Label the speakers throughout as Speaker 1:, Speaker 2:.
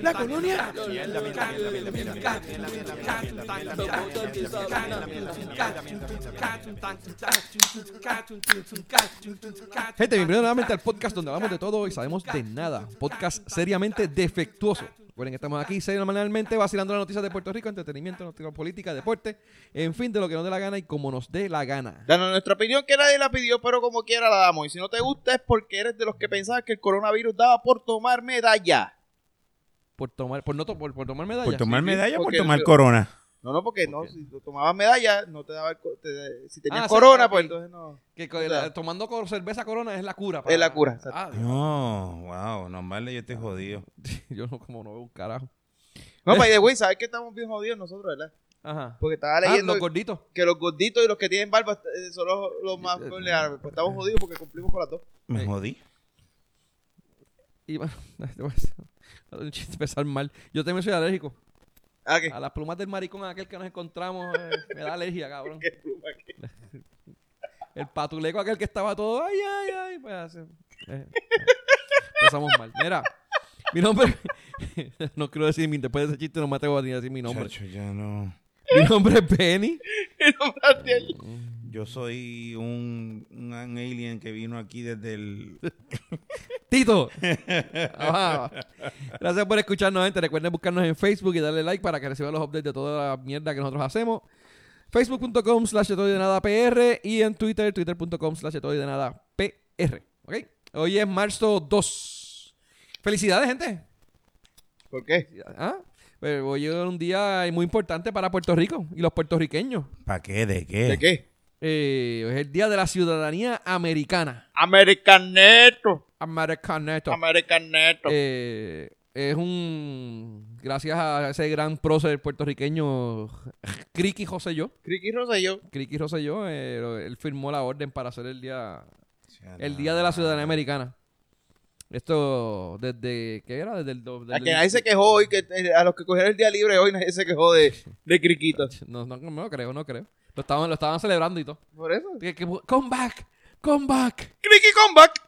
Speaker 1: La colonia.
Speaker 2: Gente, bienvenidos nuevamente al podcast donde hablamos de todo y sabemos de nada. Podcast seriamente defectuoso. Recuerden que estamos aquí semanalmente vacilando las noticias de Puerto Rico, entretenimiento, noticias políticas, deporte, en fin, de lo que nos dé la gana y como nos dé la gana.
Speaker 3: Danos nuestra opinión que nadie la pidió, pero como quiera la damos. Y si no te gusta es porque eres de los que pensabas que el coronavirus daba por tomar medalla.
Speaker 2: Por tomar, por no to- por, por tomar medallas.
Speaker 4: Por tomar
Speaker 3: Sí, sí,
Speaker 4: medalla, por
Speaker 3: porque-
Speaker 4: tomar corona.
Speaker 3: No, no, porque no,
Speaker 2: Ok.
Speaker 3: si tú tomabas medalla, no te daba el co- te- si tenías
Speaker 2: Ah, sí,
Speaker 3: corona,
Speaker 2: ok.
Speaker 3: pues entonces no.
Speaker 2: Que co- la- tomando cor- cerveza corona es la cura.
Speaker 3: Es la cura, exacto.
Speaker 2: Ah, Dios,
Speaker 4: No, wow, nomás le yo estoy jodido.
Speaker 2: yo no, como no veo un carajo.
Speaker 3: No, by the way, sabes que estamos bien jodidos nosotros, ¿verdad?
Speaker 2: Ajá.
Speaker 3: Porque estaba
Speaker 2: Ah,
Speaker 3: Pues, leyendo
Speaker 2: los gorditos.
Speaker 3: que los gorditos y los que tienen barba eh, son los, los más vulnerables. Pues estamos jodidos porque cumplimos con las dos.
Speaker 4: Me
Speaker 2: Eh.
Speaker 4: jodí.
Speaker 2: Y bueno, te voy a decir- un chiste empezar mal. Yo también soy alérgico.
Speaker 3: Ah, que
Speaker 2: A las plumas del maricón aquel que nos encontramos eh, me da alergia, cabrón.
Speaker 3: qué pluma, qué-
Speaker 2: El patuleco aquel que estaba todo, ay, ay, ay, pues así. Eh, empezamos mal. Mira, mi nombre, no quiero decir, mi- después de ese chiste no me atrevo a ni decir mi nombre.
Speaker 4: Chacho, ya no.
Speaker 2: Mi nombre es Benny.
Speaker 3: nombraste ahí.
Speaker 4: Yo soy un, un alien que vino aquí desde el.
Speaker 2: Tito. Ajá. Gracias por escucharnos, gente. Recuerden buscarnos en Facebook y darle like para que reciban los updates de toda la mierda que nosotros hacemos. Facebook.com slash de todo y de nada PR y en Twitter, twitter.com slash de todo y de nada PR. ¿Ok? Hoy es marzo 2. Felicidades, gente.
Speaker 3: ¿Por qué?
Speaker 2: ¿Ah? Pero hoy es un día muy importante para Puerto Rico y los puertorriqueños.
Speaker 4: ¿Para qué? ¿De qué?
Speaker 3: ¿De qué?
Speaker 2: Eh, hoy es el día de la ciudadanía americana.
Speaker 3: Americaneto.
Speaker 2: Americaneto.
Speaker 3: Americaneto.
Speaker 2: Eh, es un. Gracias a ese gran prócer puertorriqueño, Criqui Joselló.
Speaker 3: Ricky Rosselló.
Speaker 2: Criqui Joselló, eh, lo- él firmó la orden para hacer el día,
Speaker 4: Ya
Speaker 2: el
Speaker 4: no.
Speaker 2: día de la ciudadanía americana. Esto desde. ¿Qué era? Desde el. do-
Speaker 3: A
Speaker 2: desde
Speaker 3: que
Speaker 2: el-
Speaker 3: nadie se quejó hoy, que eh, a los que cogieron el día libre hoy nadie se quejó de, de Criquito.
Speaker 2: No, no, no creo, no creo. Lo estaban, lo estaban celebrando y todo.
Speaker 3: Por eso.
Speaker 2: Que- que- come back, come back,
Speaker 3: Criqui comeback.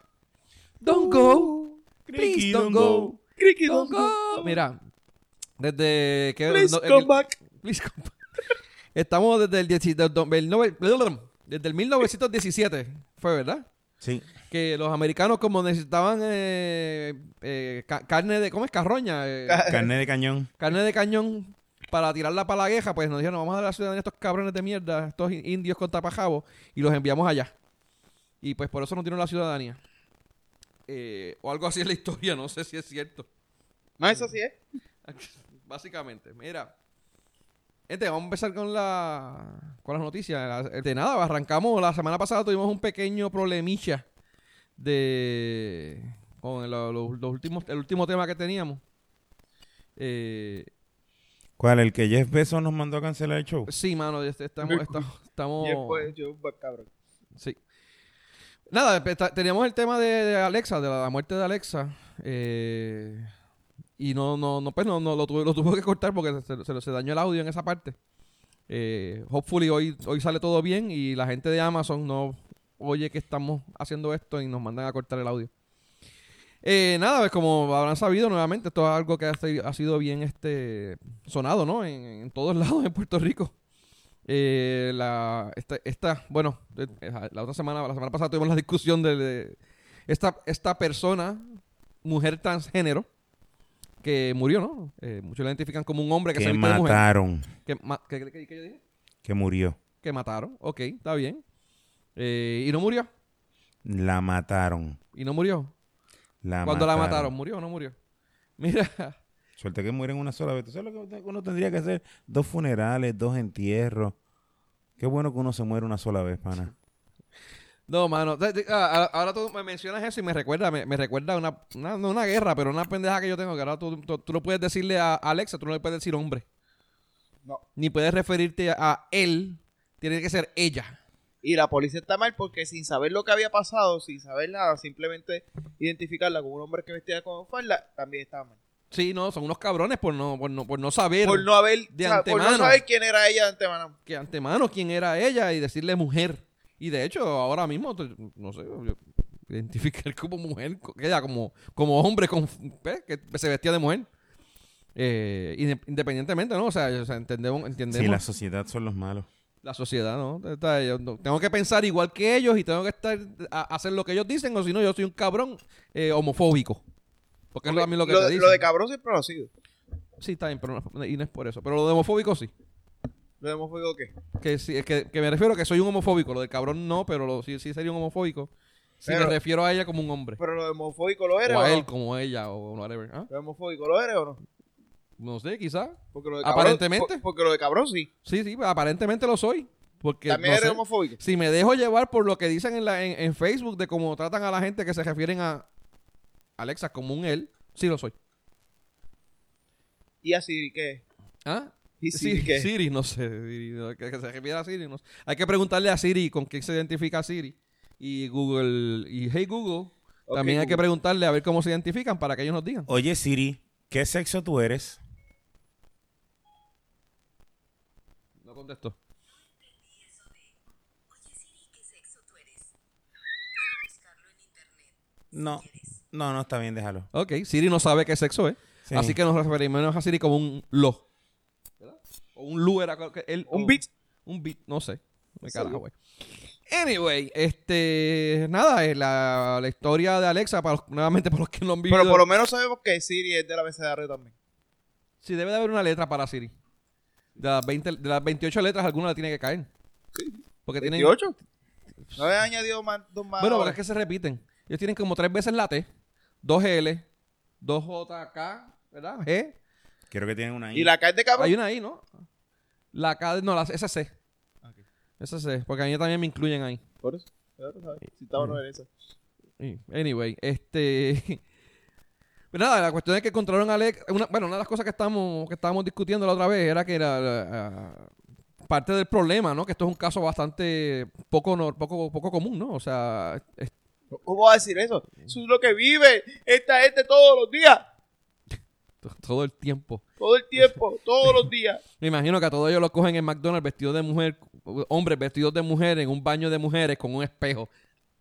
Speaker 2: don't go,
Speaker 4: Criqui,
Speaker 2: please don't
Speaker 4: don't
Speaker 2: go,
Speaker 4: go.
Speaker 3: Criqui
Speaker 2: don't go. Mira, desde que
Speaker 3: Please
Speaker 2: no, el-
Speaker 3: come back.
Speaker 2: Please come back. Estamos desde el, 10 del do- el nove- desde el 1917, fue verdad,
Speaker 4: Sí.
Speaker 2: que los americanos como necesitaban eh, eh, ca- carne de, ¿cómo es? Carroña, eh,
Speaker 4: Carne de cañón.
Speaker 2: carne de cañón para tirarla para la gueja, pues nos dijeron, vamos a dar a la ciudadanía a estos cabrones de mierda, estos in- indios con tapajabos, y los enviamos allá. Y pues por eso nos dieron la ciudadanía. Eh, o algo así es la historia, no sé si es cierto.
Speaker 3: No, eso sí es.
Speaker 2: Básicamente, mira. Gente, vamos a empezar con la con las noticias. La- De nada, arrancamos. La semana pasada tuvimos un pequeño problemilla de con lo- lo- los últimos, el último tema que teníamos. Eh,
Speaker 4: ¿Cuál? ¿El que Jeff Bezos nos mandó a cancelar el show?
Speaker 2: sí, mano, este- estamos, estamos, estamos-
Speaker 3: Y después yo, va, cabrón.
Speaker 2: sí. Nada, pe- ta- teníamos el tema de, de Alexa, de la, la muerte de Alexa. eh, y no, no, no, pues no, no lo, tuve, lo tuvo que cortar porque se, se- se dañó el audio en esa parte. Eh, hopefully hoy, hoy sale todo bien y la gente de Amazon no oye que estamos haciendo esto y nos mandan a cortar el audio. Eh, nada, pues como habrán sabido nuevamente, esto es algo que ha, si- ha sido bien este sonado, ¿no? En, en todos lados en Puerto Rico. Eh, la, esta, esta- bueno, eh, la otra semana, la semana pasada tuvimos la discusión de, de esta, esta persona, mujer transgénero, que murió, ¿no? Eh, muchos la identifican como un hombre que, se
Speaker 4: Que
Speaker 2: viste de mujer.
Speaker 4: mataron.
Speaker 2: Que, ma- que- que- que- que yo dije?
Speaker 4: Que murió.
Speaker 2: Que mataron. Ok, está bien. Eh, y no murió.
Speaker 4: La mataron.
Speaker 2: Y no murió.
Speaker 4: La
Speaker 2: Cuando
Speaker 4: mataron.
Speaker 2: la mataron, ¿murió o no murió? Mira,
Speaker 4: Suerte que mueren una sola vez. ¿Tú sabes lo que uno tendría que hacer? Dos funerales, dos entierros. Qué bueno que uno se muere una sola vez, pana.
Speaker 2: no, mano. De- de- ah, ah, Ahora tú me mencionas eso y me recuerda, me, me recuerda una, una- no una guerra, pero una pendeja que yo tengo. Que ahora tú, tú, tú no puedes decirle a Alexa, tú no le puedes decir hombre.
Speaker 3: No.
Speaker 2: Ni puedes referirte a él. Tiene que ser ella.
Speaker 3: Y la policía está mal porque sin saber lo que había pasado, sin saber nada, simplemente identificarla con un hombre que vestía con falda, también está mal.
Speaker 2: Sí, no, son unos cabrones por no, por no, por no saber
Speaker 3: Por no haber,
Speaker 2: de
Speaker 3: o sea, por no
Speaker 2: antemano.
Speaker 3: saber quién era ella de antemano.
Speaker 2: que antemano quién era ella y decirle mujer. Y de hecho, ahora mismo, te- no sé, yo- identificar como mujer, co- que ella como, como hombre con, ¿ves? que se vestía de mujer. Eh, inde- independientemente, ¿no? O sea, o sea, entendemos, entendemos
Speaker 4: Si la
Speaker 2: la...
Speaker 4: sociedad son los malos.
Speaker 2: sociedad, ¿no? O sea, yo no- tengo que pensar igual que ellos y tengo que estar a- hacer lo que ellos dicen, o si no, yo soy un cabrón eh, homofóbico. Porque es lo, a mí lo que te dicen.
Speaker 3: de cabrón siempre lo ha sido.
Speaker 2: Sí, está bien, pero no, y no es por eso. Pero lo de homofóbico sí.
Speaker 3: Lo hemos oído que.
Speaker 2: Que, sí, es que, que me refiero a que soy un homofóbico. Lo del cabrón no, pero lo, sí, sí sería un homofóbico. Si
Speaker 3: Pero-
Speaker 2: me refiero a ella como un hombre.
Speaker 3: Pero lo de homofóbico lo eres
Speaker 2: O
Speaker 3: o
Speaker 2: a
Speaker 3: no?
Speaker 2: él como ella o whatever. ¿Ah?
Speaker 3: Lo de homofóbico lo eres o no?
Speaker 2: No sé, quizás.
Speaker 3: Porque lo de cabrón,
Speaker 2: Aparentemente.
Speaker 3: po- porque lo de cabrón sí.
Speaker 2: Sí, sí, aparentemente lo soy. Porque
Speaker 3: También
Speaker 2: no
Speaker 3: eres
Speaker 2: sé.
Speaker 3: homofóbico.
Speaker 2: si me dejo llevar por lo que dicen en, la, en, en Facebook de cómo tratan a la gente que se refieren a Alexa como un él, sí lo soy.
Speaker 3: Y así que.
Speaker 2: ¿Ah?
Speaker 3: Y
Speaker 2: Sí,
Speaker 3: sí, que.
Speaker 2: Siri, no sé. Siri, no, que, que se refiere a Siri, no sé. Hay que preguntarle a Siri con qué se identifica Siri. Y Google, y Hey Google,
Speaker 3: Ok,
Speaker 2: también hay que
Speaker 3: Google.
Speaker 2: preguntarle a ver cómo se identifican para que ellos nos digan.
Speaker 4: Oye, Siri, ¿qué sexo tú eres?
Speaker 2: No contesto.
Speaker 4: No, no, no, está bien, déjalo.
Speaker 2: Ok, Siri no sabe qué sexo es.
Speaker 4: Sí.
Speaker 2: Así que nos referimos a Siri como un lo. ¿Verdad? O un lu era. creo que él-
Speaker 3: Un
Speaker 2: o-
Speaker 3: beat.
Speaker 2: Un beat, no sé. Me
Speaker 3: Seguro.
Speaker 2: carajo, güey. Anyway, este. Nada, es la, la historia de Alexa, para los- nuevamente para los que no han visto.
Speaker 3: Pero por lo menos sabemos que Siri es del abecedario también.
Speaker 2: Sí, debe de haber una letra para Siri. De las, 20 de las 28 letras, alguna la tiene que caer. Porque tienen.
Speaker 3: ¿28? No había añadido más, dos más.
Speaker 2: Bueno, porque
Speaker 3: ahora.
Speaker 2: es que se repiten. Ellos tienen como tres veces la T, dos L, dos J, K, ¿verdad? G.
Speaker 4: Quiero que tienen una I.
Speaker 3: Y la cae de cabrón.
Speaker 2: Hay una ahí, ¿no? La K, no, la, esa C. Esa C, porque a mí también me incluyen ahí.
Speaker 3: Por eso. Ya tú sabes, Si estaba no era esa.
Speaker 2: Mm. Y, Anyway, este. Pero nada, la cuestión es que encontraron a Alex. una- bueno, una de las cosas que estábamos, que estábamos discutiendo la otra vez era que era ah, parte del problema, ¿no? Que esto es un caso bastante poco, no- poco, poco común, ¿no? O sea, es-
Speaker 3: ¿Cómo va a decir eso? Eso es lo que vive esta gente todos los días.
Speaker 2: t- todo el tiempo.
Speaker 3: Todo el tiempo, todos los días.
Speaker 2: Me imagino que a todos ellos los cogen en McDonald's vestidos de mujer, hombres vestidos de mujer en un baño de mujeres con un espejo.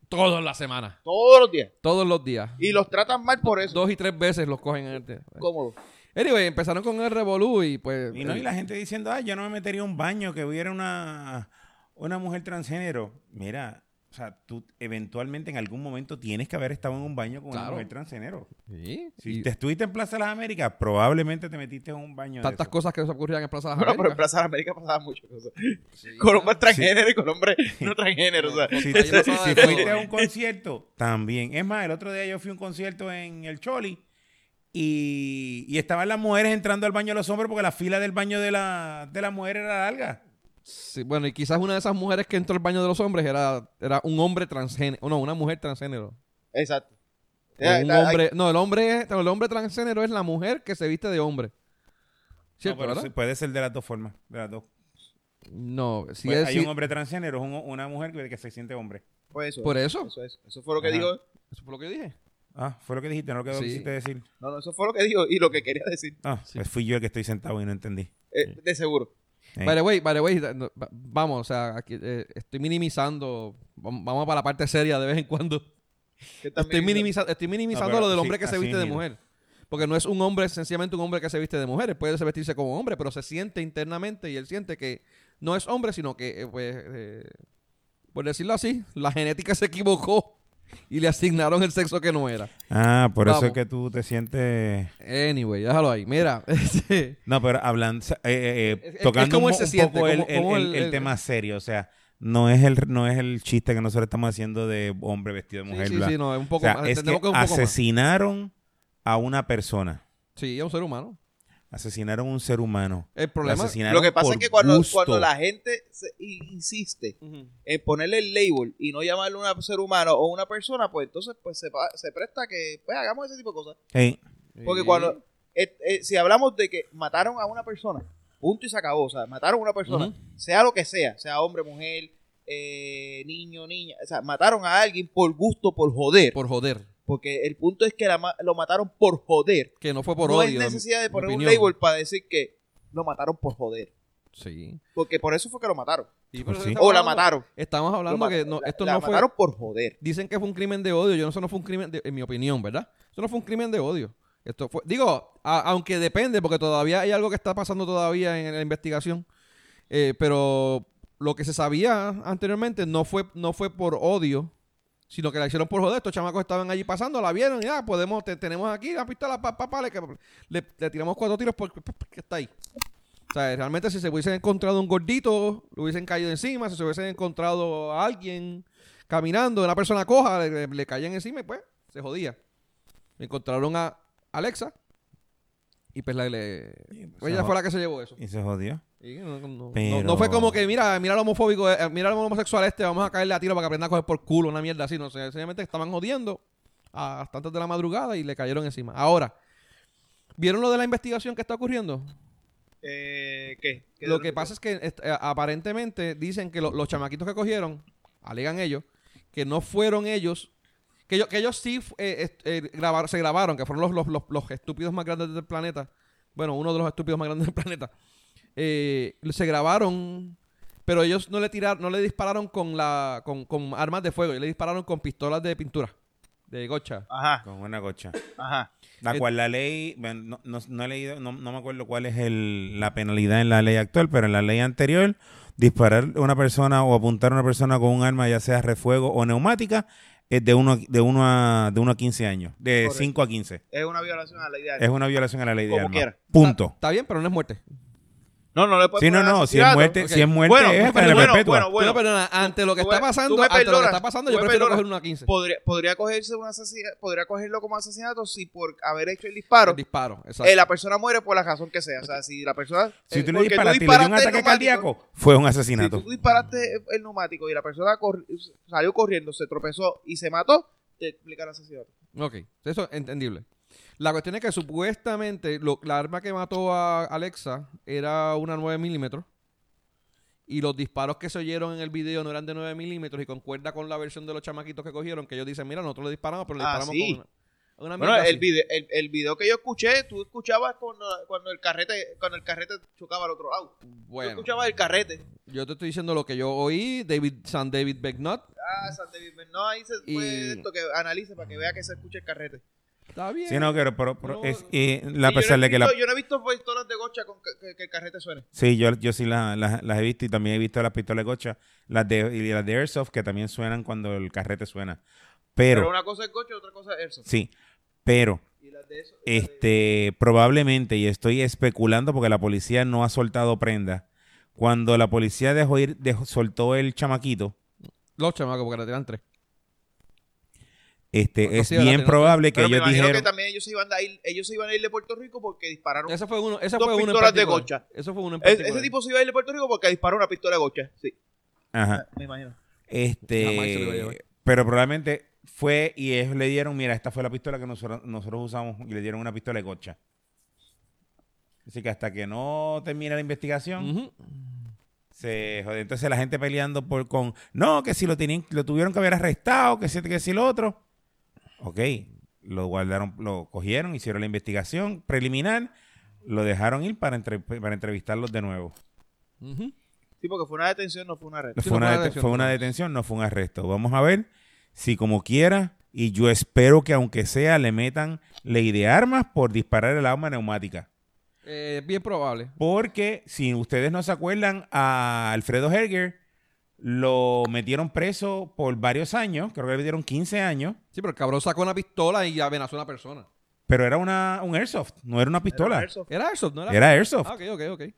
Speaker 2: Todas las semanas,
Speaker 3: Todos los días.
Speaker 2: todos los días.
Speaker 3: Y los tratan mal por eso.
Speaker 2: Dos y tres veces los cogen en el.
Speaker 3: Cómodo.
Speaker 2: Anyway, empezaron con el revolú y pues.
Speaker 4: Y, no, y la gente diciendo, ah, yo no me metería a un baño que hubiera una, una mujer transgénero. Mira, o sea, tú eventualmente en algún momento tienes que haber estado en un baño con una
Speaker 2: Claro.
Speaker 4: mujer transgénero.
Speaker 2: Sí,
Speaker 4: Si
Speaker 2: y-
Speaker 4: te estuviste en Plaza de las Américas, probablemente te metiste en un baño. de
Speaker 2: tantas
Speaker 4: eso.
Speaker 2: cosas que se ocurrían en Plaza de las
Speaker 3: Bueno, pero en
Speaker 2: Américas.
Speaker 3: Plaza de América pasaba muchas cosas. Con hombres transgénero y con hombres no transgénero. O sea,
Speaker 4: Si,
Speaker 2: Ahí
Speaker 4: si-
Speaker 2: pasaba
Speaker 4: si
Speaker 2: de todo.
Speaker 4: fuiste a un concierto, también. Es más, el otro día yo fui a un concierto en el Choli y, y estaban las mujeres entrando al baño de los hombres porque la fila del baño de la, de la mujer era larga.
Speaker 2: Sí, bueno, y quizás una de esas mujeres que entró al baño de los hombres era, era un hombre transgénero. No, una mujer transgénero.
Speaker 3: exacto.
Speaker 2: O
Speaker 3: Ya,
Speaker 2: un
Speaker 3: ya, hay-
Speaker 2: hombre, no, el hombre, es- el hombre transgénero es la mujer que se viste de hombre. ¿Cierto,
Speaker 4: No, pero
Speaker 2: verdad?
Speaker 4: sí, puede ser de las dos formas. De las dos.
Speaker 2: No, si
Speaker 4: Pues
Speaker 2: es.
Speaker 4: hay
Speaker 2: si-
Speaker 4: un hombre transgénero, es un- una mujer que, que se siente hombre.
Speaker 3: Pues eso.
Speaker 2: ¿Por eso?
Speaker 3: Eso, es. Eso fue lo que
Speaker 4: Ajá.
Speaker 3: dijo.
Speaker 2: Eso fue lo que dije.
Speaker 4: Ah, fue lo que dijiste, no lo que
Speaker 2: Sí.
Speaker 4: quisiste decir.
Speaker 3: No, no, eso fue lo que dijo y lo que quería decir.
Speaker 4: Ah,
Speaker 2: Sí.
Speaker 4: pues fui yo el que estoy sentado y no entendí.
Speaker 3: eh, de seguro.
Speaker 4: Eh,
Speaker 2: By the way, by the way, no, va- vamos, o sea, aquí, eh, estoy minimizando. Vam- Vamos para la parte seria de vez en cuando.
Speaker 3: Que
Speaker 2: Estoy,
Speaker 3: también-
Speaker 2: minimiza- estoy minimizando
Speaker 4: No, pero
Speaker 2: lo del
Speaker 4: sí,
Speaker 2: hombre que se
Speaker 4: así
Speaker 2: viste de
Speaker 4: mismo.
Speaker 2: mujer. Porque no es un hombre, es sencillamente un hombre que se viste de mujer. Él Puede vestirse como hombre, pero se siente internamente y él siente que no es hombre, sino que, eh, pues, eh, por decirlo así, la genética se equivocó y le asignaron el sexo que no era.
Speaker 4: Ah, por eso
Speaker 2: Vamos.
Speaker 4: es que tú te sientes...
Speaker 2: Anyway, déjalo ahí. Mira, este,
Speaker 4: No, pero hablando, eh, eh, eh,
Speaker 2: Es- es
Speaker 4: tocando
Speaker 2: como
Speaker 4: un,
Speaker 2: él se
Speaker 4: un
Speaker 2: siente,
Speaker 4: poco el,
Speaker 2: como- como eh.
Speaker 4: el- el-
Speaker 2: el-
Speaker 4: el
Speaker 2: el-
Speaker 4: tema serio, o sea, no es el no es el chiste que nosotros estamos haciendo de hombre vestido de
Speaker 2: sí,
Speaker 4: mujer.
Speaker 2: sí,
Speaker 4: bla.
Speaker 2: sí, no, es un
Speaker 4: o
Speaker 2: poco
Speaker 4: sea,
Speaker 2: más.
Speaker 4: es que
Speaker 2: Entendemos que es un poco más.
Speaker 4: asesinaron a una persona,
Speaker 2: Sí, es un ser humano.
Speaker 4: asesinaron a un ser humano.
Speaker 2: El
Speaker 4: lo
Speaker 2: problema.
Speaker 4: asesinaron
Speaker 3: Lo que pasa
Speaker 4: por
Speaker 3: es que cuando,
Speaker 4: gusto.
Speaker 3: cuando la gente se i- insiste
Speaker 2: Ujú.
Speaker 3: en ponerle el label y no llamarle un ser humano o una persona, pues entonces pues se, pa- se presta a que pues, hagamos ese tipo de cosas.
Speaker 4: Sí,
Speaker 3: Porque
Speaker 2: Sí.
Speaker 3: cuando, eh, eh, si hablamos de que mataron a una persona, punto y se acabó, o sea, mataron a una persona,
Speaker 2: Ujú.
Speaker 3: sea lo que sea, sea hombre, mujer, eh, niño, niña, o sea, mataron a alguien por gusto, por joder.
Speaker 2: Por joder.
Speaker 3: porque el punto es que la ma- lo mataron por joder.
Speaker 2: Que no fue por
Speaker 3: no
Speaker 2: odio.
Speaker 3: hay necesidad de
Speaker 2: mi
Speaker 3: poner un
Speaker 2: opinión.
Speaker 3: label para decir que lo mataron por joder.
Speaker 2: Sí.
Speaker 3: Porque por eso fue que lo mataron.
Speaker 2: Sí, pero
Speaker 4: Pues
Speaker 2: eso
Speaker 4: sí.
Speaker 2: estamos
Speaker 3: O la
Speaker 2: hablando-
Speaker 3: mataron.
Speaker 2: Estamos hablando
Speaker 3: Lo
Speaker 2: que
Speaker 3: mat-
Speaker 2: no,
Speaker 3: la-
Speaker 2: esto
Speaker 3: la
Speaker 2: no fue.
Speaker 3: mataron por joder.
Speaker 2: Dicen que fue un crimen de odio. Yo no, eso no fue un crimen, de- en mi opinión, ¿verdad? Eso no fue un crimen de odio. Esto fue, digo, a- aunque depende, porque todavía hay algo que está pasando todavía en, la investigación. Eh, pero lo que se sabía anteriormente no fue, no fue por odio, sino que la hicieron por joder. Estos chamacos estaban allí pasando, la vieron y ah, podemos, te- tenemos aquí la pistola, pa, pa, pa, le, le- le tiramos cuatro tiros porque porque está ahí. O sea, realmente si se hubiesen encontrado un gordito, lo hubiesen caído encima, si se hubiesen encontrado a alguien caminando, una persona coja, le, le- le caían encima y pues se jodía. Encontraron a Alexa y pues la- le- pues, ella
Speaker 4: se
Speaker 2: fue la que se llevó eso.
Speaker 4: Y se jodió.
Speaker 2: Y no, no- no-
Speaker 4: Pero-
Speaker 2: no fue como que, mira, mira al homofóbico, eh, mira al homosexual este, vamos a caerle a tiro para que aprenda a coger por culo, una mierda así. No sé, sencillamente estaban jodiendo a- hasta antes de la madrugada y le cayeron encima. Ahora, ¿vieron lo de la investigación que está ocurriendo?
Speaker 3: Eh, ¿Qué? ¿Qué
Speaker 2: Lo que pasa es que est- eh, aparentemente dicen que lo- los chamaquitos que cogieron, alegan ellos, que no fueron ellos, que ellos, que ellos sí fu- eh, est- eh, grabar- se grabaron, que fueron los, los, los, los estúpidos más grandes del planeta. Bueno, uno de los estúpidos más grandes del planeta. Eh, se grabaron, pero ellos no le tiraron, no le dispararon con la, con, con armas de fuego, ellos le dispararon con pistolas de pintura, de gocha.
Speaker 3: Ajá,
Speaker 4: Con una gocha.
Speaker 3: ajá.
Speaker 4: La
Speaker 2: Eh,
Speaker 4: cual la ley, bueno, no, no- no he leído, no, no me acuerdo cuál es el- la penalidad en la ley actual, pero en la ley anterior, disparar a una persona o apuntar a una persona con un arma, ya sea refuego o neumática, es de 1 de uno a, de uno a 15 años, de
Speaker 3: Correcto.
Speaker 4: 5 a 15.
Speaker 3: Es una violación a la idea.
Speaker 4: Es una violación a la ley de
Speaker 3: Como
Speaker 4: armas.
Speaker 3: quiera. Ah,
Speaker 4: Punto.
Speaker 2: Está bien, pero no es muerte.
Speaker 3: No, no le puedes
Speaker 4: Sí, no,
Speaker 3: poner
Speaker 4: no, si es
Speaker 3: asesinato.
Speaker 4: muerte,
Speaker 2: ok.
Speaker 4: si es muerte
Speaker 3: Bueno,
Speaker 4: es
Speaker 3: pero
Speaker 4: pena
Speaker 3: bueno,
Speaker 4: perpetua.
Speaker 3: bueno, bueno.
Speaker 2: no, pero nada, ante lo que
Speaker 3: tú
Speaker 2: está
Speaker 3: me-
Speaker 2: pasando,
Speaker 3: tú me
Speaker 2: ante lo que
Speaker 3: perdonas,
Speaker 2: está pasando,
Speaker 3: tú
Speaker 2: yo
Speaker 3: me
Speaker 2: prefiero
Speaker 3: perdonas.
Speaker 2: coger una 15.
Speaker 3: Podría, podría cogerse un asesina- podría cogerlo como asesinato si por haber hecho el disparo
Speaker 2: El disparo, exacto.
Speaker 3: eh, la persona muere por la razón que sea. O sea, si la persona.
Speaker 4: si
Speaker 3: eh,
Speaker 4: tú le
Speaker 3: porque
Speaker 4: disparaste y le dio un
Speaker 3: disparaste
Speaker 4: ataque
Speaker 3: el neumático,
Speaker 4: cardíaco, fue un
Speaker 3: Si
Speaker 4: asesinato.
Speaker 3: tú disparaste el neumático y la persona corri- salió corriendo, se tropezó y se mató, te explica el asesinato.
Speaker 2: Ok, eso es entendible. La cuestión es que supuestamente lo- la arma que mató a Alexa era una 9 milímetros. Y los disparos que se oyeron en el video no eran de 9 milímetros. Y concuerda con la versión de los chamaquitos que cogieron, que ellos dicen: Mira, nosotros le disparamos, pero le
Speaker 3: Ah,
Speaker 2: disparamos
Speaker 3: sí.
Speaker 2: con una. una
Speaker 3: Bueno,
Speaker 2: mierda
Speaker 3: el
Speaker 2: así".
Speaker 3: video, el, el video que yo escuché, tú escuchabas cuando, cuando el carrete cuando el carrete chocaba al otro lado. Tú
Speaker 2: Bueno,
Speaker 3: escuchabas el carrete.
Speaker 2: yo te estoy diciendo lo que yo oí. David San David Becknott.
Speaker 3: Ah, Santi Bisbal, No, ahí se
Speaker 2: Y-
Speaker 3: fue esto que analice para que vea que se escucha el carrete.
Speaker 2: Está bien.
Speaker 4: Sí, no, pero, pero- pero
Speaker 2: No,
Speaker 4: es- eh, la- a
Speaker 3: Sí, yo no he
Speaker 4: pesar de que la,
Speaker 3: visto- Yo no he visto pistolas de gocha con que, que- que el carrete suene.
Speaker 4: Sí, yo, yo sí la- la- las he visto y también he visto las pistolas de gocha las de, y las de Airsoft que también suenan cuando el carrete suena.
Speaker 3: Pero,
Speaker 4: Pero,
Speaker 3: una cosa es gocha y otra cosa es airsoft.
Speaker 4: sí, pero
Speaker 3: Y las de eso. y las de-
Speaker 4: este probablemente, y estoy especulando porque la policía no ha soltado prenda, cuando la policía dejó ir, dejó- soltó el chamaquito,
Speaker 2: Los chamacos, porque le tiran tres.
Speaker 4: este,
Speaker 2: Bueno,
Speaker 4: es
Speaker 2: sí, ahora
Speaker 4: bien
Speaker 2: tengo-
Speaker 4: probable que
Speaker 3: Pero me
Speaker 4: ellos
Speaker 3: imagino
Speaker 4: dijeron...
Speaker 3: que también ellos se iban a ir, ellos se iban a ir de Puerto Rico porque dispararon.
Speaker 2: Ese fue uno. Ese
Speaker 3: Dos
Speaker 2: fue uno en
Speaker 3: pistolas de
Speaker 2: particular.
Speaker 3: gocha.
Speaker 2: Eso fue uno en
Speaker 3: Es-
Speaker 2: particular.
Speaker 3: E-, ese tipo se iba a ir de Puerto Rico porque disparó una pistola de gocha. Sí,
Speaker 4: Ajá.
Speaker 3: me imagino.
Speaker 2: Jamás se lo iba a llevar.
Speaker 4: Este, pero probablemente fue y ellos le dieron, mira, esta fue la pistola que nosotros, nosotros usamos y le dieron una pistola de gocha. Así que hasta que no termine la investigación,
Speaker 2: Ujú.
Speaker 4: se jode. Entonces la gente peleando por con, no, que si lo, tienen, lo tuvieron que haber arrestado, que si, este, que si lo otro. Ok, lo guardaron, lo cogieron, hicieron la investigación preliminar, lo dejaron ir para, entre- para entrevistarlos de nuevo.
Speaker 2: Ujú.
Speaker 3: Sí, porque fue una detención, no fue una red.
Speaker 2: Sí,
Speaker 4: fue,
Speaker 2: no
Speaker 4: una
Speaker 2: fue
Speaker 4: dete-
Speaker 2: detención,
Speaker 4: fue una
Speaker 2: no.
Speaker 4: detención, no fue un arresto. Vamos a ver si como quiera, y yo espero que aunque sea le metan ley de armas por disparar el arma neumática.
Speaker 2: Eh, bien probable.
Speaker 4: Porque si ustedes no se acuerdan, a Alfredo Herger lo metieron preso por varios años, creo que le metieron 15 años,
Speaker 2: Sí, pero el cabrón sacó una pistola y amenazó a una persona.
Speaker 4: pero era una, un airsoft, no era una pistola.
Speaker 3: Era
Speaker 4: Era airsoft.
Speaker 3: airsoft.
Speaker 2: ¿Era Airsoft? ¿No era? Ah, pues, ok, ok, ok.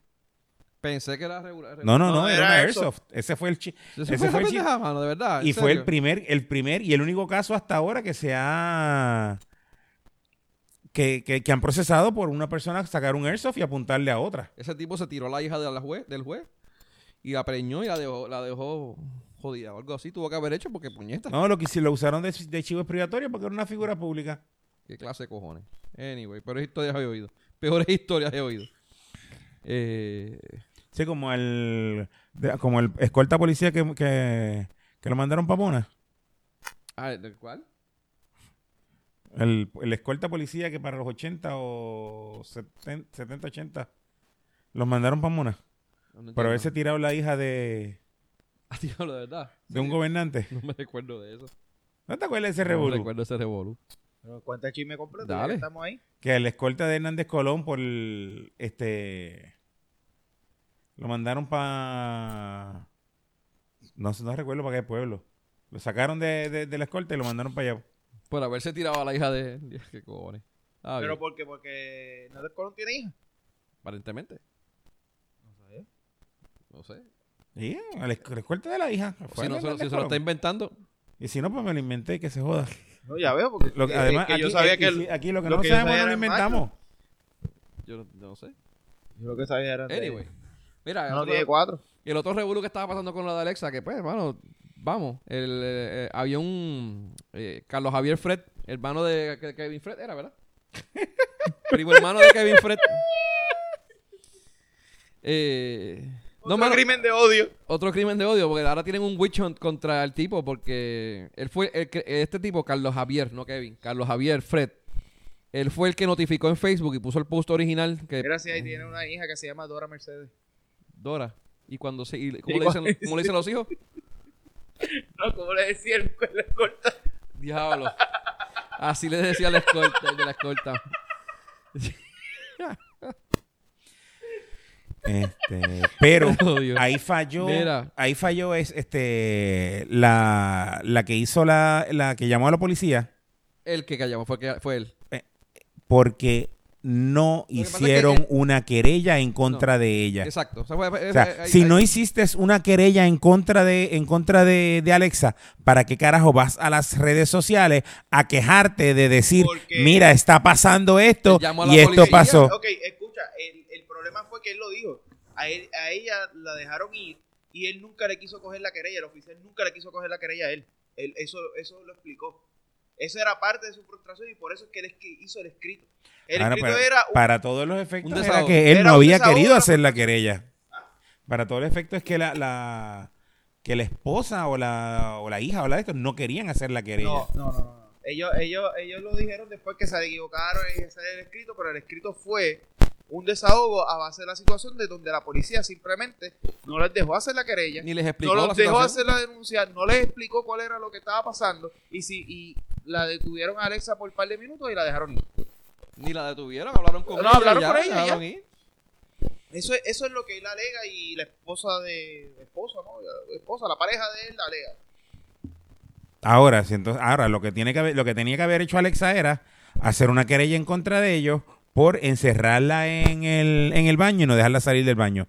Speaker 2: Pensé que era regular.
Speaker 4: No, no, no,
Speaker 3: No,
Speaker 4: era,
Speaker 3: era
Speaker 4: una
Speaker 3: airsoft.
Speaker 4: airsoft. Ese fue el chi-
Speaker 2: Eso
Speaker 4: ese
Speaker 2: fue
Speaker 4: fue
Speaker 2: una
Speaker 4: el chi-
Speaker 2: pendejada, mano, de verdad.
Speaker 4: Y
Speaker 2: Ah, en
Speaker 4: fue el
Speaker 2: serio.
Speaker 4: primer, el primer y el único caso hasta ahora que se ha. Que, que- que han procesado por una persona sacar un airsoft y apuntarle a otra.
Speaker 2: Ese tipo se tiró la hija de la juez, del juez y la preñó y la dejó, la dejó jodida o algo así. Tuvo que haber hecho porque puñeta.
Speaker 4: No, lo que si lo usaron de, de chivo expiatorio porque era una figura pública.
Speaker 2: Qué clase de cojones. Anyway, peores historias he oído. Peores historias he oído. Eh,
Speaker 4: Sí, como el. de- como el escolta policía que, que, que lo mandaron para Mona.
Speaker 2: ah, ¿Del cual?
Speaker 4: El, el escolta policía que para los 80 o 70, 70 80 los mandaron para Mona.
Speaker 2: No, no
Speaker 4: Pero
Speaker 2: entiendo.
Speaker 4: ese tirado la hija de.
Speaker 2: Ah, tío, lo de verdad.
Speaker 4: de un gobernante.
Speaker 2: No me recuerdo de eso.
Speaker 4: ¿No te acuerdas de ese
Speaker 2: No
Speaker 4: revolú?
Speaker 2: recuerdo ese revolú.
Speaker 3: Bueno, Cuenta el chisme completo.
Speaker 2: Dale.
Speaker 3: ya que Estamos ahí.
Speaker 4: que el escolta de Hernández Colón por el- este lo mandaron para no sé, no recuerdo para qué pueblo. Lo sacaron de, de- de la escolta y lo mandaron para allá.
Speaker 2: Por haberse tirado a la hija de él. Qué cojones. Ah,
Speaker 3: Pero
Speaker 2: bien.
Speaker 3: porque, porque Hernández Colón tiene hija.
Speaker 2: aparentemente.
Speaker 3: No sabía.
Speaker 2: No sé.
Speaker 4: Y a la, esc- la escolta de la hija. fue
Speaker 2: Si, no,
Speaker 4: Hernández
Speaker 2: se lo- si se lo
Speaker 4: Colón.
Speaker 2: está inventando.
Speaker 4: y si no, pues me lo inventé, que se joda.
Speaker 3: No, ya veo, porque
Speaker 4: Lo que-
Speaker 3: que-
Speaker 4: además,
Speaker 3: Eh, que
Speaker 4: aquí,
Speaker 3: yo sabía
Speaker 4: aquí-
Speaker 3: que el-
Speaker 4: aquí lo que
Speaker 3: lo
Speaker 4: no
Speaker 3: que yo
Speaker 4: sabemos
Speaker 3: sabía
Speaker 4: no lo
Speaker 3: era el
Speaker 4: inventamos.
Speaker 2: Yo no, no sé.
Speaker 3: yo lo que sabía era. de-
Speaker 2: Anyway. Mira,
Speaker 3: No,
Speaker 2: otro-
Speaker 3: tiene cuatro.
Speaker 2: y el otro revuelo que estaba pasando con la de Alexa, que pues, hermano, vamos. El, eh, eh, había un eh, Carlos Javier Fred, hermano de Ke- Kevin Fred, era, ¿verdad? Primo hermano de Kevin Fred. Eh,
Speaker 3: No,
Speaker 2: mano,
Speaker 3: crimen de odio.
Speaker 4: Eh.
Speaker 2: otro crimen de odio, porque ahora tienen un witch hunt contra el tipo, porque él fue el que- este tipo, Carlos Javier, no Kevin, Carlos Javier Fred. Él fue el que notificó en Facebook y puso el post original que
Speaker 3: Gracias, ahí tiene una hija que se llama Dora Mercedes.
Speaker 2: Dora. Y cuando se. y- ¿cómo,
Speaker 3: Y
Speaker 2: le dicen,
Speaker 3: cuando-
Speaker 2: cómo le dicen los hijos?
Speaker 3: No, como le decía el la corta.
Speaker 2: Diablo. Así le decía la escolta, el de la escolta.
Speaker 4: Este, pero
Speaker 2: Odio.
Speaker 4: ahí falló,
Speaker 2: Mira.
Speaker 4: ahí falló es este la, la que hizo la, la que llamó a la policía.
Speaker 2: El que callamos fue, que- fue él.
Speaker 4: porque no
Speaker 2: que pasa es que-
Speaker 4: hicieron
Speaker 3: eh,
Speaker 4: una querella en contra de ella.
Speaker 2: Exacto. O sea, fue- fue-
Speaker 4: o sea,
Speaker 3: eh,
Speaker 2: fue- ahí-
Speaker 4: si no
Speaker 2: ahí-
Speaker 4: hiciste una querella en contra de en contra de, de Alexa, ¿para qué carajo vas a las redes sociales a quejarte de decir,
Speaker 3: Porque-
Speaker 4: mira, está pasando esto
Speaker 2: Te llamo a la
Speaker 4: y esto
Speaker 2: policía".
Speaker 4: pasó?
Speaker 3: Ok, escucha, el, el problema fue que él lo dijo. A, él- a ella la dejaron ir y él nunca le quiso coger la querella. El oficial nunca le quiso coger la querella a él. Él- eso, eso lo explicó. Eso era parte de su frustración y por eso es que él es que hizo el escrito. El
Speaker 4: Ahora,
Speaker 3: escrito
Speaker 4: para,
Speaker 3: era un-
Speaker 4: para todos los efectos
Speaker 2: un
Speaker 4: era
Speaker 2: desahogo.
Speaker 4: que él
Speaker 3: Era
Speaker 4: no
Speaker 3: un
Speaker 4: había
Speaker 3: desahogo,
Speaker 4: querido
Speaker 3: una
Speaker 4: hacer la querella. Para todos los efectos es que la, la- que la esposa o la, o la hija o la de estos no querían hacer la querella.
Speaker 3: No, no, no, no. Ellos, ellos, ellos lo dijeron después que se equivocaron en hacer el escrito, pero el escrito fue un desahogo a base de la situación de donde la policía simplemente no les dejó hacer la querella,
Speaker 2: Ni les explicó
Speaker 3: no
Speaker 2: la
Speaker 3: los dejó
Speaker 2: situación.
Speaker 3: hacer la denuncia, no les explicó cuál era lo que estaba pasando y si y la detuvieron a Alexa por un par de minutos y la dejaron ir.
Speaker 2: Ni la detuvieron, hablaron con
Speaker 3: No,
Speaker 2: ella.
Speaker 3: hablaron
Speaker 2: ya,
Speaker 3: con ella,
Speaker 2: dejaron
Speaker 3: ya.
Speaker 2: ir.
Speaker 3: Eso es, eso es lo que él alega y la esposa de esposa, ¿no? La esposa, la pareja de él la alega.
Speaker 4: Ahora, si entonces, ahora lo que tiene que haber- lo que tenía que haber hecho Alexa era hacer una querella en contra de ellos por encerrarla en el, en el baño y no dejarla salir del baño.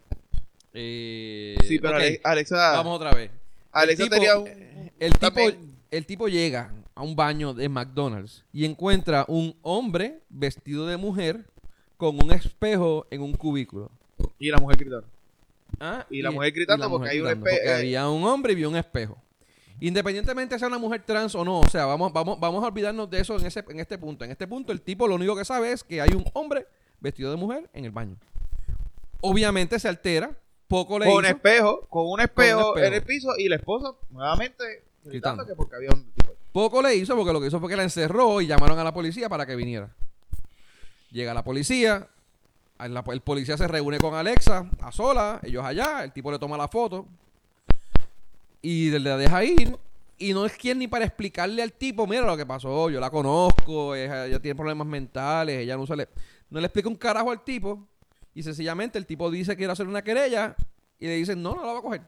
Speaker 2: Eh,
Speaker 3: Sí, pero ah.
Speaker 2: ok,
Speaker 3: Alexa,
Speaker 2: Vamos otra vez.
Speaker 3: Alexa
Speaker 2: el tipo- eh,
Speaker 3: tenía un,
Speaker 2: El tipo,
Speaker 3: también-
Speaker 2: el tipo llega a un baño de McDonald's y encuentra un hombre vestido de mujer con un espejo en un cubículo.
Speaker 3: y la mujer gritando.
Speaker 2: Ah,
Speaker 3: Y la mujer gritando porque hay un espe-
Speaker 2: porque
Speaker 3: eh.
Speaker 2: había un hombre y vio un espejo. Independientemente sea una mujer trans o no, o sea, vamos, vamos, vamos a olvidarnos de eso en, ese, en este punto. En este punto, el tipo lo único que sabe es que hay un hombre vestido de mujer en el baño. Obviamente se altera, poco le
Speaker 3: con un
Speaker 2: hizo.
Speaker 3: espejo, con un espejo,
Speaker 2: espejo.
Speaker 3: en el piso y la esposa nuevamente gritando
Speaker 2: Gritando.
Speaker 3: que porque había un tipo.
Speaker 2: Poco le hizo porque lo que hizo fue que la encerró y llamaron a la policía para que viniera. Llega la policía, a la- el policía se reúne con Alexa a sola, ellos allá, el tipo le toma la foto y la deja ir. Y no es quien ni para explicarle al tipo, mira lo que pasó, yo la conozco, ella, ella tiene problemas mentales, ella no se le... No le explica un carajo al tipo y sencillamente el tipo dice que quiere hacer una querella y le dicen, no, no la va a coger.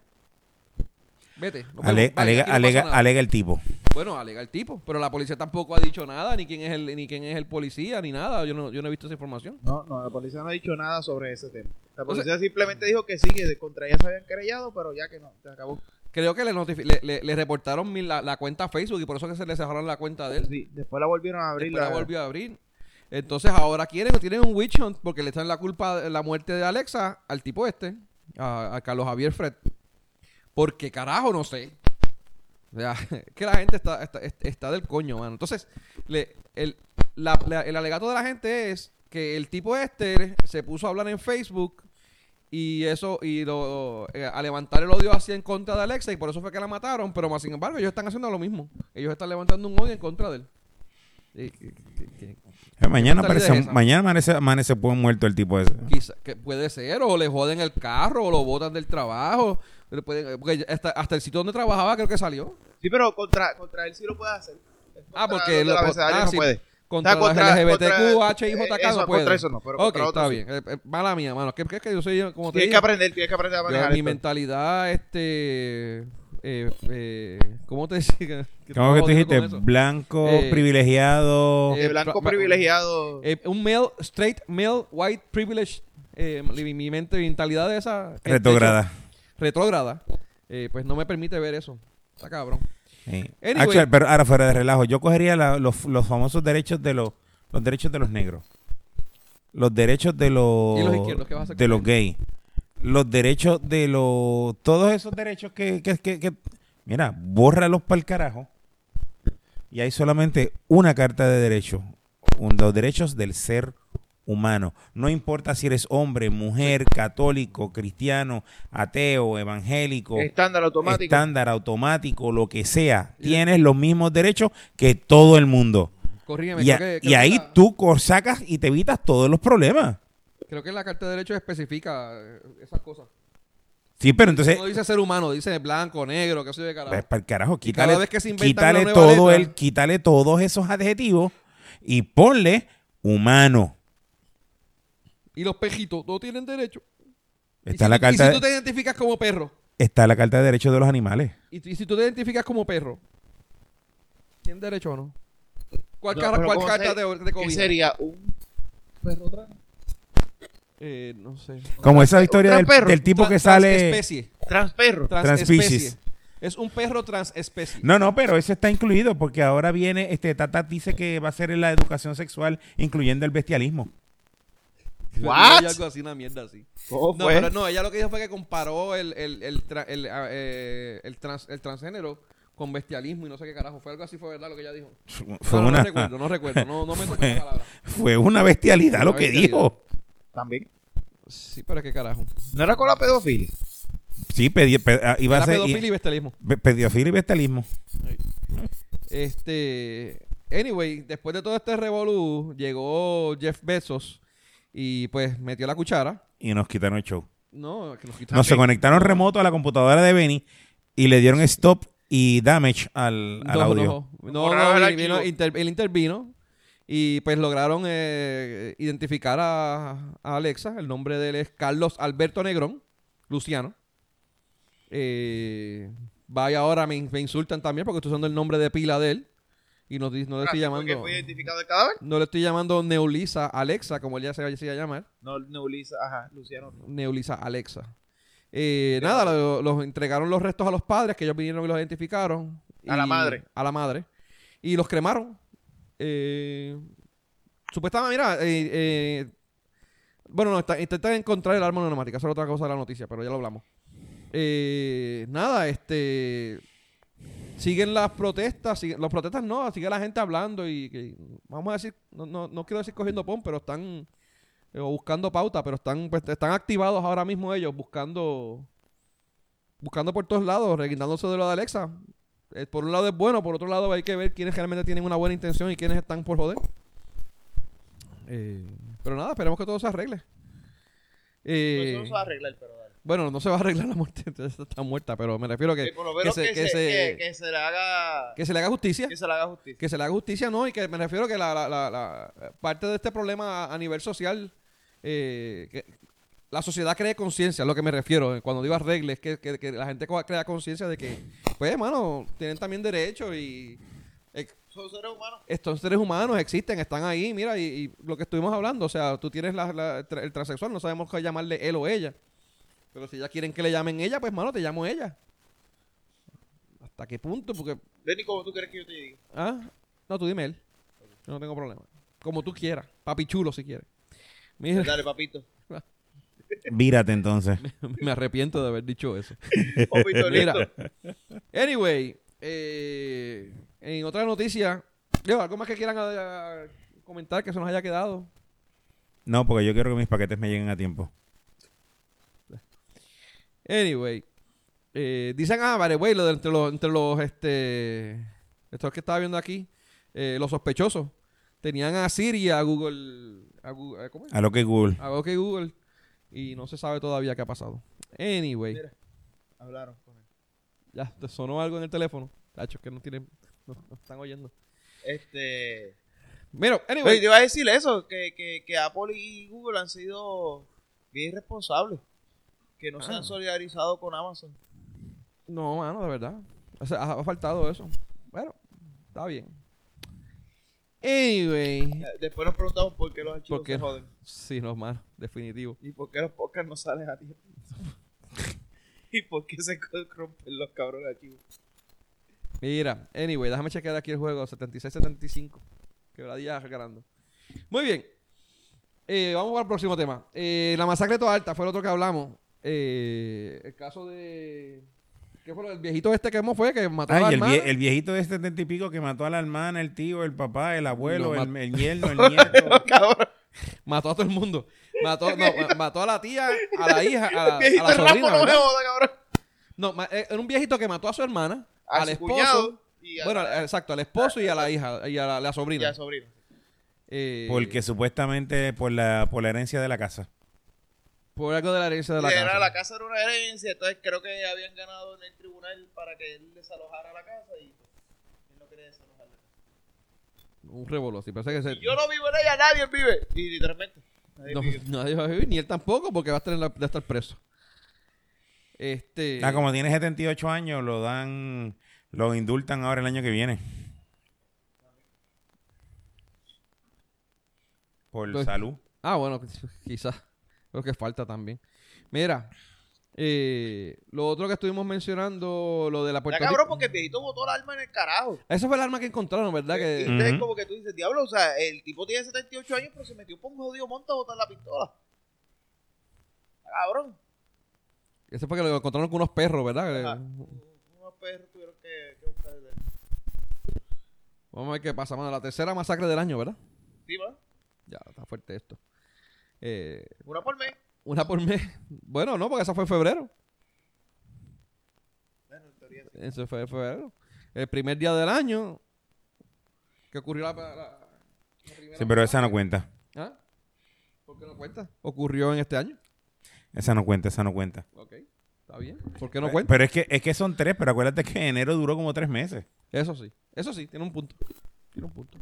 Speaker 2: Vete. nos vemos,
Speaker 4: Ale-
Speaker 2: bye,
Speaker 4: alega,
Speaker 2: aquí no
Speaker 4: alega-
Speaker 2: pasa nada".
Speaker 4: alega el tipo. Eh,
Speaker 2: Bueno, alega el tipo, pero la policía tampoco ha dicho nada, ni quién es el, ni quién es el policía, ni nada. Yo no, yo no he visto esa información.
Speaker 3: No, no, la policía no ha dicho nada sobre ese tema. La policía simplemente dijo que sí, que de- contra ella se habían querellado, pero ya que no, se acabó.
Speaker 2: Creo que le, notifi- le, le- le reportaron mi- la, la cuenta a Facebook y por eso que se le cerraron la cuenta de él.
Speaker 3: Sí, después la volvieron a abrir.
Speaker 2: Después la
Speaker 3: la-
Speaker 2: volvió a abrir. Entonces ahora quieren, tienen un witch hunt porque le están la culpa de la muerte de Alexa al tipo este, a, a Carlos Javier Fred. Porque carajo, no sé. O sea, que la gente está, está, está del coño, mano. Entonces, le- el, la- la- el alegato de la gente es que el tipo este se puso a hablar en Facebook y eso, y lo, eh, a levantar el odio hacia en contra de Alexa y por eso fue que la mataron, pero más sin embargo ellos están haciendo lo mismo. Ellos están levantando un odio en contra de él. Eh, que- que- que-
Speaker 4: Eh, Mañana,
Speaker 2: ¿Qué
Speaker 4: aparece,
Speaker 2: mentalidad es esa?
Speaker 4: mañana amanece, amanece pu- muerto el tipo ese.
Speaker 2: quizá- que puede ser, o le joden el carro, o lo botan del trabajo. le pueden- porque hasta, hasta el sitio donde trabajaba creo que salió.
Speaker 3: Sí, pero contra, contra él sí lo puede hacer. Es
Speaker 2: Ah,
Speaker 3: contra
Speaker 2: porque
Speaker 3: los del
Speaker 2: lo-
Speaker 3: abecedario
Speaker 2: ah,
Speaker 3: no
Speaker 2: sí.
Speaker 3: puede.
Speaker 2: Contra,
Speaker 3: O sea,
Speaker 2: los
Speaker 3: contra-
Speaker 2: LGBTQ,
Speaker 3: contra-
Speaker 2: HIJK
Speaker 3: eh, eso,
Speaker 2: no
Speaker 3: contra
Speaker 2: puede.
Speaker 3: eso no, pero
Speaker 2: ok,
Speaker 3: contra otro
Speaker 2: está
Speaker 3: sí.
Speaker 2: bien. Eh, eh, mala mía, mano. Que, que, que yo soy, como te
Speaker 3: Tienes que
Speaker 2: digo,
Speaker 3: aprender, tienes que aprender a
Speaker 2: yo-
Speaker 3: manejar
Speaker 2: mi
Speaker 3: esto. Eh,
Speaker 2: mentalidad, este... Eh, eh, ¿Cómo te decía?
Speaker 4: ¿Cómo que tú dijiste?
Speaker 2: Con eso.
Speaker 4: Blanco,
Speaker 2: Eh,
Speaker 4: privilegiado.
Speaker 3: De
Speaker 2: eh,
Speaker 3: blanco
Speaker 2: pa- pa-
Speaker 3: privilegiado.
Speaker 2: Eh, un male, straight male, white privilege, eh, mi, mi mente, mi mentalidad esa... este, que- de
Speaker 4: Retrograda.
Speaker 2: hecho, retrógrada. eh, pues no me permite ver eso. Está cabrón.
Speaker 4: Sí.
Speaker 2: Anyway.
Speaker 4: Actual, pero ahora fuera de relajo, yo cogería la- los, los famosos derechos de los los derechos de los negros, los derechos de los
Speaker 2: ¿Y los izquierdos qué vas a hacer
Speaker 4: de
Speaker 2: con
Speaker 4: los gays, los derechos de los todos esos derechos que, que, que, que- mira, bórralos para el carajo. Y hay solamente una carta de derechos, un- los derechos del ser humano. No importa si eres hombre, mujer, católico, cristiano, ateo, evangélico,
Speaker 3: Estándar automático.
Speaker 4: estándar, automático, lo que sea, tienes los mismos derechos que todo el mundo.
Speaker 2: Corrígeme.
Speaker 4: Y,
Speaker 2: creo
Speaker 4: a-
Speaker 2: que- creo
Speaker 4: y
Speaker 2: que
Speaker 4: ahí
Speaker 2: la-
Speaker 4: tú co- sacas y te evitas todos los problemas.
Speaker 2: Creo que la Carta de Derechos especifica eh, esas cosas.
Speaker 4: Sí, pero entonces,
Speaker 2: no dice ser humano, dice blanco, negro, que soy de carajo.
Speaker 4: Eh, pues, para el carajo,
Speaker 2: cada
Speaker 4: quítale,
Speaker 2: vez que se inventa
Speaker 4: quítale
Speaker 2: una nueva
Speaker 4: todo
Speaker 2: letra.
Speaker 4: el, quítale todos esos adjetivos y ponle humano.
Speaker 2: Y los pejitos, no tienen derecho. Y
Speaker 4: Está
Speaker 2: si
Speaker 4: la
Speaker 2: tú- Y
Speaker 4: carta,
Speaker 2: si tú te identificas como perro,
Speaker 4: está la carta de derechos de los animales.
Speaker 2: y, y si tú te identificas como perro, ¿tienen derecho o no? ¿Cuál,
Speaker 3: No,
Speaker 2: cara-
Speaker 3: pero
Speaker 2: cuál
Speaker 3: ¿cómo
Speaker 2: carta
Speaker 3: se-
Speaker 2: te, te
Speaker 3: ¿Qué
Speaker 2: cobija?
Speaker 3: sería? ¿Un perro trans?
Speaker 2: Eh, no sé.
Speaker 4: Como esa historia del,
Speaker 3: perro,
Speaker 4: del tipo
Speaker 2: Tra-
Speaker 4: que sale.
Speaker 2: Transespecie.
Speaker 3: ¿Trans perro?
Speaker 2: Transespecie.
Speaker 4: Transpecies.
Speaker 2: Es un perro transespecie.
Speaker 4: No, no, pero eso está incluido porque ahora viene, este Tata dice que va a ser en la educación sexual, incluyendo el bestialismo.
Speaker 3: What?
Speaker 2: Hay algo así, una mierda así.
Speaker 3: ¿Cómo
Speaker 2: No,
Speaker 4: Pues.
Speaker 3: fue?
Speaker 2: pero no, ella lo que dijo fue que comparó el, el, el, tra- el, ah, eh, el trans, el transgénero con bestialismo y no sé qué carajo. Fue algo así, fue verdad lo que ella dijo.
Speaker 4: Fue
Speaker 2: no, no,
Speaker 4: una,
Speaker 2: No recuerdo, no recuerdo. No, no me toco la palabra.
Speaker 4: fue una bestialidad lo
Speaker 2: Una
Speaker 4: que
Speaker 2: bestialidad.
Speaker 4: dijo.
Speaker 3: También.
Speaker 2: Sí, pero qué carajo.
Speaker 3: ¿No era con la pedofilia? Ah,
Speaker 4: Sí, pedi- pe- ah, iba
Speaker 2: Era
Speaker 4: a ser
Speaker 2: pedofilia y
Speaker 4: y-
Speaker 2: bestialismo.
Speaker 4: pe- pedofilia y bestialismo.
Speaker 2: Este. Anyway, después de todo este revolú, llegó Jeff Bezos y pues metió la cuchara.
Speaker 4: Y nos quitaron el show.
Speaker 2: No, que nos quitaron.
Speaker 4: Nos se conectaron remoto a la computadora de Benny y le dieron stop y damage al, al
Speaker 2: No,
Speaker 4: audio.
Speaker 2: No, no,
Speaker 3: Por
Speaker 2: no,
Speaker 3: ahora
Speaker 2: vi- vino-
Speaker 3: archivo.
Speaker 2: inter- él intervino y pues lograron eh, identificar a, a Alexa. El nombre de él es Carlos Alberto Negrón, Luciano. Eh, vaya ahora, me, in- me insultan también porque estoy usando el nombre de pila de él. Y no, di- no le estoy
Speaker 3: Ah, porque
Speaker 2: llamando.
Speaker 3: fue identificado el cadáver?
Speaker 2: No le estoy llamando Neulisa Alexa, como él ya se decía llamar.
Speaker 3: No, Neulisa, ajá, Luciano.
Speaker 2: Neulisa Alexa. Eh, nada, lo- los entregaron los restos a los padres, que ellos vinieron y los identificaron.
Speaker 3: A
Speaker 2: y-
Speaker 3: la madre.
Speaker 2: A la madre. Y los cremaron. Eh, supuestamente, mira, eh, eh, bueno, no, está- intentan encontrar el arma neumática, esa es otra cosa de la noticia, pero ya lo hablamos. Eh, nada, este... Siguen las protestas, siguen- las protestas no, sigue la gente hablando y, que- vamos a decir, no, no, no quiero decir cogiendo pon, pero están eh, o buscando pauta, pero están, pues, están activados ahora mismo ellos, buscando, buscando por todos lados, reguindándose de lo de Alexa. Eh, por un lado es bueno, por otro lado hay que ver quiénes realmente tienen una buena intención y quiénes están por joder. Eh, pero nada, esperemos que todo se arregle.
Speaker 3: Pues
Speaker 2: Eh,
Speaker 3: no se va a arreglar, pero dale.
Speaker 2: bueno, no se va a arreglar la muerte, entonces está muerta, pero me refiero que,
Speaker 3: Que por lo menos que, se, que- que se le haga...
Speaker 2: que se le haga justicia.
Speaker 3: Que se le haga justicia.
Speaker 2: Que se le haga justicia, no, y que me refiero que la, la- la- la- parte de este problema a, a nivel social, eh, que la sociedad cree conciencia, a lo que me refiero, eh, cuando digo arregles, que, que, que la gente co- crea conciencia de que, pues, hermano, tienen también derechos y ex-
Speaker 3: Son seres humanos.
Speaker 2: estos seres humanos existen, están ahí, mira, y, y lo que estuvimos hablando, o sea, tú tienes la- la- tra- el transexual, no sabemos qué llamarle él o ella, pero si ya quieren que le llamen ella, pues, mano, te llamo ella. ¿Hasta qué punto? Porque
Speaker 3: Lenny, ¿cómo tú quieres que yo te diga?
Speaker 2: Ah, no, tú dime él. Yo no tengo problema. Como tú quieras. Papi chulo, si quieres. Mira,
Speaker 3: Dale, papito.
Speaker 4: Vírate entonces.
Speaker 2: me arrepiento de haber dicho eso.
Speaker 3: Papito,
Speaker 2: Mira.
Speaker 3: listo.
Speaker 2: Anyway, eh, en otra noticia, digo, algo más que quieran ah, comentar que se nos haya quedado.
Speaker 4: No, porque yo quiero que mis paquetes me lleguen a tiempo.
Speaker 2: Anyway, eh, dicen, ah, vale, güey, lo de entre los, entre los, este, estos que estaba viendo aquí, eh, los sospechosos, tenían a Siri, a Google, a Google, ¿cómo es?
Speaker 4: A lo que Google.
Speaker 2: a OK Google y no se sabe todavía qué ha pasado. Anyway.
Speaker 3: Mira. Hablaron con él.
Speaker 2: Ya, te sonó algo en el teléfono. Tacho, es que no tienen. No, no están oyendo.
Speaker 3: Este.
Speaker 2: Mira,
Speaker 3: Oye,
Speaker 2: anyway.
Speaker 3: te iba a decir eso, que, que, que Apple y Google han sido bien irresponsables. Que no se
Speaker 2: Ah.
Speaker 3: han solidarizado con Amazon.
Speaker 2: No, mano, de verdad. O sea, ha ha faltado eso. Bueno, está bien. Anyway.
Speaker 3: Eh, Después nos preguntamos por qué los archivos
Speaker 2: ¿Por qué?
Speaker 3: se joden.
Speaker 2: Sí, no, mano, definitivo.
Speaker 3: Y por qué los podcasts no salen a tiempo. y por qué se corrompen los cabrones archivos.
Speaker 2: Mira, anyway, déjame chequear aquí el juego 76-75. Quebradilla ganando. Muy bien. Eh, vamos al próximo tema. Eh, la masacre de Toa Alta fue el otro que hablamos. Eh, el caso de. ¿Qué fue? lo- El viejito este que vimos fue que mató a
Speaker 4: Ay,
Speaker 2: la
Speaker 4: el,
Speaker 2: hermana.
Speaker 4: vie- el viejito de setenta y pico que mató a la hermana, el tío, el papá, el abuelo,
Speaker 2: Lo
Speaker 4: el, el yerno, el nieto.
Speaker 3: Cabrón,
Speaker 2: Mató a todo el mundo. Mató, no, ma- mató a la tía, a la hija, a la, a
Speaker 3: viejito
Speaker 2: la
Speaker 3: el Rambo
Speaker 2: sobrina.
Speaker 3: no me
Speaker 2: ¿verdad?
Speaker 3: joda, cabrón.
Speaker 2: No, ma- eh, era un viejito que mató a su hermana,
Speaker 3: A
Speaker 2: al
Speaker 3: su
Speaker 2: esposo.
Speaker 3: cuñado y a,
Speaker 2: Bueno, al- exacto, al esposo y a la hija, y a la, la
Speaker 3: y
Speaker 2: sobrina.
Speaker 3: a sobrino.
Speaker 2: Eh,
Speaker 4: Porque supuestamente por la, por la herencia de la casa.
Speaker 2: Por algo de la herencia de la
Speaker 3: Sí,
Speaker 2: casa.
Speaker 3: era la casa era una herencia, entonces creo que habían ganado en el tribunal para que él desalojara la casa y pues, él no quería desalojar la casa.
Speaker 2: Un revoló, sí, parece que se...
Speaker 3: Y yo no vivo en ella, nadie vive. Y literalmente. nadie
Speaker 2: No,
Speaker 3: vive.
Speaker 2: nadie va a vivir, ni él tampoco, porque va a, tener la- va a estar preso. Este...
Speaker 4: Ah, como tiene 78 años, lo dan, lo indultan ahora el año que viene. Por
Speaker 2: Lo-
Speaker 4: salud.
Speaker 2: Ah, bueno, quizás. Lo que falta también. Mira, eh, lo otro que estuvimos mencionando, lo de la
Speaker 3: Está
Speaker 2: Puerto
Speaker 3: cabrón
Speaker 2: Rico-
Speaker 3: porque el viejito botó el alma en el carajo.
Speaker 2: Esa fue el arma que encontraron, ¿verdad?
Speaker 3: Y
Speaker 2: Que...
Speaker 3: entonces
Speaker 4: Ujú.
Speaker 3: como que tú dices, diablo, o sea, el tipo tiene 78 años, pero se metió por un jodido monte a botar la pistola. Está Cabrón.
Speaker 2: Ese fue que lo encontraron con unos perros, ¿verdad?
Speaker 3: Ajá.
Speaker 2: Que-
Speaker 3: Unos perros tuvieron que, que buscar el...
Speaker 2: Vamos a ver qué pasa, mano. La tercera masacre del año, ¿verdad?
Speaker 3: Sí, ¿verdad?
Speaker 2: Ya, está fuerte esto. Eh,
Speaker 3: Una por mes.
Speaker 2: una por mes. Bueno, no, porque esa fue en febrero.
Speaker 3: Bueno, en teoría sí.
Speaker 2: Eso fue en febrero. El primer día del año. ¿Qué ocurrió la, la- la primera
Speaker 4: Sí, pero esa no
Speaker 2: masacre.
Speaker 4: cuenta.
Speaker 2: ¿Ah? ¿Por qué no cuenta? Ocurrió en este año.
Speaker 4: Esa no cuenta, esa no cuenta.
Speaker 2: Ok. Está bien. ¿Por qué no cuenta?
Speaker 4: Pero es que, es que son tres, pero acuérdate que enero duró como tres meses.
Speaker 2: Eso sí. Eso sí, tiene un punto. Tiene un punto.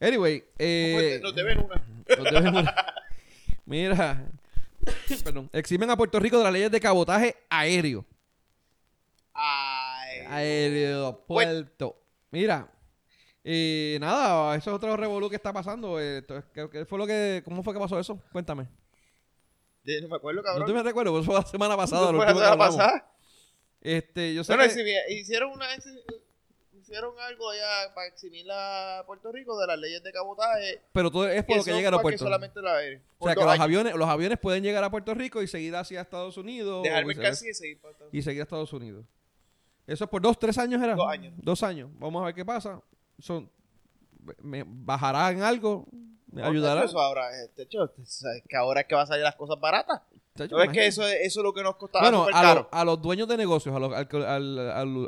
Speaker 2: Anyway. Eh,
Speaker 3: Pues, Nos deben una.
Speaker 2: Los deben una- Mira. Perdón. Eximen a Puerto Rico de las leyes de cabotaje aéreo.
Speaker 3: Ay.
Speaker 2: Aéreo, puerto. Mira. eh, nada, eso es otro revolú que está pasando. eh, esto es- ¿qué- qué fue lo que, ¿Cómo fue que pasó eso? Cuéntame.
Speaker 3: Yo no me acuerdo,
Speaker 2: No te
Speaker 3: cabrón.
Speaker 2: me recuerdo, pero eso fue la semana pasada.
Speaker 3: ¿No
Speaker 2: lo
Speaker 3: fue la
Speaker 2: último que
Speaker 3: semana
Speaker 2: hablamos.
Speaker 3: pasada?
Speaker 2: Este, yo sé
Speaker 3: Bueno,
Speaker 2: que-
Speaker 3: exhibí- hicieron una exhi- hicieron algo allá para eximir a Puerto Rico de las leyes de cabotaje.
Speaker 2: pero todo es por lo que
Speaker 3: Eso
Speaker 2: llega al
Speaker 3: para
Speaker 2: aeropuerto.
Speaker 3: solamente la aire.
Speaker 2: O sea, que los aviones, los aviones pueden llegar a Puerto Rico y seguir hacia Estados Unidos. o
Speaker 3: Dejarme
Speaker 2: viceversa.
Speaker 3: casi y seguir para Estados
Speaker 2: y seguir a Estados Unidos. Eso es por dos, tres años era.
Speaker 3: Dos años.
Speaker 2: Dos años. Vamos a ver qué pasa. Son, me bajará en algo, me
Speaker 3: Unidos.
Speaker 2: ayudará.
Speaker 3: Eso ahora, este, cho, tú sabes que ahora es que van a salir las cosas baratas.
Speaker 2: Chacho,
Speaker 3: ¿No ves que
Speaker 2: imagínate.
Speaker 3: eso, es- eso es lo que nos costaba
Speaker 2: bueno,
Speaker 3: súper
Speaker 2: a, lo-
Speaker 3: caro?
Speaker 2: a los dueños de negocios, a los- al, al, al,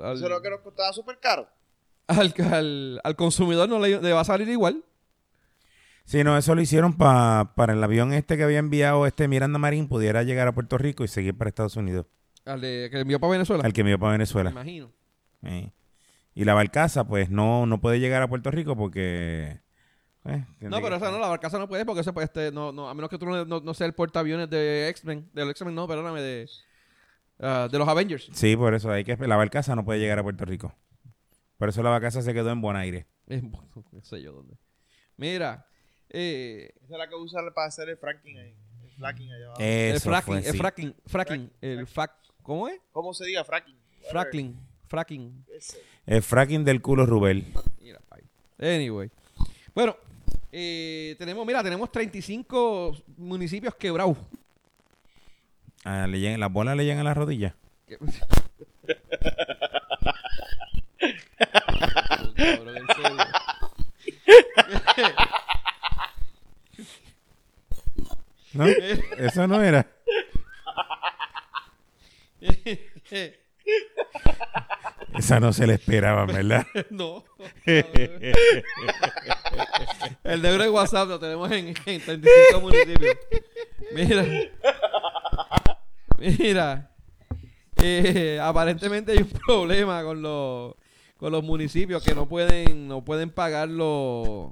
Speaker 2: al-
Speaker 3: Eso es lo que nos costaba súper caro.
Speaker 2: al- al- al consumidor no le, le va a salir igual.
Speaker 4: Sí, no, eso lo hicieron pa- para el avión este que había enviado este Miranda Marín pudiera llegar a Puerto Rico y seguir para Estados Unidos,
Speaker 2: Al de- que envió para Venezuela.
Speaker 4: al que me iba para
Speaker 2: Me
Speaker 4: Venezuela.
Speaker 2: imagino.
Speaker 4: Eh. Y la barcaza, pues no, no puede llegar a Puerto Rico porque... eh, tiene
Speaker 2: No, pero
Speaker 4: que-
Speaker 2: esa no, la barcaza no puede porque ese, pues, este, no, no, a menos que tú no, no, no seas el portaaviones de X-Men. De los X-Men, no, perdóname, de, ah, de los Avengers.
Speaker 4: Sí, por eso hay que esper- la barcaza no puede llegar a Puerto Rico. Por eso la barcaza se quedó en Bonaire.
Speaker 2: En Boston, qué sé yo dónde. Mira, eh,
Speaker 3: Esa es la que usan para hacer el fracking ahí. El fracking allá abajo.
Speaker 4: Eso
Speaker 2: el Ah, fracking,
Speaker 4: fue,
Speaker 2: el
Speaker 4: sí.
Speaker 2: fracking, fracking, el frac, ¿cómo es?
Speaker 3: ¿Cómo se diga fracking?
Speaker 2: Fracking, fracking.
Speaker 3: Ese.
Speaker 4: El fracking del culo Rubel.
Speaker 2: Mira, pa' ahí. Anyway. Bueno, eh, tenemos, mira, tenemos 35 municipios quebrados.
Speaker 4: Ah, le llegan- las bolas le llegan a las rodillas.
Speaker 2: Que- Cabrón, en serio.
Speaker 4: ¿No? eso no era. Esa no se le esperaba, ¿verdad?
Speaker 2: No. El negro de WhatsApp lo tenemos en, en 35 municipios. Mira. Mira. Eh, aparentemente hay un problema con los con los municipios que no pueden no pueden pagar los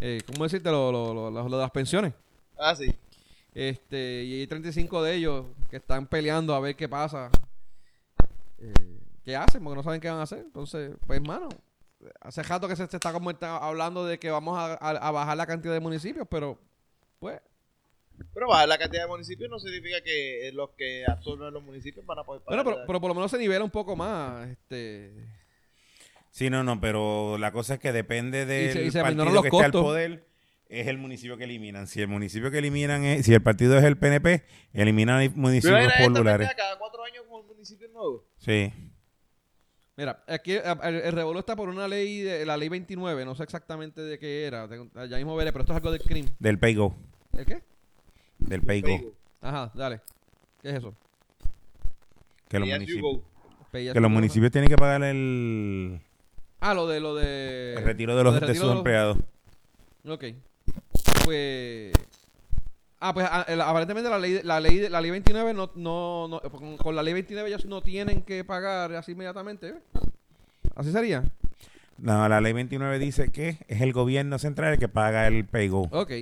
Speaker 2: eh, cómo decirte lo, lo- lo- lo- lo de las pensiones
Speaker 3: Ah, sí.
Speaker 2: este y hay 35 de ellos que están peleando a ver qué pasa eh, qué hacen porque no saben qué van a hacer entonces pues hermano hace rato que se, se está como está hablando de que vamos a, a- a bajar la cantidad de municipios pero pues
Speaker 3: Pero bajar la cantidad de municipios no significa que eh, los que absorben los municipios van a poder pagar.
Speaker 2: bueno pero,
Speaker 3: la-
Speaker 2: pero por lo menos se nivela un poco más este
Speaker 4: Sí, no, no, pero la cosa es que depende del
Speaker 2: Y se- y se
Speaker 4: partido
Speaker 2: minoran los
Speaker 4: que está al
Speaker 2: costos.
Speaker 4: poder, es el municipio que eliminan. Si el municipio que eliminan es, si el partido es el PNP, eliminan
Speaker 3: Pero mira,
Speaker 4: municipios
Speaker 3: esta
Speaker 4: populares.
Speaker 3: pendeja cada cuatro años con municipios nuevos.
Speaker 4: Sí.
Speaker 2: Mira, aquí eh, el, el revolú está por una ley, de, la ley 29, no sé exactamente de qué era, tengo- ya mismo veré, pero esto es algo del crimen.
Speaker 4: Del Paygo.
Speaker 2: ¿El qué?
Speaker 4: Del Paygo.
Speaker 3: Digo,
Speaker 2: Ajá, dale. ¿Qué es eso?
Speaker 4: Que los
Speaker 3: y as you
Speaker 4: municipios,
Speaker 3: go.
Speaker 2: Pedía
Speaker 4: que
Speaker 2: su
Speaker 4: los
Speaker 2: cosa.
Speaker 4: municipios tienen que pagar el,
Speaker 2: Ah, lo de, lo de...
Speaker 4: el retiro de los
Speaker 2: lo
Speaker 4: de
Speaker 2: retiro
Speaker 4: sus empleados.
Speaker 2: Ok. Pues... Ah, pues ah, el- aparentemente la ley, la ley, la ley 29 no, no, no- con, con la ley 29 ellos no tienen que pagar así inmediatamente. ¿eh? Así sería.
Speaker 4: No, la ley 29 dice que es el gobierno central el que paga el Paygo.
Speaker 2: Ok.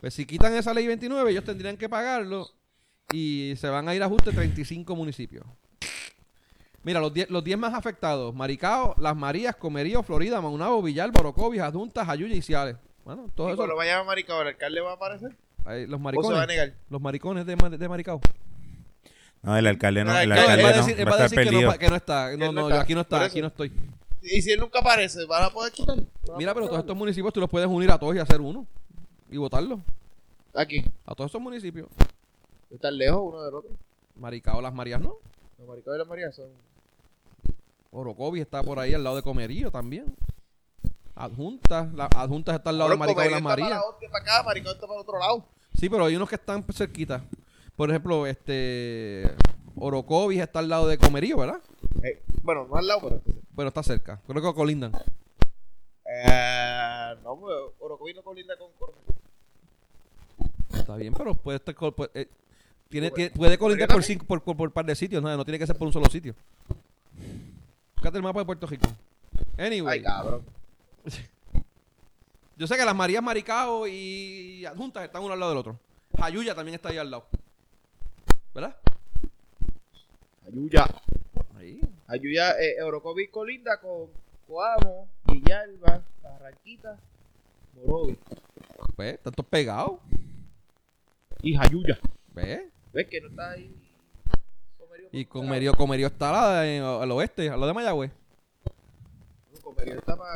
Speaker 2: Pues si quitan esa ley 29, ellos tendrían que pagarlo y se van a ir a ajuste 35 municipios. Mira, los 10 los 10 más afectados, Maricao, Las Marías, Comerío, Florida, Maunabo, Villalba, Orocovis, Aduntas, Jayuya y Ciales. Bueno, todo
Speaker 3: Y
Speaker 2: eso,
Speaker 3: cuando vaya a Maricao, ¿el alcalde va a aparecer?
Speaker 2: ahí, los
Speaker 3: ¿O se va a
Speaker 2: maricones.
Speaker 3: negar?
Speaker 2: Los maricones de, Mar- de Maricao.
Speaker 4: No, el alcalde no. El
Speaker 3: No,
Speaker 2: No, él
Speaker 4: alcalde
Speaker 2: va a
Speaker 4: no,
Speaker 2: decir, él
Speaker 4: va
Speaker 2: va
Speaker 4: a
Speaker 2: a decir
Speaker 4: estar
Speaker 2: que, no,
Speaker 4: perdido.
Speaker 2: pa- que no está. No,
Speaker 3: Él no
Speaker 2: no,
Speaker 3: está.
Speaker 2: yo aquí no
Speaker 3: Por
Speaker 2: está,
Speaker 3: eso.
Speaker 2: aquí no estoy.
Speaker 3: Y si él nunca aparece, ¿van a poder quitar? ¿Van a
Speaker 2: Mira, pero
Speaker 3: poder
Speaker 2: todos estos municipios tú los puedes unir a todos y hacer uno. Y votarlos.
Speaker 3: Aquí.
Speaker 2: A todos estos municipios.
Speaker 3: Están lejos uno del otro.
Speaker 2: Maricao, Las Marías, ¿no?
Speaker 3: Los Maricao y las Marías son...
Speaker 2: Orocovi está por ahí al lado de Comerío también. Adjuntas, la, Adjuntas está al lado de
Speaker 3: Ahora,
Speaker 2: Maricao de la María.
Speaker 3: Comerío está para la hostia, para acá, Maricao está para el otro lado.
Speaker 2: Sí, pero hay unos que están cerquita. Por ejemplo, este Orocovis está al lado de Comerío, ¿verdad?
Speaker 3: Eh, bueno, no al lado, pero...
Speaker 2: Pero está cerca. Creo que colindan.
Speaker 3: Eh, no, pues, Orocovi no colinda con Coronel.
Speaker 2: Está bien, pero puede estar col- puede, eh, tiene-
Speaker 3: Bueno,
Speaker 2: tiene- puede colindar por,
Speaker 3: también.
Speaker 2: cinco, por, por, por par de sitios, ¿no? no tiene que ser por un solo sitio. Búscate el mapa de Puerto Rico.
Speaker 3: Ay,
Speaker 2: Anyway,
Speaker 3: cabrón.
Speaker 2: yo sé que las Marías Maricao y Adjuntas están uno al lado del otro. Jayuya también está ahí al lado. ¿Verdad?
Speaker 3: Ayuya.
Speaker 2: Ahí.
Speaker 3: Ayuya, eh, Orocovi colinda con Coamo, Villalba, Barranquita, Morovi
Speaker 2: Pues, tanto pegado.
Speaker 3: y Ayuya.
Speaker 2: ¿Ves?
Speaker 3: ¿Ves que no está ahí? Comerío
Speaker 2: Y
Speaker 3: por
Speaker 2: Comerío, Comerío está al, al oeste, a lo de Mayagüez.
Speaker 3: un lado? Comerío está para...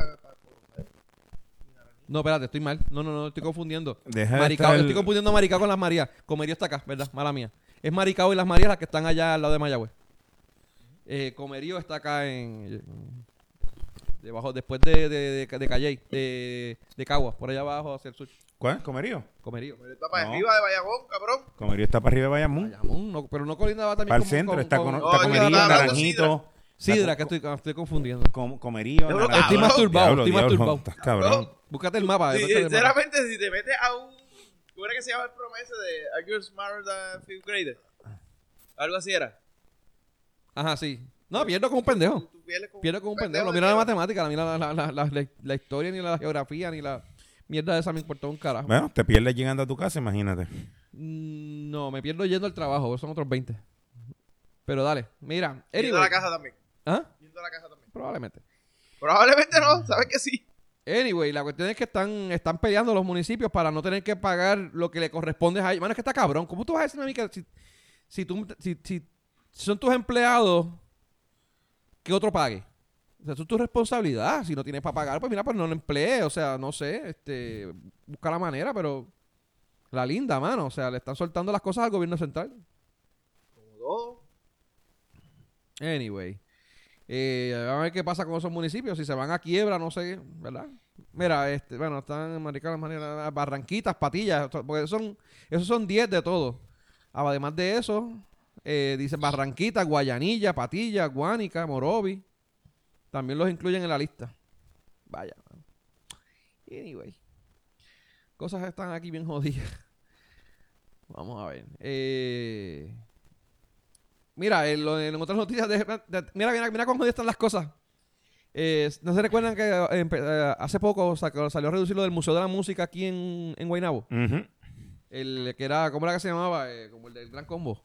Speaker 2: No, espérate, estoy mal. No, no, no, estoy confundiendo.
Speaker 4: Deja de
Speaker 2: Maricao,
Speaker 4: estar-
Speaker 2: estoy confundiendo a Maricao con las Marías. Comerío está acá, ¿verdad? Mala mía. Es Maricao y las Marías las que están allá al lado de Mayagüez. Eh, Comerío está acá en. Debajo, después de, de, de, de Calley, de, de Caguas, por allá abajo hacia el sur.
Speaker 4: ¿Cuál? ¿Comerío?
Speaker 2: Comerío.
Speaker 3: Comerío está para
Speaker 4: No.
Speaker 3: arriba de Bayagón, cabrón.
Speaker 4: Comerío está para arriba de Bayamón.
Speaker 2: Bayamón, no, pero no colindaba también
Speaker 4: Para el
Speaker 2: con-
Speaker 4: centro está, con,
Speaker 3: con-
Speaker 4: está
Speaker 3: No, yo
Speaker 4: Comerío,
Speaker 3: estaba hablando
Speaker 4: Naranjito.
Speaker 2: Sidra, que
Speaker 4: está
Speaker 2: estoy, ah, estoy confundiendo.
Speaker 4: com- Comerío,
Speaker 3: Yo lo-
Speaker 4: Naranjito.
Speaker 3: Estoy
Speaker 2: masturbado,
Speaker 4: Diablo,
Speaker 2: estoy
Speaker 4: diablo,
Speaker 2: masturbado.
Speaker 4: estás cabrón.
Speaker 2: Búscate el mapa.
Speaker 3: Sí,
Speaker 2: búscate el mapa.
Speaker 3: Sinceramente, si te metes a un. ¿Cómo era que se llama el promesa de Are You Smarter Than Fifth Grader? Algo así era.
Speaker 2: Ajá, sí. No, pierdo como un pendejo.
Speaker 3: Tú pierdes con
Speaker 2: Pierdo como un pendejo. No
Speaker 3: de
Speaker 2: mira la
Speaker 3: mierda.
Speaker 2: matemática, no mira la, la, la, la, la historia, ni la geografía, ni la mierda de esa me importó un carajo.
Speaker 4: Bueno, te pierdes llegando a tu casa, imagínate.
Speaker 2: Mm, No, me pierdo yendo al trabajo, son otros 20. Pero dale, mira.
Speaker 3: Yendo a la
Speaker 2: Anyway,
Speaker 3: casa también.
Speaker 2: ¿Ah?
Speaker 3: Yendo a la casa también.
Speaker 2: Probablemente.
Speaker 3: Probablemente no, sabes que sí.
Speaker 2: Anyway, la cuestión es que están, están peleando los municipios para no tener que pagar lo que le corresponde a ellos. Mano, es que está cabrón. ¿Cómo tú vas a decirme a mí que si, si, tú, si, si son tus empleados, que otro pague? O sea, eso es tu responsabilidad. Si no tienes para pagar, pues mira, pues no lo emplees. O sea, no sé, este, busca la manera, pero la linda, mano. O sea, le están soltando las cosas al gobierno central.
Speaker 3: Como dos.
Speaker 2: Anyway. Eh, vamos a ver qué pasa con esos municipios. Si se van a quiebra, no sé, ¿verdad? Mira, este, bueno, están en Maricana, Manila, Barranquitas, Patillas, to- porque son, esos son 10 de todo. Además de eso, eh, dice Barranquitas, Guayanilla, Patillas, Guánica, Morovi. También los incluyen en la lista. Vaya. mano. Anyway. Cosas están aquí bien jodidas. Vamos a ver. Eh, Mira, en, lo- en otras noticias, de- de- mira, mira, mira cómo están las cosas. Eh, ¿No se recuerdan que eh, empe- eh, hace poco sacó- salió a reducir lo del Museo de la Música aquí en, en Guaynabo?
Speaker 4: Ujú.
Speaker 2: El que era, ¿cómo era que se llamaba? Eh, como el del Gran Combo.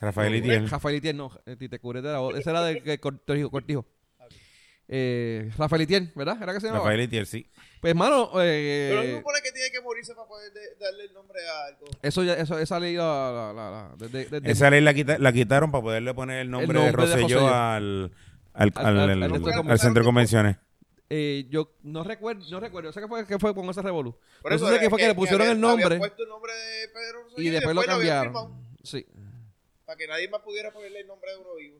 Speaker 4: Rafael Itiel.
Speaker 2: Rafael Itier, no, eh, Tite Curet era otro. Ese era del que Cortijo. Cortijo. Eh, Rafael Itier, ¿verdad? ¿Era que se llamaba?
Speaker 4: Rafael Itiel, sí.
Speaker 2: Pues, hermano,
Speaker 3: Pero no
Speaker 2: eh,
Speaker 3: supone que tiene que morirse para poder de- darle el nombre a algo.
Speaker 2: eso ya, eso, esa ley la, la, la, la- desde- desde-
Speaker 4: Esa ley la, quita- la quitaron para poderle poner el nombre,
Speaker 2: nombre
Speaker 4: de
Speaker 2: de
Speaker 4: Rosselló
Speaker 2: Rosselló.
Speaker 4: al, al,
Speaker 2: Al-
Speaker 4: al-
Speaker 2: al-
Speaker 4: al-
Speaker 2: al centro de
Speaker 4: al centro de convenciones.
Speaker 2: eh, yo no recuerdo, no recuerdo, yo sé que fue, que fue con ese revolú.
Speaker 3: Por
Speaker 2: Yo sé que fue que, le pusieron
Speaker 3: había-
Speaker 2: el
Speaker 3: había
Speaker 2: nombre
Speaker 3: puesto el nombre de Pedro Rosselló
Speaker 2: y después lo
Speaker 3: habían
Speaker 2: cambiaron.
Speaker 3: firmado
Speaker 2: Sí.
Speaker 3: Para que nadie más pudiera ponerle el nombre de uno vivo.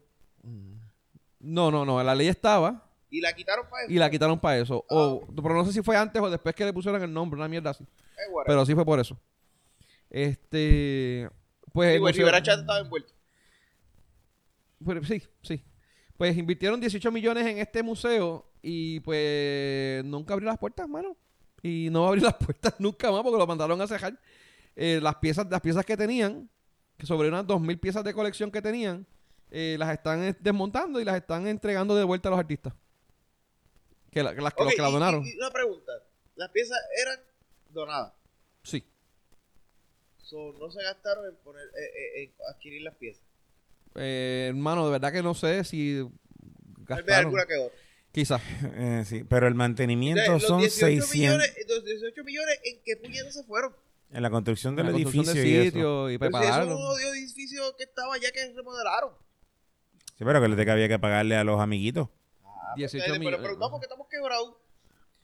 Speaker 2: No, no, no, la ley estaba
Speaker 3: Y la quitaron para eso.
Speaker 2: y la quitaron para eso. O,
Speaker 3: Ah.
Speaker 2: pero no sé si fue antes o después que le pusieron el nombre, una mierda así.
Speaker 3: Eh, whatever.
Speaker 2: Pero sí fue por eso. Este, pues... el
Speaker 3: y bueno,
Speaker 2: museo-
Speaker 3: Rivera Chat estaba envuelto.
Speaker 2: Pues, sí, sí. Pues invirtieron 18 millones en este museo y pues nunca abrió las puertas, mano. Y no va a abrir las puertas nunca más porque lo mandaron a cejar. Eh, las, piezas, las piezas que tenían, que sobre unas 2.000 piezas de colección que tenían, eh, las están eh, desmontando y las están entregando de vuelta a los artistas. Que la- que las, los
Speaker 3: Ok,
Speaker 2: que la
Speaker 3: y-
Speaker 2: donaron.
Speaker 3: y- y una pregunta. Las piezas eran donadas.
Speaker 2: Sí.
Speaker 3: So, no se gastaron en, poner, eh, eh, en adquirir las piezas.
Speaker 2: Eh, hermano, de verdad que no sé si
Speaker 3: Tal vez
Speaker 2: gastaron.
Speaker 3: alguna que otra.
Speaker 2: Quizás.
Speaker 4: Eh, sí, pero el
Speaker 3: Entonces,
Speaker 4: mantenimiento
Speaker 3: los
Speaker 4: son
Speaker 3: 18
Speaker 4: 600
Speaker 3: millones, eh, los 18 millones, ¿en qué puñetas se fueron?
Speaker 4: en la construcción del
Speaker 2: La construcción
Speaker 4: edificio.
Speaker 2: del
Speaker 4: y eso.
Speaker 2: sitio y
Speaker 3: Pero si eso es
Speaker 2: prepararlo.
Speaker 3: un odio edificio que estaba ya que remodelaron.
Speaker 4: Sí, pero que le había que pagarle a los amiguitos.
Speaker 3: Ah,
Speaker 2: 18
Speaker 3: pero-
Speaker 2: millones.
Speaker 3: Pero preguntamos que estamos quebrados.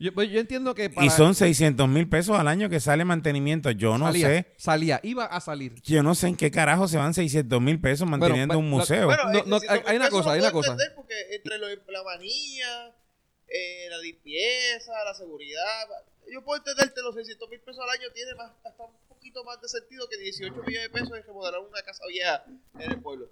Speaker 2: Yo, pues, yo entiendo que para-
Speaker 4: Y son 600 mil pesos al año que sale mantenimiento. Yo no
Speaker 2: salía,
Speaker 4: sé.
Speaker 2: salía, iba a salir.
Speaker 4: Yo no sé en qué carajo se van 600 mil pesos manteniendo
Speaker 2: Bueno, pues,
Speaker 4: un
Speaker 2: la-
Speaker 4: museo.
Speaker 2: Bueno, no,
Speaker 3: eh, si
Speaker 2: hay-
Speaker 3: son
Speaker 2: hay una
Speaker 3: casos,
Speaker 2: cosa,
Speaker 3: no
Speaker 2: hay una
Speaker 3: puedo
Speaker 2: cosa.
Speaker 3: entender, Porque entre los, la manía, eh, la limpieza, la seguridad, yo puedo entenderte los 600 mil pesos al año tiene más, hasta un poquito más de sentido que 18 millones de pesos en remodelar una casa vieja en el pueblo.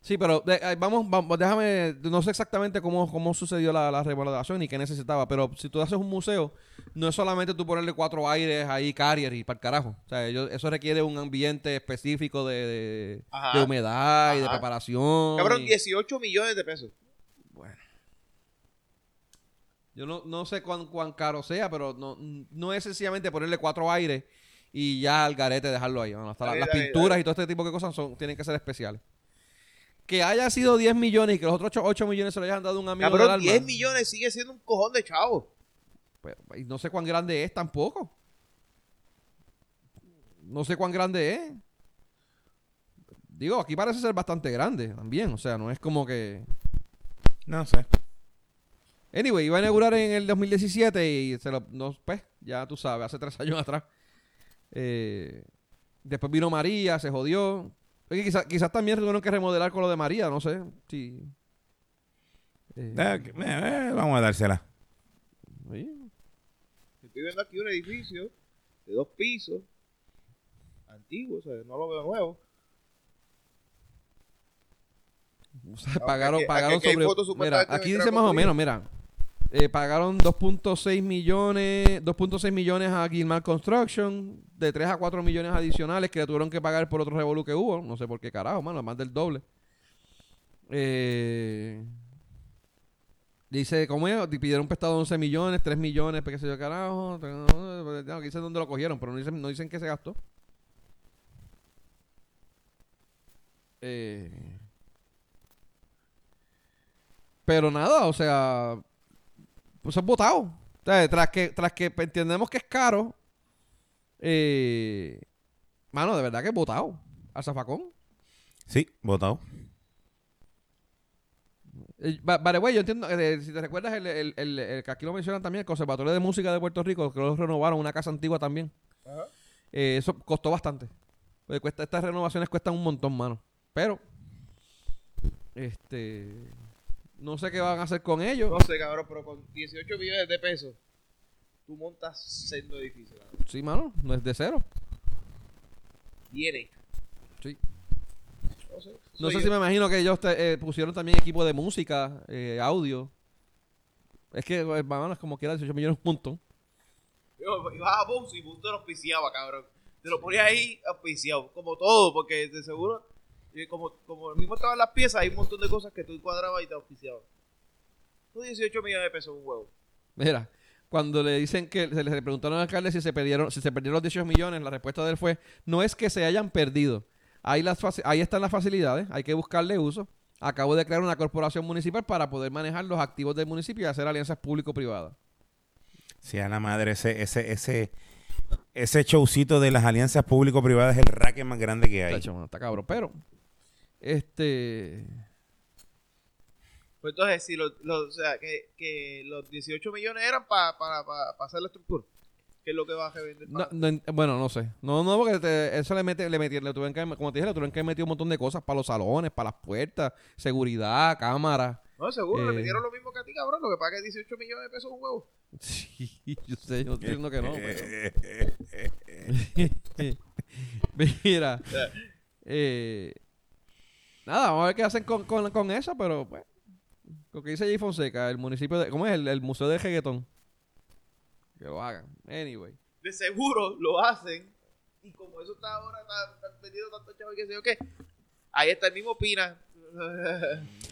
Speaker 2: Sí, pero de- ay, vamos, vamos, déjame, no sé exactamente cómo, cómo sucedió la, la remodelación y qué necesitaba, pero si tú haces un museo, no es solamente tú ponerle cuatro aires ahí, carrier y para el carajo. O sea, ellos- eso requiere un ambiente específico de, de-
Speaker 3: Ajá.
Speaker 2: de humedad y de
Speaker 3: Ajá.
Speaker 2: preparación.
Speaker 3: Cabrón,
Speaker 2: y-
Speaker 3: 18 millones de pesos.
Speaker 2: Bueno. Yo no, no sé cuán, cuán caro sea, pero no, no es sencillamente ponerle cuatro aires y ya al garete dejarlo ahí. ¿no? Hasta la-
Speaker 3: Dale,
Speaker 2: las
Speaker 3: dale,
Speaker 2: pinturas
Speaker 3: dale.
Speaker 2: y todo este tipo de cosas son, tienen que ser especiales. Que haya sido 10 millones y que los otros 8, millones se lo hayan dado a un amigo del
Speaker 3: Cabrón,
Speaker 2: alma.
Speaker 3: 10 millones sigue siendo un cojón de chavo.
Speaker 2: Pues, y no sé cuán grande es tampoco. No sé cuán grande es. Digo, aquí parece ser bastante grande también. O sea, no es como que...
Speaker 4: no sé.
Speaker 2: Anyway, iba a inaugurar en el 2017 y se lo, no, pues, ya tú sabes, hace tres años atrás. Eh, después vino María, se jodió. Oye, quizá- quizás también tuvieron que remodelar con lo de María, no sé. Sí. Eh,
Speaker 4: Eh, que- eh, eh, vamos a dársela.
Speaker 2: sí.
Speaker 3: Estoy viendo aquí un edificio de dos pisos, antiguo, o sea, no lo veo nuevo.
Speaker 2: O
Speaker 3: Ah,
Speaker 2: sea, pagaron,
Speaker 3: aquí-
Speaker 2: pagaron
Speaker 3: aquí hay
Speaker 2: sobre.
Speaker 3: fotos
Speaker 2: mira,
Speaker 3: supuestamente
Speaker 2: aquí
Speaker 3: de
Speaker 2: dice
Speaker 3: Dragon
Speaker 2: más o
Speaker 3: Ball.
Speaker 2: menos, mira. Eh, pagaron 2.6 millones, 2.6 millones a Gilmar Construction, de 3 a 4 millones adicionales que le tuvieron que pagar por otro revolú que hubo, no sé por qué carajo, mano, más del doble. Eh, dice, ¿cómo es? Pidieron prestado 11 millones, 3 millones, pues, qué sé yo, carajo. No, aquí dicen dónde lo cogieron, pero no dicen, no dicen que se gastó. Eh, pero nada, o sea, pues es votado. O sea, tras que, tras que entendemos que es caro, eh, mano, de verdad que es votado. Al zafacón.
Speaker 4: Sí, votado.
Speaker 2: Eh, ba- Vale, güey, yo entiendo, eh, si te recuerdas, el, el- el- el que aquí lo mencionan también, el Conservatorio de Música de Puerto Rico, que lo renovaron, una casa antigua también. Eh, eso costó bastante. Porque cuesta, estas renovaciones cuestan un montón, mano. Pero, este, no sé qué van a hacer con ellos.
Speaker 3: No sé, cabrón, pero con 18 millones de pesos, tú montas siendo edificio, cabrón.
Speaker 2: Sí, mano, no es de cero.
Speaker 3: Bien hecho.
Speaker 2: Sí.
Speaker 3: No sé,
Speaker 2: No
Speaker 3: soy
Speaker 2: sé
Speaker 3: yo.
Speaker 2: si me imagino que ellos te- eh, pusieron también equipo de música, eh, audio. Es que, eh, mano, es como quiera, 18 millones un montón.
Speaker 3: Yo ibas a Boots y Boots te lo auspiciaba, cabrón. Te lo ponía ahí auspiciado, como todo, porque de seguro Y como, como mismo estaban las piezas, hay un montón de cosas que tú cuadrabas y te auspiciabas. Son 18 millones de pesos un huevo.
Speaker 2: Mira, cuando le dicen que se le preguntaron al alcalde si se perdieron, si se perdieron los 18 millones, la respuesta de él fue: no es que se hayan perdido. Ahí, las faci- ahí están las facilidades, hay que buscarle uso. Acabo de crear una corporación municipal para poder manejar los activos del municipio y hacer alianzas público-privadas.
Speaker 4: Sí, a la madre, ese, ese, ese, ese showcito de las alianzas público-privadas es el racket más grande que hay.
Speaker 2: Tacho, mano, Está cabrón, pero. Este.
Speaker 3: Pues entonces, si los, los- o sea, que, que los 18 millones eran para pa, pa- pa hacer la estructura, que es lo que vas a vender.
Speaker 2: no- no en- bueno, no sé. No, no, porque te- eso le mete, le metieron, le tuvieron que, como te dije, le tuvieron que meter un montón de cosas para los salones, para las puertas, seguridad, cámaras.
Speaker 3: No, seguro,
Speaker 2: Eh.
Speaker 3: le metieron lo mismo que a ti, cabrón. Lo que paga es 18 millones de pesos un huevo.
Speaker 2: Sí, yo sé, yo no estoy diciendo que no,
Speaker 4: Eh,
Speaker 2: pues. pero- Mira. eh, nada, vamos a ver qué hacen con, con, con eso, pero pues. Lo que dice Jay Fonseca, el municipio de. ¿Cómo es? El, el Museo de Reggaetón. Que lo hagan. Anyway.
Speaker 3: de seguro lo hacen. Y como eso está ahora, está, está vendido tanto chavo que sé yo qué. Ahí está el mismo Pina.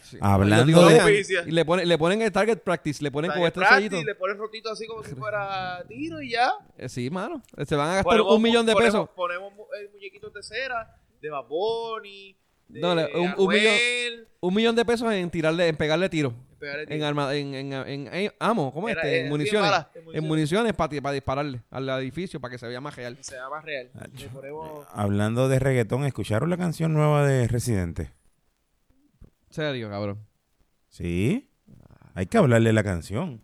Speaker 2: Sí.
Speaker 4: Hablando
Speaker 2: Yo
Speaker 4: de-
Speaker 2: vean,
Speaker 3: Noticia.
Speaker 2: Y le, ponen- le ponen el target practice, le ponen con este sellito.
Speaker 3: y le pones rotito así como si fuera tiro y ya.
Speaker 2: Eh, sí, mano. Eh, Se van a gastar
Speaker 3: Ponemos
Speaker 2: un
Speaker 3: mu-
Speaker 2: millón de
Speaker 3: ponemos-
Speaker 2: pesos.
Speaker 3: Ponemos, mu- eh, muñequitos de cera, de Baboni, de
Speaker 2: No, le- un- un millón-
Speaker 3: Anuel,
Speaker 2: Un millón de pesos en tirarle, en pegarle tiro.
Speaker 3: pegarle
Speaker 2: En
Speaker 3: tiro.
Speaker 2: arma, en, en, en- en- amo, ¿cómo es
Speaker 3: Era-
Speaker 2: este?
Speaker 3: era
Speaker 2: En
Speaker 3: bien
Speaker 2: municiones.
Speaker 3: mala, en
Speaker 2: En
Speaker 3: municiones.
Speaker 2: municiones para dispararle al edificio para que se vea más real.
Speaker 3: Que sea más real.
Speaker 4: Ah,
Speaker 3: Le
Speaker 4: chu-
Speaker 3: ponemos...
Speaker 4: Hablando de reggaetón, ¿escucharon la canción nueva de Residente?
Speaker 2: Serio, cabrón.
Speaker 4: Sí. Hay que hablarle la canción.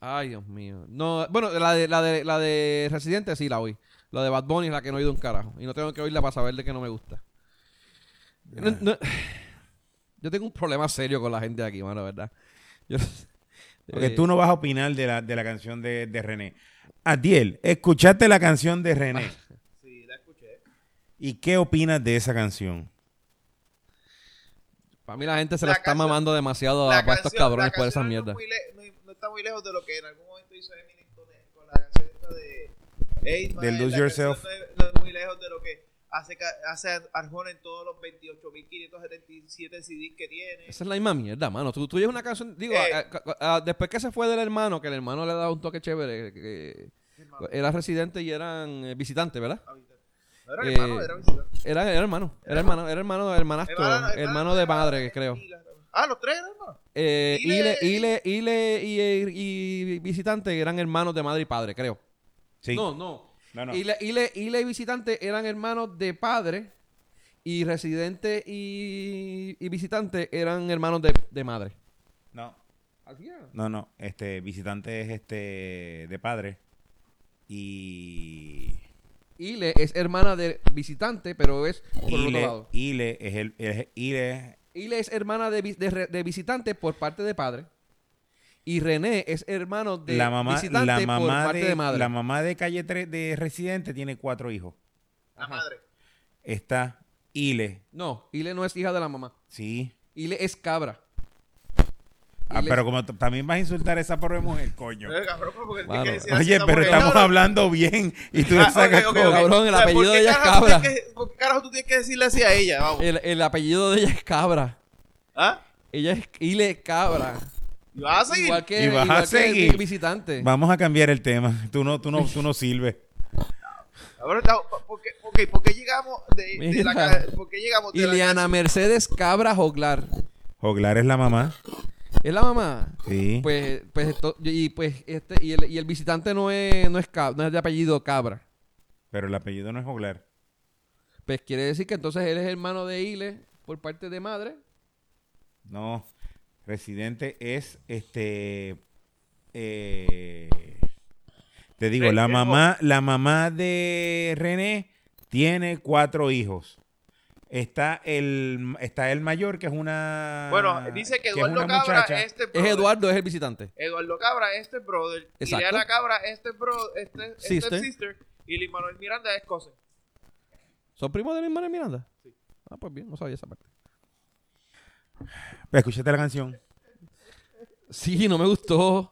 Speaker 2: Ay, Dios mío. No, bueno, la de, la de, la de Residente sí la oí. La de Bad Bunny es la que no he oído un carajo. Y no tengo que oírla para saber de que no me gusta. No- no- yo tengo un problema serio con la gente de aquí, mano, ¿verdad? Yo-
Speaker 4: Porque
Speaker 2: eh,
Speaker 4: tú no vas a opinar de la, de la canción de, de René. Adiel, escuchaste la canción de René.
Speaker 2: Ah.
Speaker 3: Sí, la escuché.
Speaker 4: ¿Y qué opinas de esa canción?
Speaker 2: Para mí la gente se la,
Speaker 3: La
Speaker 2: está
Speaker 3: canción-
Speaker 2: mamando demasiado a a estos
Speaker 3: canción-
Speaker 2: cabrones
Speaker 3: la
Speaker 2: por esa
Speaker 3: canción
Speaker 2: mierda.
Speaker 3: No, es muy le- no- no está muy lejos de lo que en algún momento hizo Eminem con, con la canción esta de... Hey,
Speaker 4: Del Lose
Speaker 3: la canción
Speaker 4: Yourself.
Speaker 3: No es, no es muy lejos de lo que hace, ca- hace Arjona en todos los 28.577 CDs que tiene.
Speaker 2: Esa es la misma mierda, mano. Tú, tú oyes una canción... Digo,
Speaker 3: Eh.
Speaker 2: a- a- a- ah, después que se fue del hermano, que el hermano le daba un toque chévere, que- que
Speaker 3: Hermano,
Speaker 2: era residente y eran eh, visitantes, ¿verdad?
Speaker 3: ahorita. Ah, No era
Speaker 2: Eh,
Speaker 3: hermano, era visitante.
Speaker 2: Era, era hermano, era hermano, era hermano, hermanastro, hermano, de
Speaker 3: era-
Speaker 2: madre, creo.
Speaker 3: y la- Ah, los tres eran hermanos.
Speaker 2: Eh, Ile,
Speaker 3: Ile-
Speaker 2: Ile, Ile y, y- y visitante eran hermanos de madre y padre, creo.
Speaker 4: Sí.
Speaker 2: No, no.
Speaker 4: No, no.
Speaker 2: Ile, Ile- Ile y visitante eran hermanos de padre y residente y, y visitante eran hermanos de, de madre.
Speaker 4: No,
Speaker 2: Así era.
Speaker 4: no, no. Este, visitante es este de padre. Y.
Speaker 2: Ile es hermana de visitante, pero es por el otro
Speaker 4: Ile,
Speaker 2: lado.
Speaker 4: Ile es el. es- Ile
Speaker 2: Ile es hermana de, vi- de re- de visitante por parte de padre. Y René es hermano de
Speaker 4: la mamá,
Speaker 2: visitante
Speaker 4: la
Speaker 2: por
Speaker 4: mamá
Speaker 2: parte
Speaker 4: de,
Speaker 2: de, madre.
Speaker 4: la mamá de calle 3 de Residente tiene cuatro hijos.
Speaker 3: La
Speaker 2: Ajá.
Speaker 3: madre.
Speaker 4: Está Ile,
Speaker 2: No, Ile no es hija de la mamá.
Speaker 4: sí.
Speaker 2: Ile es cabra.
Speaker 4: Ah,
Speaker 2: Ile-
Speaker 4: pero como t- también vas a insultar a esa pobre mujer, coño.
Speaker 3: Eh, cabrón, porque él
Speaker 2: Mano.
Speaker 3: tiene que decir así,
Speaker 4: Oye,
Speaker 3: esa
Speaker 4: pero
Speaker 3: mujer.
Speaker 4: estamos
Speaker 3: No, no,
Speaker 4: hablando bien y tú le
Speaker 3: Ah, ok,
Speaker 4: sacas
Speaker 3: ok,
Speaker 4: con-
Speaker 3: ok.
Speaker 2: Cabrón, el
Speaker 3: O sea, ¿por
Speaker 2: apellido
Speaker 3: qué
Speaker 2: de ella es
Speaker 3: carajo tú
Speaker 2: cabra. Eh.
Speaker 3: tienes que- ¿Por qué carajo tú tienes que decirle así a ella? Vamos.
Speaker 2: El, el apellido de ella es cabra.
Speaker 3: ¿Ah?
Speaker 2: Ella es Ile es cabra.
Speaker 3: ¿Y vas a seguir?
Speaker 2: Igual que,
Speaker 4: Y vas a
Speaker 2: igual que el
Speaker 4: seguir.
Speaker 2: visitante.
Speaker 4: Vamos a cambiar el tema. Tú no, tú no, tú no sirves.
Speaker 3: Ahora está- ¿por qué, ok, ¿por qué llegamos de, de la
Speaker 2: Mira.
Speaker 3: ca- ¿Por qué llegamos de la
Speaker 2: Ileana Mercedes Cabra Joglar.
Speaker 4: Joglar es la mamá.
Speaker 2: ¿Es la mamá?
Speaker 4: Sí.
Speaker 2: Pues, pues esto- y pues este, y el, y el visitante no es, no es cab- no es de apellido cabra.
Speaker 4: Pero el apellido no es Joglar.
Speaker 2: Pues quiere decir que entonces él es hermano de Ile por parte de madre.
Speaker 4: No. Residente es este. eh, te digo,
Speaker 3: Re-
Speaker 4: la
Speaker 3: el
Speaker 4: mamá, la mamá de René tiene cuatro hijos. Está el, está el mayor, que es una.
Speaker 3: Bueno, dice que
Speaker 4: es
Speaker 3: Eduardo
Speaker 4: una
Speaker 3: Cabra
Speaker 4: muchacha.
Speaker 3: este
Speaker 2: Es
Speaker 3: brother.
Speaker 2: Eduardo, es el visitante.
Speaker 3: Eduardo Cabra este brother.
Speaker 2: Exacto.
Speaker 3: Ileana Cabra este bro, este, este
Speaker 2: Sister.
Speaker 3: sister. Y Luis Manuel Miranda es cosa.
Speaker 2: ¿Son primos de mi hermana Miranda? Sí. Ah, pues bien, no sabía esa parte.
Speaker 4: Escúchate la canción.
Speaker 2: Sí, no me gustó.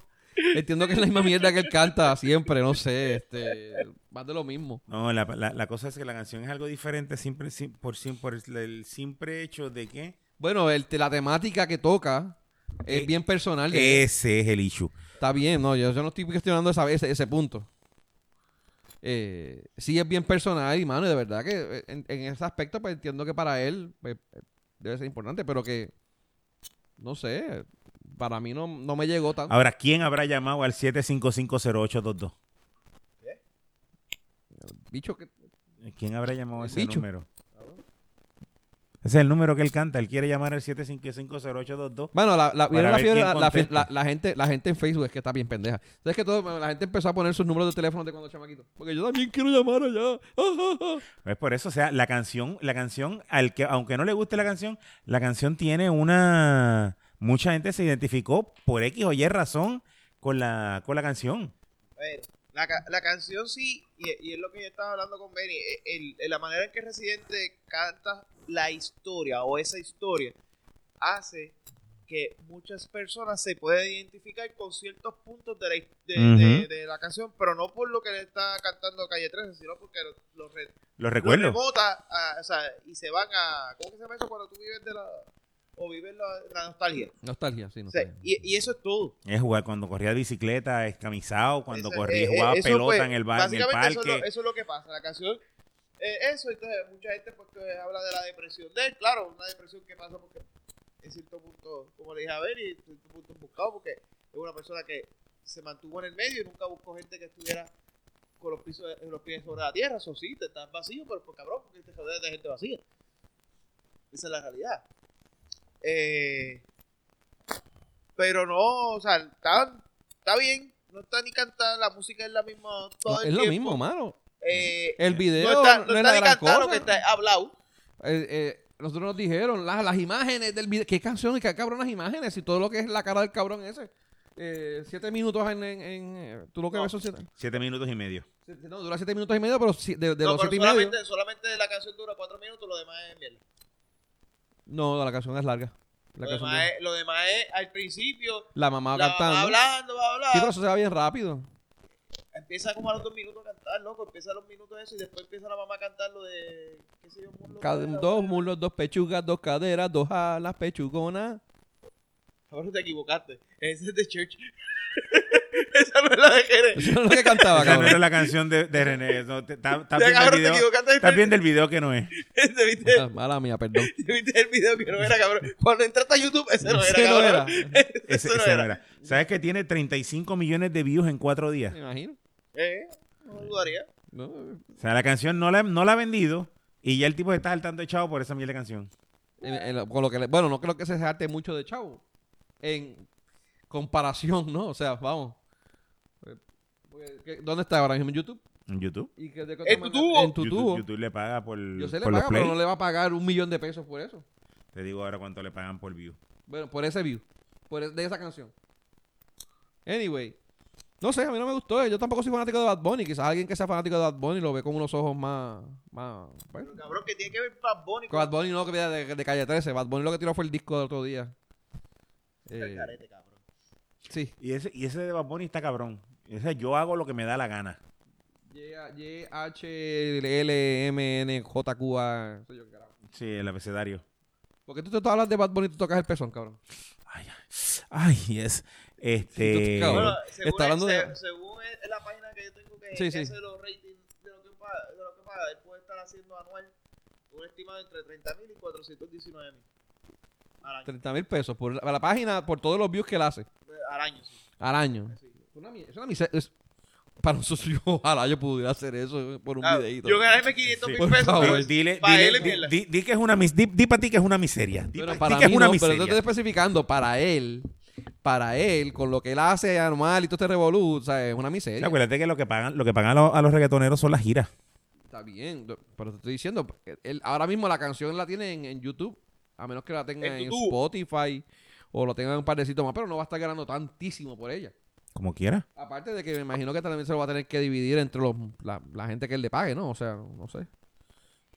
Speaker 2: Entiendo que es la misma mierda que él canta siempre, no sé, este, más de lo mismo.
Speaker 4: No, la, la- la cosa es que la canción es algo diferente siempre, sim- por, sim- por el, el simple hecho de que
Speaker 2: Bueno, el- la temática que toca es
Speaker 4: Eh,
Speaker 2: bien personal. de-
Speaker 4: ese es el issue.
Speaker 2: Está bien, no, yo, yo no estoy cuestionando esa- ese, ese punto. Eh, sí es bien personal y, mano, de verdad que eh, en, en ese aspecto pues entiendo que para él pues, eh, debe ser importante, pero que, no sé, para mí no, no me llegó tanto.
Speaker 4: Ahora, ¿quién habrá llamado al 7550822?
Speaker 2: Bicho, que,
Speaker 4: ¿Quién habrá llamado a
Speaker 2: El
Speaker 4: ese
Speaker 2: bicho.
Speaker 4: número? Ese es el número que él canta. Él quiere llamar al 7550822.
Speaker 2: Bueno, la, la, vieron la,
Speaker 4: ver
Speaker 2: fiebre,
Speaker 4: quién
Speaker 2: la, la fie-
Speaker 4: contesta.
Speaker 2: la- la gente, la gente en Facebook es que está bien pendeja. ¿Sabes que todo, la gente empezó a poner sus números de teléfono de cuando chamaquito? Porque yo también quiero llamar allá.
Speaker 4: Es por eso, o sea, la canción, la canción, al que, aunque no le guste la canción, la canción tiene una... Mucha gente se identificó por X o Y razón con la, con la canción.
Speaker 3: A ver, la, ca- la canción sí, y, y es lo que yo estaba hablando con Benny, e- el- el- la manera en que Residente canta la historia o esa historia hace que muchas personas se puedan identificar con ciertos puntos de la, his- de, de-
Speaker 4: Ujú.
Speaker 3: de la canción, pero no por lo que le está cantando Calle 13, sino porque lo, lo re-
Speaker 4: Lo
Speaker 3: lo
Speaker 4: recuerdo.
Speaker 3: rebota a- o sea, y se van a... ¿Cómo que se llama eso cuando tú vives de la... o vives la, la nostalgia?
Speaker 2: Nostalgia, sí, no
Speaker 3: O sea,
Speaker 2: sé.
Speaker 3: y, y eso es todo.
Speaker 4: Es jugar cuando corría bicicleta, escamizado, cuando
Speaker 3: Eso-
Speaker 4: corría,
Speaker 3: eh,
Speaker 4: jugaba
Speaker 3: eh, eso,
Speaker 4: pelota
Speaker 3: pues,
Speaker 4: en el bar, en el
Speaker 3: básicamente
Speaker 4: parque.
Speaker 3: Eso es, lo, eso es lo que pasa, la canción. eh, eso, entonces mucha gente pues, que habla de la depresión de él, claro, una depresión que pasa porque en cierto punto, como le dije a ver, y en cierto punto es buscado porque es una persona que se mantuvo en el medio y nunca buscó gente que estuviera con los, pisos, en los pies sobre la tierra, eso sí, te estás vacío, pero por cabrón, porque te rodeas de gente vacía. Esa es la realidad. Eh, pero no, o sea, está, está bien, no está ni cantada, la música es la misma todo
Speaker 2: No,
Speaker 3: el
Speaker 2: es lo
Speaker 3: tiempo.
Speaker 2: mismo, mano.
Speaker 3: Eh,
Speaker 2: El video
Speaker 3: no está,
Speaker 2: no
Speaker 3: no
Speaker 2: es
Speaker 3: está
Speaker 2: la
Speaker 3: ni
Speaker 2: gran
Speaker 3: cantado
Speaker 2: cosa.
Speaker 3: que está hablado.
Speaker 2: Eh, eh, nosotros nos dijeron las, las imágenes del video. ¿Qué canción y qué cabrón las imágenes? Y todo lo que es la cara del cabrón ese. Eh, siete minutos en. en- en, eh, tú lo que
Speaker 3: No.
Speaker 2: ves son siete.
Speaker 4: Siete minutos y medio.
Speaker 2: siete- No, dura siete minutos y medio, pero si- de, de
Speaker 3: No,
Speaker 2: los
Speaker 3: pero
Speaker 2: siete y medio.
Speaker 3: solamente, solamente la canción dura cuatro minutos, lo demás es mierda.
Speaker 2: No, la canción es larga. La,
Speaker 3: Lo
Speaker 2: canción
Speaker 3: demás
Speaker 2: dura-
Speaker 3: es, lo demás es al principio,
Speaker 2: la mamá
Speaker 3: Pues, eh, la-
Speaker 2: cantando.
Speaker 3: hablando, va a hablar.
Speaker 2: Sí, pero eso se va bien rápido.
Speaker 3: Empieza como a los dos minutos a cantar, loco. Empieza a los minutos eso y después empieza la mamá a cantar lo de. ¿Qué sé yo? muslo,
Speaker 2: Cada-
Speaker 3: cadera,
Speaker 2: dos
Speaker 3: cadera.
Speaker 2: muslos, dos pechugas, dos caderas, dos alas, pechugona.
Speaker 3: Ahora te equivocaste. Ese es de Church. Esa no es la de Jerez.
Speaker 2: Eso no es lo que cantaba,
Speaker 4: Esa no era
Speaker 2: Ah, cabrón.
Speaker 4: la canción de, de René. no, te- ta- ta-
Speaker 3: Ya,
Speaker 4: viendo el
Speaker 3: cabrón, te
Speaker 4: video-
Speaker 3: equivocaste.
Speaker 4: Estás viendo el video que no es.
Speaker 3: Te viste,
Speaker 2: Ah, Mala mía, perdón.
Speaker 3: te viste el video que no era, cabrón. Cuando entraste a YouTube, ese no era,
Speaker 2: Ese no
Speaker 3: cabrón.
Speaker 2: era.
Speaker 4: Ese,
Speaker 3: Eso no
Speaker 4: ese no
Speaker 3: era.
Speaker 4: era. ¿Sabes que tiene 35 millones de views en cuatro días?
Speaker 2: Me imagino.
Speaker 3: Eh, no dudaría.
Speaker 2: No,
Speaker 4: O sea, la canción no la, no la ha vendido y ya el tipo está al tanto echado por esa mierda de canción.
Speaker 2: En- en lo- con lo que le- bueno, no creo que se jarte mucho de chavo. En comparación, ¿no? O sea, vamos. Eh, porque- ¿qué- ¿Dónde está ahora mismo en YouTube?
Speaker 4: En YouTube.
Speaker 2: ¿Y que de qué
Speaker 3: En
Speaker 2: otra
Speaker 3: tu
Speaker 2: manera-
Speaker 3: tubo.
Speaker 2: En tu
Speaker 4: YouTube,
Speaker 2: tubo.
Speaker 4: YouTube le paga por,
Speaker 2: Yo sé le
Speaker 4: por los
Speaker 2: paga, pero
Speaker 4: play.
Speaker 2: no le va a pagar un millón de pesos por eso.
Speaker 4: Te digo ahora cuánto le pagan por view.
Speaker 2: Bueno, por ese view. Por es- de esa canción. Anyway. No sé, a mí no me gustó. eh. Yo tampoco soy fanático de Bad Bunny. Quizás alguien que sea fanático de Bad Bunny lo ve con unos ojos más. más bueno.
Speaker 3: Pero, cabrón, que tiene que ver Bad Bunny
Speaker 2: Con
Speaker 3: con
Speaker 2: Bad Bunny no que vea de, de calle 13. Bad Bunny lo que tiró fue el disco del otro día.
Speaker 3: el
Speaker 2: Eh,
Speaker 3: carete, cabrón.
Speaker 2: sí.
Speaker 4: Y ese, y ese de Bad Bunny está cabrón. Ese yo hago lo que me da la gana.
Speaker 2: Y-H-L-M-N-J-Q-A. soy yo, carajo.
Speaker 4: Sí, el abecedario.
Speaker 2: ¿Por qué tú te tú hablas de Bad Bunny y tú tocas el pezón, cabrón?
Speaker 4: Ay, ay, yes.
Speaker 2: Sí,
Speaker 4: Este.
Speaker 2: tú- cabrón.
Speaker 3: Bueno, según,
Speaker 2: Está hablando
Speaker 3: el- se-
Speaker 2: de-
Speaker 3: según el- la página que yo tengo que,
Speaker 2: Sí,
Speaker 3: que
Speaker 2: sí.
Speaker 3: hace los ratings de lo que paga, de lo que paga, él puede estar haciendo anual un estimado entre 30.000 y 419.000 al año.
Speaker 2: 30 mil pesos por la, la página, por todos los views que él hace
Speaker 3: Al año, sí.
Speaker 2: al año.
Speaker 3: sí.
Speaker 2: Es una, mi- es una miseria. es- para nosotros, yo, ojalá yo pudiera hacer eso por un
Speaker 3: Ah,
Speaker 2: videito.
Speaker 3: Yo ganarme 500
Speaker 4: Sí.
Speaker 3: mil
Speaker 2: Por
Speaker 3: pesos.
Speaker 2: favor.
Speaker 3: pero-
Speaker 4: Dile,
Speaker 3: Pa'
Speaker 4: dile-
Speaker 3: él es
Speaker 4: di-
Speaker 3: mierda.
Speaker 4: di- di que es una mis, di, di pa' ti que es una miseria. Di
Speaker 2: Pero
Speaker 4: pa'
Speaker 2: para
Speaker 4: ti que es
Speaker 2: mí
Speaker 4: una
Speaker 2: no, pero
Speaker 4: miseria.
Speaker 2: yo te estoy especificando, para él, para él, con lo que él hace anual y todo este revolú, o sea, es una
Speaker 4: Sí,
Speaker 2: miseria.
Speaker 4: Acuérdate que lo que pagan, lo que pagan a los, a los reggaetoneros son las giras.
Speaker 2: Está bien, do- pero te estoy diciendo, él- ahora mismo la canción la tiene en, en YouTube, a menos que la tenga en,
Speaker 3: En YouTube.
Speaker 2: Spotify o lo tenga en un parecito más, pero no va a estar ganando tantísimo por ella.
Speaker 4: Como quiera.
Speaker 2: Aparte de que me imagino que también se lo va a tener que dividir entre los, la, la gente que él le pague, ¿no? O sea, no sé.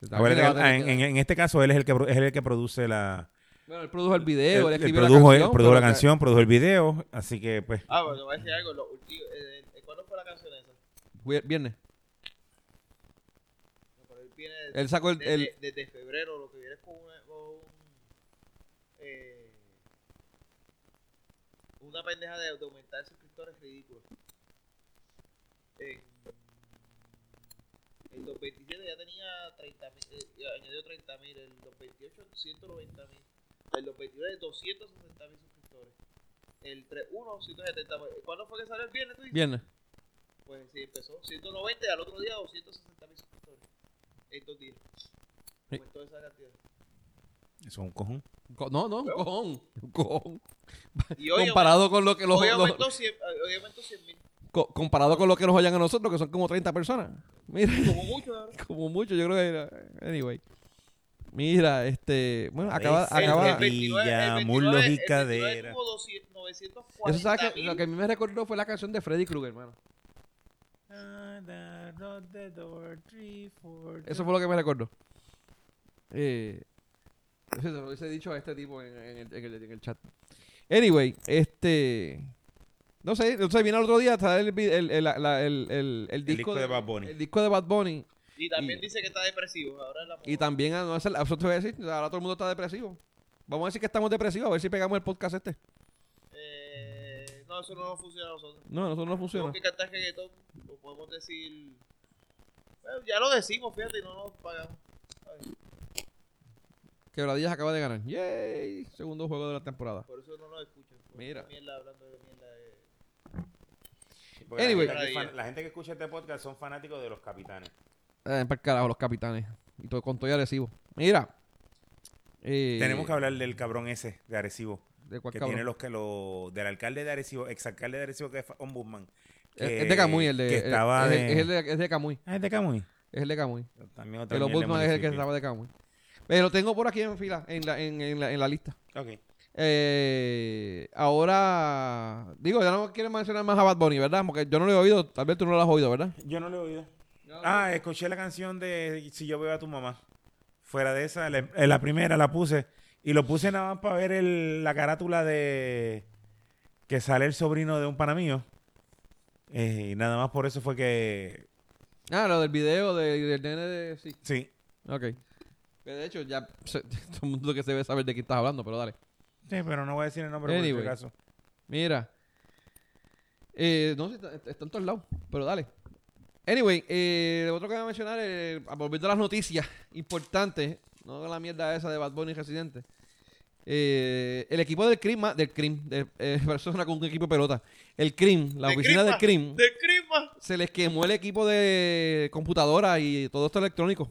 Speaker 2: También le va a
Speaker 4: Acuérdate que
Speaker 2: tener
Speaker 4: en,
Speaker 2: que-
Speaker 4: en- en este caso él es el que pro- es el que produce la,
Speaker 2: Bueno, él produjo el video, Eh, él,
Speaker 4: Él- él
Speaker 2: escribió
Speaker 4: produjo,
Speaker 2: la
Speaker 4: él
Speaker 2: canción.
Speaker 4: produjo la
Speaker 2: pero-
Speaker 4: canción, produjo el video, así que pues
Speaker 3: Ah, bueno, te voy a decir algo. Lo ulti- eh, eh, ¿Cuándo fue la canción esa?
Speaker 2: Fue- Viernes.
Speaker 3: No, pero él viene desde,
Speaker 2: Él sacó el...
Speaker 3: desde-
Speaker 2: el-
Speaker 3: desde febrero. Lo que viene es con, una, con un, eh, una pendeja de, de aumentar suscriptores ridículo. En, el 2027 ya tenía 30 mil, eh, añadió 30 mil, el 2028 190 mil, el 2029 260 mil suscriptores, el 31 170 mil. ¿Cuándo fue que salió el viernes? Tú dices?
Speaker 2: Viernes.
Speaker 3: Pues sí, empezó 190 y al otro día 260 mil suscriptores. En dos días.
Speaker 2: Sí.
Speaker 3: Aumentó esa cantidad.
Speaker 4: eso es un cojón.
Speaker 2: Co- No, no, un
Speaker 3: Pero-
Speaker 2: cojón. Un cojón.
Speaker 3: Y hoy,
Speaker 2: comparado con lo que los,
Speaker 3: hoy
Speaker 2: los-
Speaker 3: aumentó 100 hoy aumentó 100 mil.
Speaker 2: co- comparado con lo que nos oyen a nosotros, que son como 30 personas. Mira,
Speaker 3: Como mucho ahora.
Speaker 2: como mucho, yo creo que anyway. Mira, este, bueno, acaba,
Speaker 4: Ahí se
Speaker 2: acaba
Speaker 4: ve. Rodilla, muslos y cadera.
Speaker 3: tuvo 200, 940
Speaker 2: eso sabes que
Speaker 3: mil.
Speaker 2: lo que a mí me recordó fue la canción de Freddy Krueger, hermano. Eso fue lo que me recordó. Eh, eso se lo hubiese dicho a este tipo en, en el, en el- en el chat. Anyway, este. No sé, entonces viene el otro día, está el, vi- el, el- la- la- el- el- el disco,
Speaker 4: disco de Bad Bunny.
Speaker 2: El disco de Bad Bunny.
Speaker 3: Y también
Speaker 2: y-
Speaker 3: dice que está depresivo. Ahora es la
Speaker 2: Y también, ah, no, eso eso te voy a decir, ahora todo el mundo está depresivo. Vamos a decir que estamos depresivos, a ver si pegamos el podcast este.
Speaker 3: Eh, no, eso no funciona a nosotros.
Speaker 2: No, a nosotros no
Speaker 3: Tenemos
Speaker 2: funciona.
Speaker 3: que cantar reggaetón. O podemos decir. Bueno, ya lo decimos, fíjate, y no nos pagamos.
Speaker 2: Quebradillas acaba de ganar. ¡Yay! Segundo juego de la temporada.
Speaker 3: Por eso no nos escuchan. por
Speaker 2: Mira.
Speaker 3: esta Mierda hablando de mierda de.
Speaker 4: Porque
Speaker 2: Anyway.
Speaker 4: la, gente que fan- la gente que escucha este podcast son fanáticos de los capitanes.
Speaker 2: Eh, para carajo, los capitanes. Y todo con todo y agresivo. Mira. eh,
Speaker 4: Tenemos que hablar del cabrón ese de Arecibo,
Speaker 2: ¿De cuál
Speaker 4: que
Speaker 2: Pues, cabrón?
Speaker 4: tiene los que lo del alcalde de Arecibo, ex alcalde de Arecibo que es fa- ombudsman.
Speaker 2: Es-
Speaker 4: que-
Speaker 2: es de Camuy, el de.
Speaker 4: que
Speaker 2: el-
Speaker 4: estaba
Speaker 2: es,
Speaker 4: de,
Speaker 2: es el de, es de Camuy.
Speaker 4: Ah, es de Camuy.
Speaker 2: Es el de Camuy.
Speaker 4: También otra
Speaker 2: El
Speaker 4: mierda
Speaker 2: Ombudsman es el que
Speaker 4: municipio.
Speaker 2: estaba de Camuy. Pero lo tengo por aquí en fila, en la, en, en la, en la lista.
Speaker 4: Ok.
Speaker 2: Eh, ahora. Digo, ya no quiero mencionar más a Bad Bunny, ¿verdad? Porque yo no lo he oído. Tal vez tú no lo has oído, ¿verdad?
Speaker 4: Yo no lo he oído. Ah, escuché la canción de Si yo veo a tu mamá. Fuera de esa, la, eh, la primera la puse. Y lo puse nada más para ver el- la carátula de que sale el sobrino de un pana mío. Eh, y nada más por eso fue que.
Speaker 2: Ah, lo del video de- del nene de. Sí.
Speaker 4: Sí.
Speaker 2: Ok. Que de hecho, ya se- todo el mundo que se ve saber de qué estás hablando, pero dale.
Speaker 4: Sí, pero no voy a decir el nombre por
Speaker 2: Anyway.
Speaker 4: este caso.
Speaker 2: Mira. Eh, no sé, está, está en todos lados, pero dale. Anyway, eh, lo otro que voy a mencionar, eh, a volviendo a las noticias importantes, no la mierda esa de Bad Bunny Residente. Eh, el equipo del CRIM, ma- del CRIM, de, eh, persona con un equipo de pelota. El CRIM, la
Speaker 3: De
Speaker 2: oficina del CRIM,
Speaker 3: Crisma, De Crisma.
Speaker 2: se les quemó el equipo de computadora y todo esto electrónico.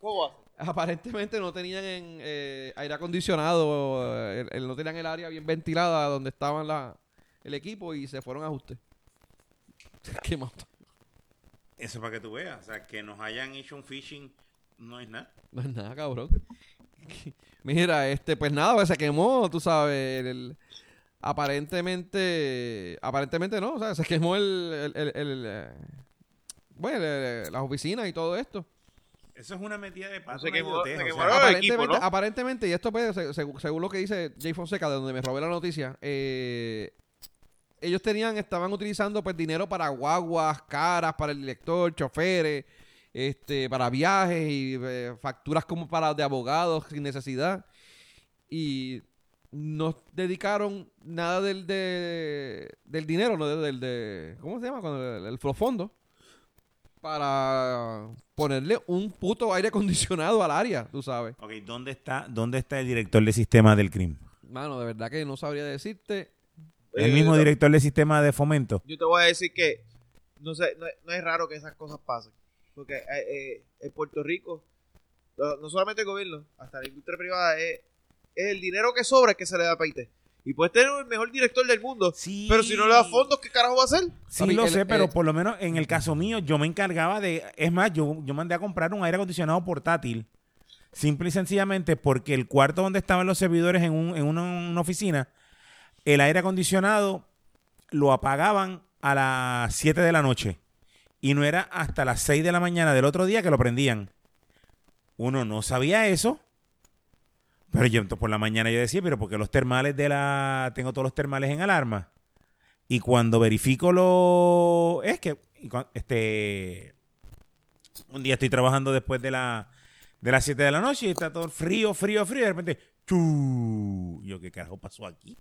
Speaker 3: ¿Cómo hace?
Speaker 2: Aparentemente no tenían en, eh, aire acondicionado, eh, el- el- no tenían el área bien ventilada donde estaban la, el equipo y se fueron a ajuste. Qué malo.
Speaker 4: Eso para que tú veas. O sea, que nos hayan hecho un phishing no es nada.
Speaker 2: No es nada, cabrón. Mira, este, pues nada, pues, se quemó, tú sabes. el- el- aparentemente, aparentemente no, o sea, se quemó el, el- el- el, eh, bueno, el- el- las oficinas y todo esto.
Speaker 4: Eso es una metida de paso.
Speaker 3: pato, sé una qué mo- idiotez, se o sea. quemaron. Pero el
Speaker 2: aparentemente,
Speaker 3: equipo, ¿no?
Speaker 2: aparentemente, y esto pues, se- seg- según lo que dice Jay Fonseca, de donde me robé la noticia, eh, ellos tenían, estaban utilizando pues dinero para guaguas, caras, para el director, choferes, este, para viajes y eh, facturas como para de abogados sin necesidad. Y no dedicaron nada del, de- del dinero, no del, de, ¿cómo se llama? Cuando el, el- los fondos para ponerle un puto aire acondicionado al área, tú sabes.
Speaker 4: Ok, ¿dónde está, ¿dónde está el director de sistema del crimen?
Speaker 2: Mano, de verdad que no sabría decirte.
Speaker 4: El
Speaker 3: Eh,
Speaker 4: mismo
Speaker 3: yo-
Speaker 4: director de sistema de fomento.
Speaker 3: Yo te voy a decir que no, sé, no, no es raro que esas cosas pasen. Porque eh, eh, en Puerto Rico, no, no solamente el gobierno, hasta la industria privada, es, es el dinero que sobra el que se le da a Paite. Y puedes tener el mejor director del mundo,
Speaker 4: Sí.
Speaker 3: pero si no le da fondos, ¿qué carajo va a hacer?
Speaker 4: Sí,
Speaker 2: Papi,
Speaker 4: lo
Speaker 2: el-
Speaker 4: sé, pero
Speaker 2: el-
Speaker 4: por lo menos en el caso mío, yo me encargaba de. Es más, yo, yo mandé a comprar un aire acondicionado portátil. Simple y sencillamente porque el cuarto donde estaban los servidores en, un- en una, una oficina, el aire acondicionado lo apagaban a las 7 de la noche. Y no era hasta las 6 de la mañana del otro día que lo prendían. Uno no sabía eso. Pero yo entonces, por la mañana yo decía, pero porque los termales de la... Tengo todos los termales en alarma. Y cuando verifico lo... Es que, y cua- este... Un día estoy trabajando después de la... De las 7 de la noche y está todo frío, frío, frío. Y de repente, chu. Yo, ¿qué carajo pasó aquí?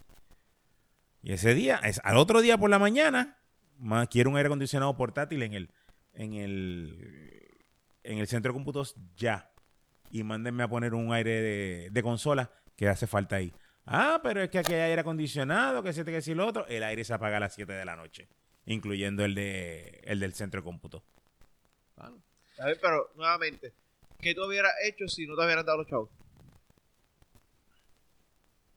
Speaker 4: Y ese día, es, al otro día por la mañana, más quiero un aire acondicionado portátil en el, en el, en el centro de cómputos ya. Y mándenme a poner un aire de, de consola que hace falta ahí. Ah, pero es que aquí hay aire acondicionado, que siete, que si lo otro. El aire se apaga a las 7 de la noche, incluyendo el, de, el del centro de cómputo.
Speaker 3: A ver, pero nuevamente, ¿qué tú hubieras hecho si no te hubieran dado los chavos?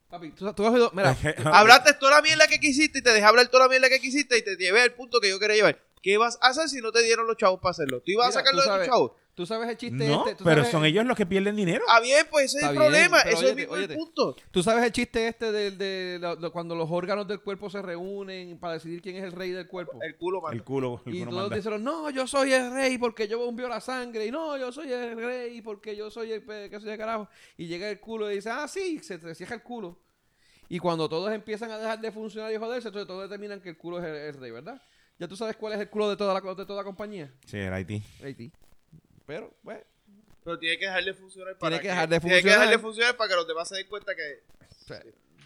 Speaker 2: Papi, tú, tú has oído- Mira,
Speaker 4: Ah,
Speaker 3: Hablaste toda la mierda que quisiste y te dejé hablar toda la mierda que quisiste y te llevé al punto que yo quería llevar. ¿Qué vas a hacer si no te dieron los chavos para hacerlo? ¿Tú ibas
Speaker 2: Mira,
Speaker 3: a sacarlo
Speaker 2: tú
Speaker 3: de los
Speaker 2: sabes-
Speaker 3: chavos?
Speaker 2: tú sabes el chiste
Speaker 4: no,
Speaker 2: este. tú
Speaker 4: pero
Speaker 2: sabes-
Speaker 4: son ellos los que pierden dinero.
Speaker 3: Ah, bien, pues ese es
Speaker 2: Está
Speaker 3: el
Speaker 2: bien,
Speaker 3: problema.
Speaker 2: pero
Speaker 3: Eso
Speaker 2: óyete,
Speaker 3: es mismo
Speaker 2: óyete.
Speaker 3: el punto.
Speaker 2: Tú sabes el chiste este del- de, la- de cuando los órganos del cuerpo se reúnen para decidir quién es el rey del cuerpo.
Speaker 3: El culo, mano.
Speaker 4: El culo. el
Speaker 2: Ah, y
Speaker 4: culo
Speaker 2: todos
Speaker 4: manda.
Speaker 2: dijeron, no, yo soy el rey porque yo bombeo la sangre. Y no, yo soy el rey porque yo soy el pe- que soy el carajo. Y llega el culo y dice, ah, sí, se te cierra el culo. Y cuando todos empiezan a dejar de funcionar y joderse, entonces todos determinan que el culo es el, el rey, ¿verdad? Ya tú sabes cuál es el culo de toda la, co- de toda compañía.
Speaker 4: Sí, el IT.
Speaker 2: Haití. Pero, pues,
Speaker 3: Pero tiene que dejarle funcionar para
Speaker 2: Tiene que dejar de
Speaker 3: Tiene que
Speaker 2: funcionar.
Speaker 3: dejarle funcionar para que los demás se den cuenta que
Speaker 2: o sea,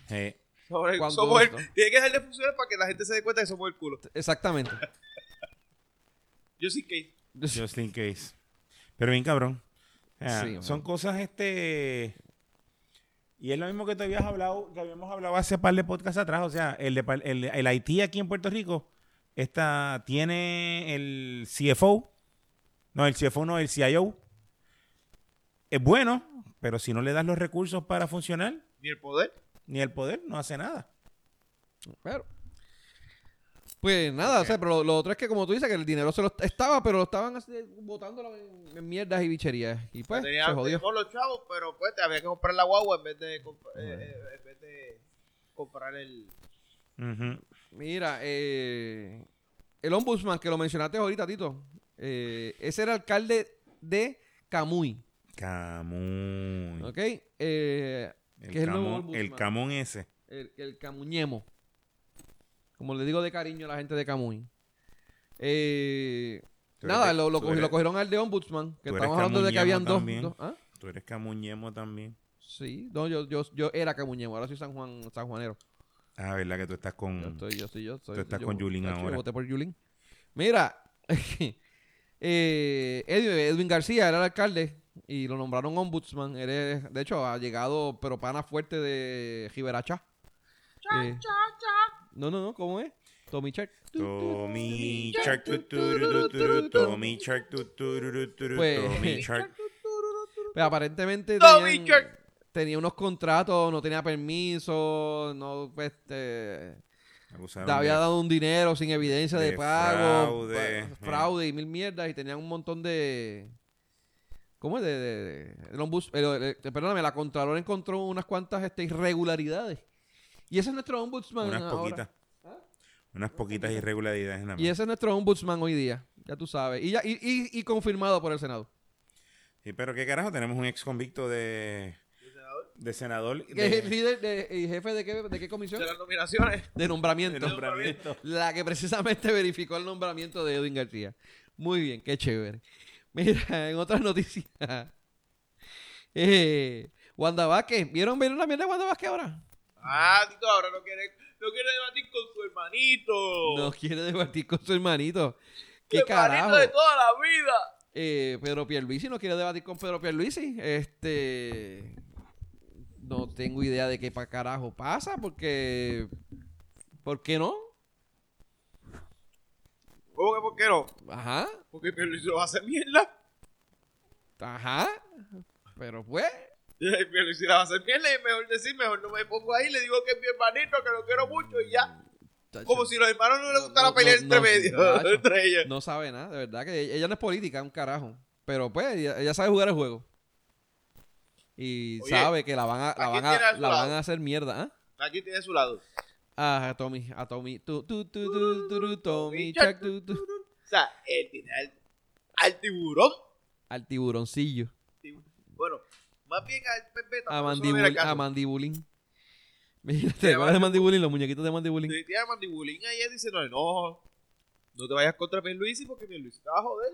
Speaker 4: Sí.
Speaker 3: sobre-
Speaker 2: Cuando-
Speaker 3: somos el-
Speaker 2: ¿no?
Speaker 3: Tiene que dejarle funcionar para que la gente se dé cuenta que somos el culo.
Speaker 2: exactamente.
Speaker 3: Yo sí que
Speaker 4: Just in case. Pero bien cabrón. O sea,
Speaker 2: Sí,
Speaker 4: son
Speaker 2: man.
Speaker 4: cosas este. Y es lo mismo que te habías hablado, que habíamos hablado hace par de podcasts atrás. O sea, el, de par- el, el IT aquí en Puerto Rico está, tiene el CFO. No, el CFO no, el CIO. Es bueno, pero si no le das los recursos para funcionar,
Speaker 3: ni el poder.
Speaker 4: ni el poder, no hace nada.
Speaker 2: Pero. Pues nada, o sea, pero lo, lo otro es que como tú dices, que el dinero se lo estaba, pero lo estaban así, botándolo en, en mierdas y bicherías. Y pues,
Speaker 3: Tenía-
Speaker 2: se jodió.
Speaker 3: teníamos los chavos, pero pues te había que comprar la guagua en vez de, comp- eh, eh, en vez de comprar el.
Speaker 4: Ujú.
Speaker 2: Mira, eh, el ombudsman que lo mencionaste ahorita, Tito, eh, ese era alcalde de Camuy,
Speaker 4: Camuy.
Speaker 2: ¿ok? Eh,
Speaker 4: El,
Speaker 2: que es el nuevo
Speaker 4: camón, el
Speaker 2: ombudsman.
Speaker 4: camón ese.
Speaker 2: el, el Camuñemo. Como le digo de cariño a la gente de Camuy. Eh,
Speaker 4: Tú eres
Speaker 2: nada,
Speaker 4: de-
Speaker 2: lo, lo
Speaker 4: tú
Speaker 2: cogi-
Speaker 4: eres-
Speaker 2: lo cogieron al de ombudsman, que
Speaker 4: tú eres
Speaker 2: estamos hablando de que
Speaker 4: Camuñemo
Speaker 2: habían dos.
Speaker 4: también.
Speaker 2: dos- ¿ah?
Speaker 4: Tú eres camuñemo también.
Speaker 2: Sí, no, yo, yo, yo era Camuñemo, ahora soy San Juan, San Juanero.
Speaker 4: Ah, verdad que tú estás con.
Speaker 2: Yo estoy, yo estoy, yo estoy.
Speaker 4: Tú estás
Speaker 2: yo-
Speaker 4: con Yulín
Speaker 2: yo
Speaker 4: ahora.
Speaker 2: voté por Yulín. Mira, eh, Edwin, Edwin García era el alcalde y lo nombraron ombudsman. Él es- de hecho, ha llegado, pero pana fuerte de Giberachá. Eh, No, no, no, ¿cómo es? Tommy Check.
Speaker 4: Tommy Shark, tu, tururu, turu, Tommy Shark, tu, tururu, turu,
Speaker 2: Pues-
Speaker 4: Tommy Shark.
Speaker 2: Pero Pues aparentemente
Speaker 3: Tommy
Speaker 2: tenían-
Speaker 3: Check.
Speaker 2: tenía unos contratos, no tenía permiso, no, pues, este,
Speaker 4: Abusaron
Speaker 2: Te había
Speaker 4: de-
Speaker 2: dado un dinero sin evidencia de,
Speaker 4: de
Speaker 2: pago,
Speaker 4: fraude,
Speaker 2: pa-
Speaker 4: eh.
Speaker 2: fraude y mil mierdas y tenían un montón de ¿cómo es? De, de- de- eh, el ombus- el- el- el- perdóname, la contralora encontró unas cuantas este, irregularidades. Y ese es nuestro ombudsman
Speaker 4: unas
Speaker 2: ahora.
Speaker 4: poquitas. Unas poquitas irregularidades nada
Speaker 2: Y
Speaker 4: más.
Speaker 2: ese es nuestro ombudsman hoy día, ya tú sabes. Y ya y, y- y confirmado por el Senado.
Speaker 4: Sí, pero qué carajo, tenemos un ex convicto de. De senador.
Speaker 2: Que es el
Speaker 4: de-
Speaker 2: líder de- y jefe de qué, de qué comisión?
Speaker 3: De las nominaciones.
Speaker 2: De
Speaker 4: de
Speaker 2: nombramiento.
Speaker 4: nombramiento.
Speaker 2: La que precisamente verificó el nombramiento de Edwin García. Muy bien, qué chévere. Mira, en otras noticias. Eh, Wanda Vázquez. ¿Vieron, ¿Vieron la mierda de Wanda Vázquez ahora?
Speaker 3: Ah, Tito, ahora no quiere, no quiere debatir con su hermanito.
Speaker 2: No quiere debatir con su hermanito.
Speaker 3: Su
Speaker 2: ¿Qué carajo?
Speaker 3: hermanito de toda la vida.
Speaker 2: Eh, Pedro Pierluisi no quiere debatir con Pedro Pierluisi. Este... No tengo idea de qué pa carajo pasa porque... ¿Por qué no?
Speaker 3: ¿Cómo que por qué no?
Speaker 2: Ajá.
Speaker 3: Porque Pierluisi lo hace mierda.
Speaker 2: Ajá. Pero pues...
Speaker 3: Pierluisi la va a hacer mierda y es mejor decir, mejor no me pongo ahí. Le digo que es mi hermanito, que lo quiero mucho y ya. Como si los hermanos no
Speaker 2: Ah,
Speaker 3: les
Speaker 2: No,
Speaker 3: gustara
Speaker 2: no,
Speaker 3: pelear
Speaker 2: no,
Speaker 3: entre
Speaker 2: no,
Speaker 3: medio.
Speaker 2: macho.
Speaker 3: entre ellos.
Speaker 2: No sabe nada, de verdad que ella, ella no es política, un carajo. Pero pues, ella, ella sabe jugar el juego. Y
Speaker 3: Oye,
Speaker 2: sabe que la van a, la
Speaker 3: quién
Speaker 2: van a,
Speaker 3: tiene a su
Speaker 2: la
Speaker 3: lado?
Speaker 2: van a hacer mierda, ¿ah?
Speaker 3: Aquí tiene su lado.
Speaker 2: Ah, a Tommy, a Tommy. Tu, tu, tu, tu, tu, tu, Tommy,
Speaker 3: Chuck,
Speaker 2: Chuck, tu, tu.
Speaker 3: O sea, él tiene al, al tiburón.
Speaker 2: Al tiburoncillo.
Speaker 3: Tibu- Bueno, Más bien a Pez Beta.
Speaker 2: A,
Speaker 3: pero eso no viene al
Speaker 2: mandibulín,
Speaker 3: caso.
Speaker 2: a mandibulín. Mira,
Speaker 3: Sí,
Speaker 2: ¿te acuerdas
Speaker 3: vale.
Speaker 2: de mandibulín? Los muñequitos de mandibulín.
Speaker 3: Te tiran a mandibulín ahí diciendo, no, no te vayas contra Pierluisi porque Pierluisi te va a joder.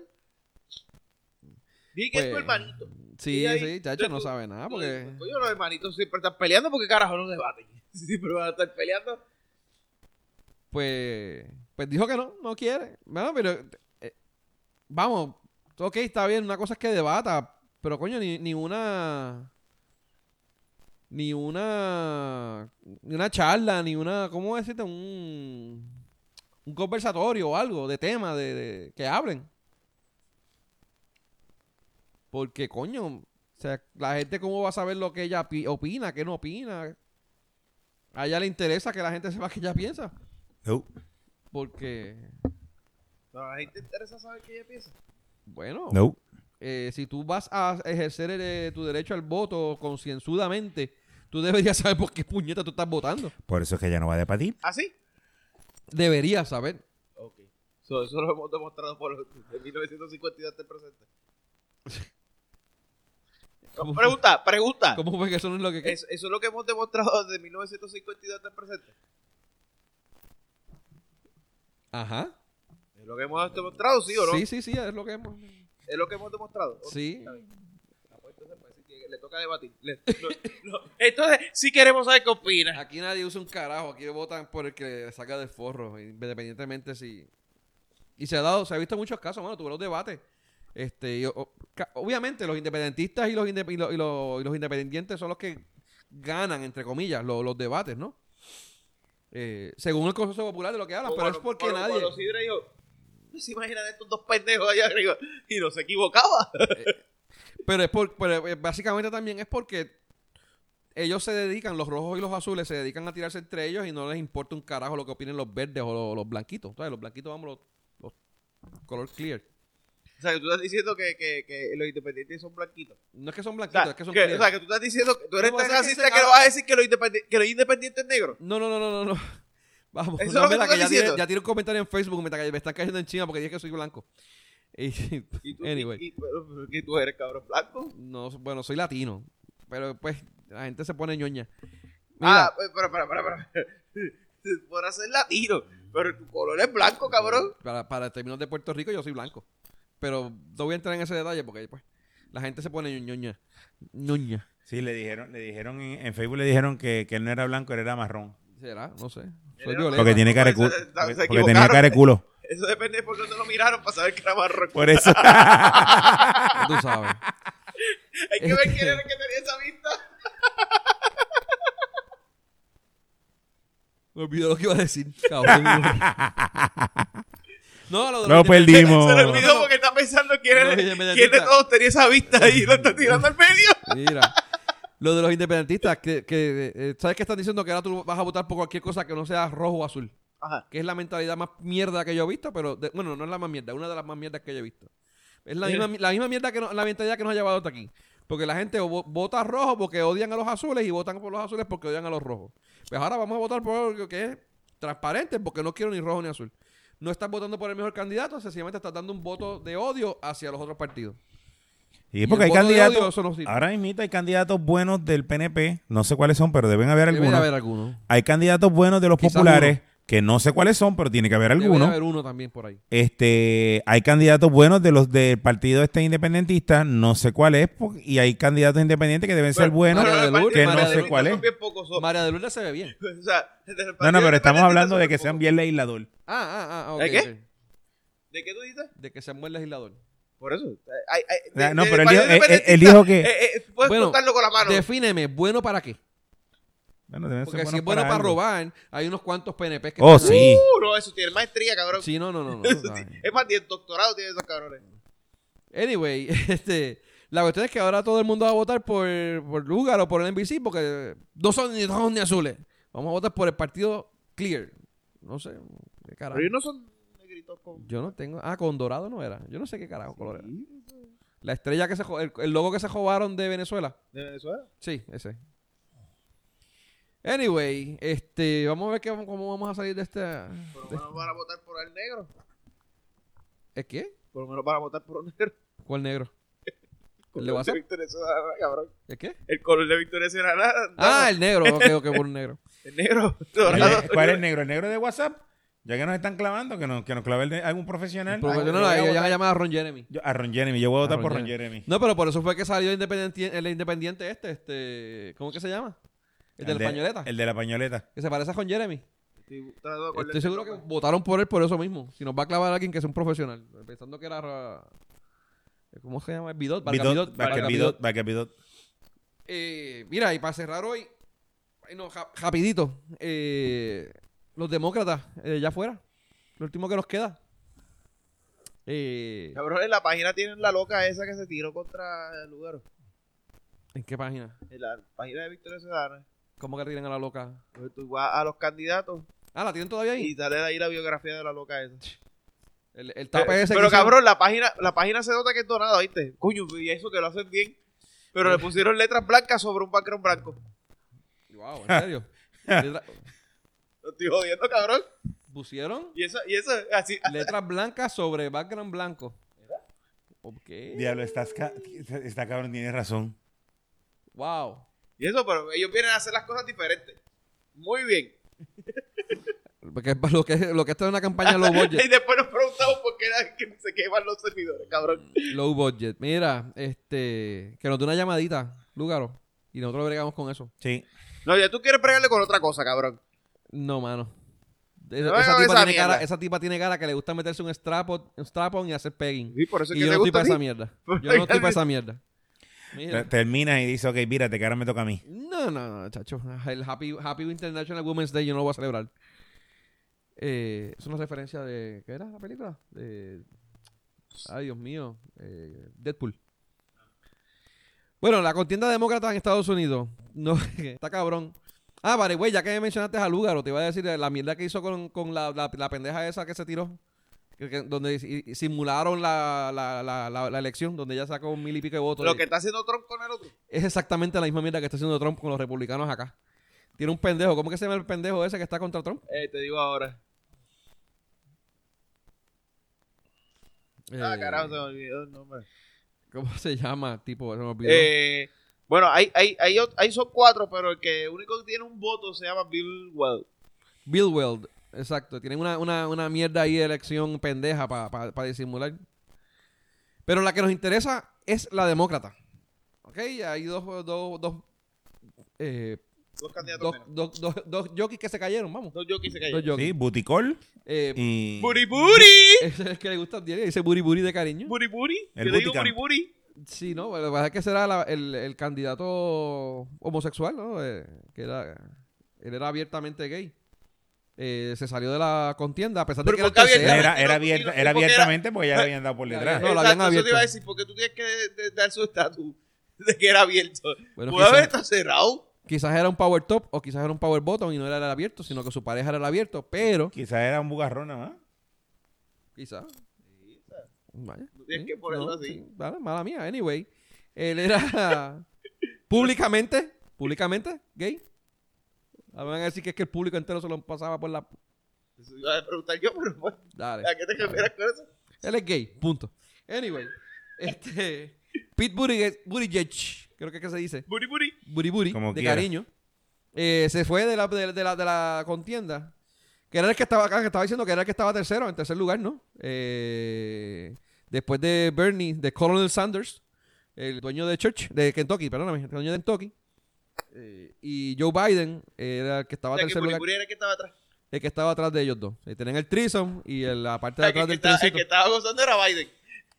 Speaker 3: Di que es tu
Speaker 2: Pues,
Speaker 3: hermanito.
Speaker 2: Sí,
Speaker 3: y ahí-
Speaker 2: sí, chacho, no
Speaker 3: tú-
Speaker 2: sabe nada porque...
Speaker 3: Coño, los hermanitos siempre están peleando porque carajo no debaten. Siempre van a estar peleando.
Speaker 2: pues, pues dijo que no, no quiere. Bueno, pero eh, vamos, ok, está bien, una cosa es que debata, pero coño, ni, ni una ni una ni una charla, ni una, ¿cómo decirte? Un, un conversatorio o algo de tema de, de- que hablen. Porque coño, o sea, la gente cómo va a saber lo que ella pi- opina, qué no opina. A ella le interesa que la gente sepa qué ella piensa.
Speaker 4: No.
Speaker 2: Porque,
Speaker 3: Pero a la gente interesa saber qué ella piensa.
Speaker 2: bueno,
Speaker 4: No.
Speaker 2: eh, si tú vas a ejercer eh, tu derecho al voto concienzudamente, tú deberías saber por qué puñeta tú estás votando.
Speaker 4: Por eso es que ella no va de para ti.
Speaker 3: ¿Ah, sí?
Speaker 2: Deberías saber.
Speaker 3: Ok. So, eso lo hemos demostrado por los, de 1952 hasta el presente. No, pregunta, pregunta.
Speaker 2: ¿Cómo fue que eso no es lo que...
Speaker 3: ¿Es- ¿Eso es lo que hemos demostrado desde 1952 hasta el presente?
Speaker 2: Ajá.
Speaker 3: ¿Es lo que hemos demostrado, sí o no?
Speaker 2: Sí, sí, sí, es lo que hemos...
Speaker 3: ¿Es lo que hemos demostrado? Ok.
Speaker 2: Sí.
Speaker 3: Ah, pues entonces parece que le toca debatir. Le- no, no. Entonces, sí queremos saber qué opina.
Speaker 2: Aquí nadie usa un carajo, aquí votan por el que le saca del forro, independientemente si... Y se ha dado, se ha visto muchos casos, bueno, tuve los debates. Este, y o- o- ca- obviamente los independentistas y los, inde- y lo- y lo- y los independientes son los que ganan, entre comillas, lo- los debates, ¿no? Eh, según el Consejo Popular de lo que hablan, Ah, pero es porque nadie...
Speaker 3: Los dijo, no se imaginan estos dos pendejos allá arriba. Y no se equivocaba.
Speaker 2: Pero es por, pero eh, básicamente también es porque ellos se dedican, los rojos y los azules se dedican a tirarse entre ellos y no les importa un carajo lo que opinen los verdes o lo- los, blanquitos. ¿sabes? Los blanquitos, vamos, los, los color clear.
Speaker 3: O sea, que tú estás diciendo que, que, que los independientes son blanquitos.
Speaker 2: No es que son
Speaker 3: O
Speaker 2: blanquitos,
Speaker 3: sea,
Speaker 2: es que
Speaker 3: que,
Speaker 2: son
Speaker 3: o
Speaker 2: clear.
Speaker 3: sea, que tú estás diciendo que tú eres
Speaker 2: No,
Speaker 3: tan
Speaker 2: o sea, que
Speaker 3: racista
Speaker 2: se-
Speaker 3: que, no vas a decir que los independientes, que los independientes negros.
Speaker 2: No, no, no, no, no, no. Vamos,
Speaker 3: Eso es
Speaker 2: no,
Speaker 3: lo que
Speaker 2: mira,
Speaker 3: tú
Speaker 2: que
Speaker 3: estás
Speaker 2: ya, tiene,
Speaker 3: diciendo.
Speaker 2: ya tiene un comentario en Facebook, me, está- me están cayendo en China porque dije que soy blanco. Y-
Speaker 3: Y tú,
Speaker 2: anyway.
Speaker 3: y- y- pero- pero que tú eres cabrón blanco.
Speaker 2: no, bueno, soy latino. Pero pues la gente se pone ñoña.
Speaker 3: Ah, pues, pero, pero, pero, pero. Podrás ser latino, pero tu color es blanco, cabrón.
Speaker 2: Para, para términos de Puerto Rico, yo soy blanco. Pero no voy a entrar en ese detalle porque pues, la gente se pone ñoña. ñoña.
Speaker 4: Sí, le dijeron, le dijeron en, en Facebook le dijeron que, que él no era blanco, él era marrón.
Speaker 2: ¿Será? No sé. Soy
Speaker 3: Era-
Speaker 2: violento.
Speaker 4: Porque tiene cara de culo.
Speaker 3: Se- se- se
Speaker 4: Porque, porque
Speaker 3: equivocaron.
Speaker 4: tenía cara de culo.
Speaker 3: Eso depende de por dónde lo miraron para saber que era marrón.
Speaker 4: Por eso.
Speaker 2: Tú sabes.
Speaker 3: Hay que ver quién era el que tenía esa vista.
Speaker 2: Me olvidó lo que iba a decir. Cabrón. no, lo de
Speaker 4: Lo
Speaker 2: los
Speaker 4: perdimos.
Speaker 3: Se lo
Speaker 2: olvidó.
Speaker 3: olvidó porque está pensando quién,
Speaker 2: No,
Speaker 3: era-
Speaker 2: independientista.
Speaker 3: quién de todos tenía esa vista y lo está tirando al medio.
Speaker 2: independentistas- Mira. Lo de los independentistas, que, que, eh, ¿sabes qué están diciendo? Que ahora tú vas a votar por cualquier cosa que no sea rojo o azul.
Speaker 3: Ajá.
Speaker 2: que es la mentalidad más mierda que yo he visto, pero de- bueno, no es la más mierda, una de las más mierdas que yo he visto. Es la,
Speaker 3: Sí.
Speaker 2: misma, la misma mierda que no- la mentalidad que nos ha llevado hasta aquí. Porque la gente o vo- vota rojo porque odian a los azules y votan por los azules porque odian a los rojos. Pues ahora vamos a votar por algo que es transparente porque no quiero ni rojo ni azul. No estás votando por el mejor candidato, sencillamente estás dando un voto de odio hacia los otros partidos.
Speaker 4: Y porque hay
Speaker 2: el voto de
Speaker 4: candidatos.
Speaker 2: odio, eso no sirve.
Speaker 4: ahora mismo hay candidatos buenos del PNP. No sé cuáles son, pero deben haber
Speaker 2: Debe de
Speaker 4: algunos.
Speaker 2: haber alguno.
Speaker 4: Hay candidatos buenos de los
Speaker 2: Quizás
Speaker 4: populares. Que no sé cuáles son, pero tiene que haber
Speaker 2: Debe de
Speaker 4: algunos.
Speaker 2: haber uno también por ahí.
Speaker 4: Este, hay candidatos buenos de los del partido este independentista, no sé cuál es, po- y hay candidatos independientes que deben ser buenos.
Speaker 2: María de Lourdes,
Speaker 4: que
Speaker 2: María
Speaker 4: no
Speaker 2: de
Speaker 4: sé
Speaker 2: Lourdes
Speaker 4: cuál es.
Speaker 3: Son bien pocos, son.
Speaker 2: María de Lourdes se ve bien.
Speaker 3: O sea, del
Speaker 4: No, no,
Speaker 3: partido
Speaker 4: pero estamos
Speaker 3: independiente
Speaker 4: hablando
Speaker 3: son
Speaker 4: de
Speaker 3: bien
Speaker 4: que sean
Speaker 3: pocos.
Speaker 4: bien legislador.
Speaker 2: Ah, ah, ah. ok,
Speaker 3: ¿De qué?
Speaker 2: ok.
Speaker 3: ¿De qué tú dices?
Speaker 2: De que sea un buen legislador.
Speaker 3: Por eso. Ay, ay,
Speaker 4: O sea,
Speaker 3: de-
Speaker 4: Ah, no,
Speaker 3: de-
Speaker 4: pero él
Speaker 3: para
Speaker 4: dijo, él-
Speaker 3: el
Speaker 4: él- él
Speaker 3: independentista,
Speaker 4: dijo que.
Speaker 3: eh, eh, puedes
Speaker 2: Bueno,
Speaker 3: cortarlo con la mano.
Speaker 2: Defíneme, ¿bueno para qué?
Speaker 4: bueno, deben ser
Speaker 2: Porque si
Speaker 4: buenos
Speaker 2: es bueno para,
Speaker 4: algo.
Speaker 2: robar, hay unos cuantos PNP que...
Speaker 4: Oh,
Speaker 2: están
Speaker 4: sí.
Speaker 3: Uh, no, eso tiene maestría, cabrón.
Speaker 2: ahí. Sí, no, no, no. no, no.
Speaker 3: Es más, ni el doctorado tiene esos cabrones.
Speaker 2: anyway, este, la cuestión es que ahora todo el mundo va a votar por, por Lugar o por el NBC porque no son ni rojos ni azules. Vamos a votar por el partido Clear. No sé, qué carajo.
Speaker 3: Pero ellos no son negritos con.
Speaker 2: Yo no tengo... Ah, con dorado no era. Yo no sé qué carajo color era.
Speaker 3: pues.
Speaker 2: La estrella que se... jo- El, el logo que se robaron de Venezuela.
Speaker 3: ¿De Venezuela?
Speaker 2: Sí, ese. Anyway, este, vamos a ver qué, cómo vamos a salir de esta...
Speaker 3: Por lo menos van a votar por el negro.
Speaker 2: ¿Es qué?
Speaker 3: Por lo menos van a votar por un negro.
Speaker 2: ¿Cuál negro? ¿Le vas a-
Speaker 3: de Victoria Ciudadana, cabrón.
Speaker 2: ¿El qué?
Speaker 3: El color de Victoria Ciudadana.
Speaker 2: Ah, el negro. Ok, ok, por un negro.
Speaker 3: el negro.
Speaker 4: ¿Cuál
Speaker 3: dorado.
Speaker 4: es- Eh, ¿Cuál es el negro? ¿El negro de WhatsApp? Ya que nos están clavando, que nos, que nos clave el de- algún profesional.
Speaker 2: Porque no,
Speaker 4: Yo
Speaker 2: no,
Speaker 4: voy a
Speaker 2: ellos ya
Speaker 4: votar-
Speaker 2: han llamado a Ron Jeremy.
Speaker 4: yo- a Ron Jeremy, yo voy a votar
Speaker 2: A
Speaker 4: por
Speaker 2: Ron
Speaker 4: Ron Jeremy.
Speaker 2: No, pero por eso fue que salió independiente, el independiente este, este, ¿cómo que se llama? El, de la pañoleta.
Speaker 4: El de la pañoleta.
Speaker 2: Que se parece a Ron Jeremy.
Speaker 3: Estoy tratando de acordar
Speaker 2: Estoy seguro que
Speaker 3: el nombre.
Speaker 2: votaron por él por eso mismo. Si nos va a clavar alguien que es un profesional. Pensando que era... ra- ¿Cómo se llama? Bidot. Vargas
Speaker 4: Bidot,
Speaker 2: Bidot,
Speaker 4: Vargas
Speaker 2: Vargas
Speaker 4: Bidot,
Speaker 2: Bidot.
Speaker 4: Vargas Bidot.
Speaker 2: Eh, mira, y para cerrar hoy, ay, no, ja- rapidito, eh, los demócratas, eh, ya fuera, lo último que nos queda. Eh,
Speaker 3: Cabrón, en la página tienen la loca esa que se tiró contra el lugar.
Speaker 2: ¿En qué página?
Speaker 3: En la página de Victoria Ciudadana.
Speaker 2: ¿Cómo que tiran a la loca?
Speaker 3: Entonces Pues tú vas a los candidatos
Speaker 2: Ah, ¿la tienen todavía
Speaker 3: y
Speaker 2: ahí?
Speaker 3: sale ahí la biografía de la loca esa. Eh,
Speaker 2: El, el
Speaker 3: Pero,
Speaker 2: tape ese que
Speaker 3: pero,
Speaker 2: hizo-
Speaker 3: cabrón, la página, la página se nota que es donada, ¿viste? Coño, y eso que lo hacen bien. Pero
Speaker 2: Eh.
Speaker 3: le pusieron letras blancas sobre un background blanco.
Speaker 2: Wow, en serio. Letra-
Speaker 3: Lo estoy jodiendo, cabrón.
Speaker 2: Pusieron
Speaker 3: Y eso, y eso, así.
Speaker 2: letras blancas sobre background blanco. Ok.
Speaker 4: Diablo, estás ca- está cabrón, tienes razón.
Speaker 2: Wow.
Speaker 3: Y eso, pero ellos vienen a hacer las cosas diferentes. Muy bien.
Speaker 2: Porque es pa- lo que, lo que esto es una campaña low budget.
Speaker 3: Y después nos preguntamos por qué era que se queman los servidores, cabrón.
Speaker 2: Low budget. Mira, este, que nos dé una llamadita, Lúgaro. Y nosotros bregamos con eso.
Speaker 4: Sí.
Speaker 3: No, ya tú quieres pregarle con otra cosa, cabrón.
Speaker 2: No, mano. Es-
Speaker 3: No me
Speaker 2: E-, esa, tipa
Speaker 3: hagas esa
Speaker 2: tiene cara,
Speaker 3: mierda.
Speaker 2: esa tipa tiene cara que le gusta meterse un strap-on strap y hacer pegging.
Speaker 3: Sí, por eso es
Speaker 2: y
Speaker 3: que
Speaker 2: yo
Speaker 3: te
Speaker 2: no estoy
Speaker 3: gusta a
Speaker 2: para esa
Speaker 3: ti.
Speaker 2: mierda.
Speaker 3: Por
Speaker 2: Yo no estoy
Speaker 3: pegarle.
Speaker 2: para esa mierda. Mira.
Speaker 4: Terminas y dices, ok, mírate, que ahora me toca a mí.
Speaker 2: No, no, no, chacho. El Happy, Happy International Women's Day yo no lo voy a celebrar. Eh, es una referencia de... ¿Qué era la película? De, ay, Dios mío. eh, Deadpool. Bueno, la contienda demócrata en Estados Unidos. No, está cabrón. Ah, vale, güey, ya que mencionaste a Lúgaro, te iba a decir la mierda que hizo con, con la, la- la pendeja esa que se tiró. que- que- donde i- simularon la, la- la- la- la elección, donde ella sacó un mil y pico de votos.
Speaker 3: Lo que está haciendo Trump con el otro.
Speaker 2: Es exactamente la misma mierda que está haciendo Trump con los republicanos acá. Tiene un pendejo. ¿Cómo que se llama el pendejo ese que está contra Trump?
Speaker 3: Eh, te digo ahora. Ah,
Speaker 2: Eh,
Speaker 3: carajo, se me olvidó el nombre.
Speaker 2: ¿Cómo se llama? Tipo, se me olvidó.
Speaker 3: Eh, bueno, hay, hay, hay, ot- hay son cuatro, pero el que único que tiene un voto se llama Bill Weld.
Speaker 2: Bill Weld. Exacto. Tienen una, una, una mierda ahí de elección pendeja para disimular. Pero la que nos interesa es la demócrata. ¿Ok? Hay dos, dos, dos, eh,
Speaker 3: Dos candidatos
Speaker 2: dos,
Speaker 3: menos.
Speaker 2: dos, dos, dos jockeys que se cayeron, vamos.
Speaker 3: Dos jockeys se
Speaker 2: Dos
Speaker 3: cayeron.
Speaker 2: jockeys.
Speaker 4: Sí, Buticol
Speaker 2: Eh,
Speaker 4: y...
Speaker 3: ¡Buri buri!
Speaker 2: ese es el que le gusta, dice buri buri de cariño.
Speaker 3: ¡Buri buri! Yo
Speaker 4: El
Speaker 3: le digo
Speaker 4: Booty
Speaker 3: buri
Speaker 4: Camp.
Speaker 3: buri.
Speaker 2: Sí, no, Bueno, lo que pasa es que será la- el, el candidato homosexual, ¿no? Eh, que era, él era abiertamente gay. Eh, se salió de la contienda, a pesar de
Speaker 3: Pero
Speaker 2: que era
Speaker 3: ¿por qué
Speaker 2: el tercero.
Speaker 3: abiertamente?
Speaker 4: Era, era, abierta- era
Speaker 3: Porque era-
Speaker 4: abiertamente porque ya le habían dado por detrás.
Speaker 2: No, lo habían
Speaker 3: Exacto, Eso
Speaker 2: abierto.
Speaker 3: te iba a decir, porque tú tienes que de- de- dar su estatus de que era abierto.
Speaker 2: Bueno,
Speaker 3: Puede haber
Speaker 2: quizás,
Speaker 3: estado cerrado.
Speaker 2: quizás era un power top o quizás era un power bottom y no era el abierto, sino que su pareja era el abierto, pero
Speaker 4: Quizás era un bugarrón nada más.
Speaker 2: quizás. Vaya,
Speaker 3: tienes que ponerlo así.
Speaker 2: vale, mala mía, anyway. Él era públicamente, públicamente gay. Ah, me Van a decir que es que el público entero se lo pasaba por la...
Speaker 3: Eso iba a preguntar yo, pero bueno,
Speaker 2: Dale.
Speaker 3: ¿a qué te refieres con eso?
Speaker 2: Él es gay, punto. Anyway, este. Pete Buttigieg, Buttigieg, creo que es que se dice.
Speaker 3: Buri buri.
Speaker 2: Buri Buri,
Speaker 4: Como
Speaker 2: de
Speaker 4: quiera.
Speaker 2: cariño. eh, se fue de la, de, de la, de la contienda. Que era el que estaba acá, que estaba diciendo que era el que estaba tercero, en tercer lugar, ¿no? Eh, después de Bernie, de Colonel Sanders, el dueño de Church, de Kentucky, perdóname, el dueño de Kentucky. Eh, y Joe Biden eh, era el que estaba
Speaker 3: O sea, que
Speaker 2: tercer
Speaker 3: buri
Speaker 2: lugar,
Speaker 3: buri era el que estaba atrás.
Speaker 2: el que estaba atrás de ellos dos. Eh, tenían el trisom y el- la parte
Speaker 3: O
Speaker 2: de
Speaker 3: sea, que
Speaker 2: atrás
Speaker 3: Ah, el que
Speaker 2: del
Speaker 3: estaba- el
Speaker 2: tricito.
Speaker 3: que estaba gozando era Biden.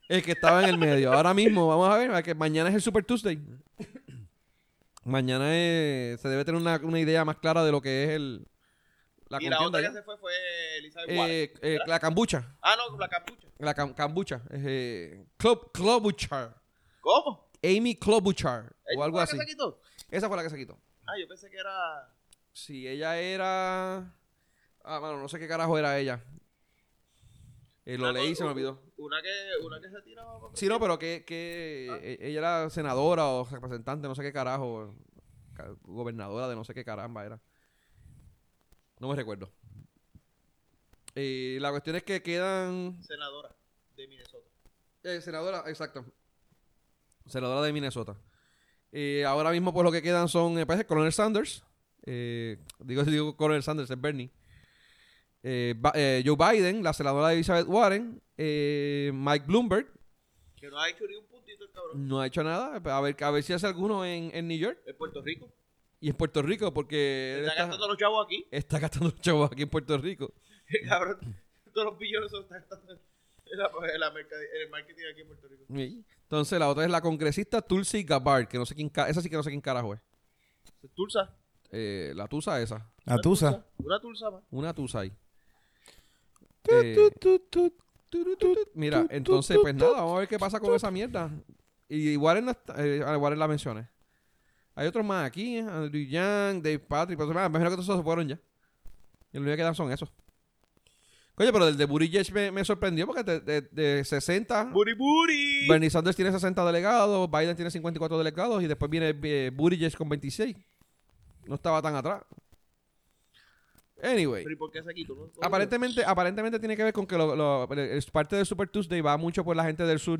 Speaker 2: El que estaba en el medio. Ahora mismo, vamos a ver, a que mañana es el Super Tuesday. Mañana es- se debe tener una, una idea más clara de lo que es el, la
Speaker 3: y la
Speaker 2: contienda.
Speaker 3: otra que
Speaker 2: ya.
Speaker 3: se fue fue Elizabeth Warren.
Speaker 2: Eh, eh, la cambucha.
Speaker 3: Ah, no, la capucha.
Speaker 2: La cam- cambucha. Eh, Club, Klobuchar.
Speaker 3: ¿Cómo?
Speaker 2: Amy Klobuchar. O
Speaker 3: ¿Ella
Speaker 2: algo
Speaker 3: fue la
Speaker 2: así.
Speaker 3: que se quitó?
Speaker 2: Esa fue la que se quitó.
Speaker 3: Ah, yo pensé que era.
Speaker 2: Sí, ella era... Ah, mano, no sé qué carajo era ella. Eh, lo
Speaker 3: Ah,
Speaker 2: leí y
Speaker 3: no,
Speaker 2: se me olvidó.
Speaker 3: Una que, una que se tiraba.
Speaker 2: Sí, no, pero que, que e- ella era senadora o representante, no sé qué carajo, ca- gobernadora de no sé qué caramba era. No me recuerdo. Eh, la cuestión es que quedan...
Speaker 3: Senadora de Minnesota.
Speaker 2: eh, senadora, exacto. senadora de Minnesota. Eh, ahora mismo, pues lo que quedan son eh, pues, el Coronel Sanders. eh, digo, digo Coronel Sanders, es Bernie. Eh, Ba- eh, Joe Biden, la senadora de Elizabeth Warren. eh, Mike Bloomberg.
Speaker 3: Que no ha hecho ni un puntito el cabrón.
Speaker 2: No ha hecho nada. A ver, a ver si hace alguno en, en New York
Speaker 3: En Puerto Rico.
Speaker 2: y en Puerto Rico, porque él
Speaker 3: Está gastando los chavos aquí.
Speaker 2: está gastando chavos aquí en Puerto Rico.
Speaker 3: El cabrón. Todos los billones son están gastando en, la- en la mercad- en el marketing aquí en Puerto Rico.
Speaker 2: Sí. Entonces, la otra es la congresista Tulsi Gabbard, que no sé quién, ca- esa sí que no sé quién carajo es.
Speaker 3: Tulsa.
Speaker 2: Eh, la tusa esa.
Speaker 4: La
Speaker 3: Una
Speaker 4: tusa.
Speaker 3: Una tulsa más.
Speaker 2: Una tusa ahí.
Speaker 4: Tu,
Speaker 2: Eh,
Speaker 4: tu, tu, tu, tu, tu, tu,
Speaker 2: Mira,
Speaker 4: tu, tu,
Speaker 2: entonces,
Speaker 4: tu,
Speaker 2: pues
Speaker 4: tu.
Speaker 2: nada, vamos a ver qué pasa con esa mierda. Y Warren, no está- eh, ah, Warren la mencioné. Hay otros más aquí, eh, Andrew Yang, Dave Patrick, pero ah, me imagino que todos se fueron ya. Y lo único que quedan son esos. Coño, pero el de Buttigieg me, me sorprendió porque de, de- de 60,
Speaker 3: Buri buri.
Speaker 2: Bernie Sanders tiene 60 delegados, Biden tiene 54 delegados y después viene eh, Buttigieg con 26. No estaba tan atrás. Anyway.
Speaker 3: Pero ¿y por qué se quitó? No?
Speaker 2: Aparentemente, aparentemente tiene que ver con que lo- lo- es parte del Super Tuesday va mucho por la gente del sur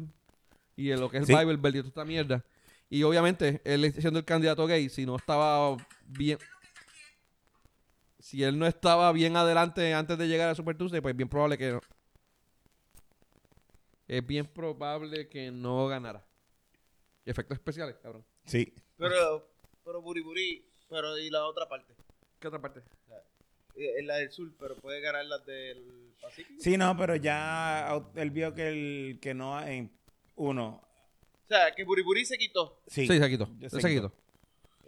Speaker 2: y en lo que es
Speaker 4: Sí.
Speaker 2: el Bible Belt y toda esta mierda. Y obviamente, él siendo el candidato gay, si no estaba bien. Si él no estaba bien adelante antes de llegar al Super Tuesday, pues bien probable que no. Es bien probable que no ganara. Efectos especiales, cabrón.
Speaker 4: Sí.
Speaker 3: Pero, pero buri buri. Pero y la otra parte.
Speaker 2: ¿Qué otra parte?
Speaker 3: Eh, Es la del sur, pero puede ganar las del Pacífico.
Speaker 4: Sí, no, pero ya au- él vio que el que no en uno.
Speaker 3: O sea, que buri buri se quitó.
Speaker 4: Sí.
Speaker 2: Sí, se quitó.
Speaker 4: Ya
Speaker 2: Se quitó.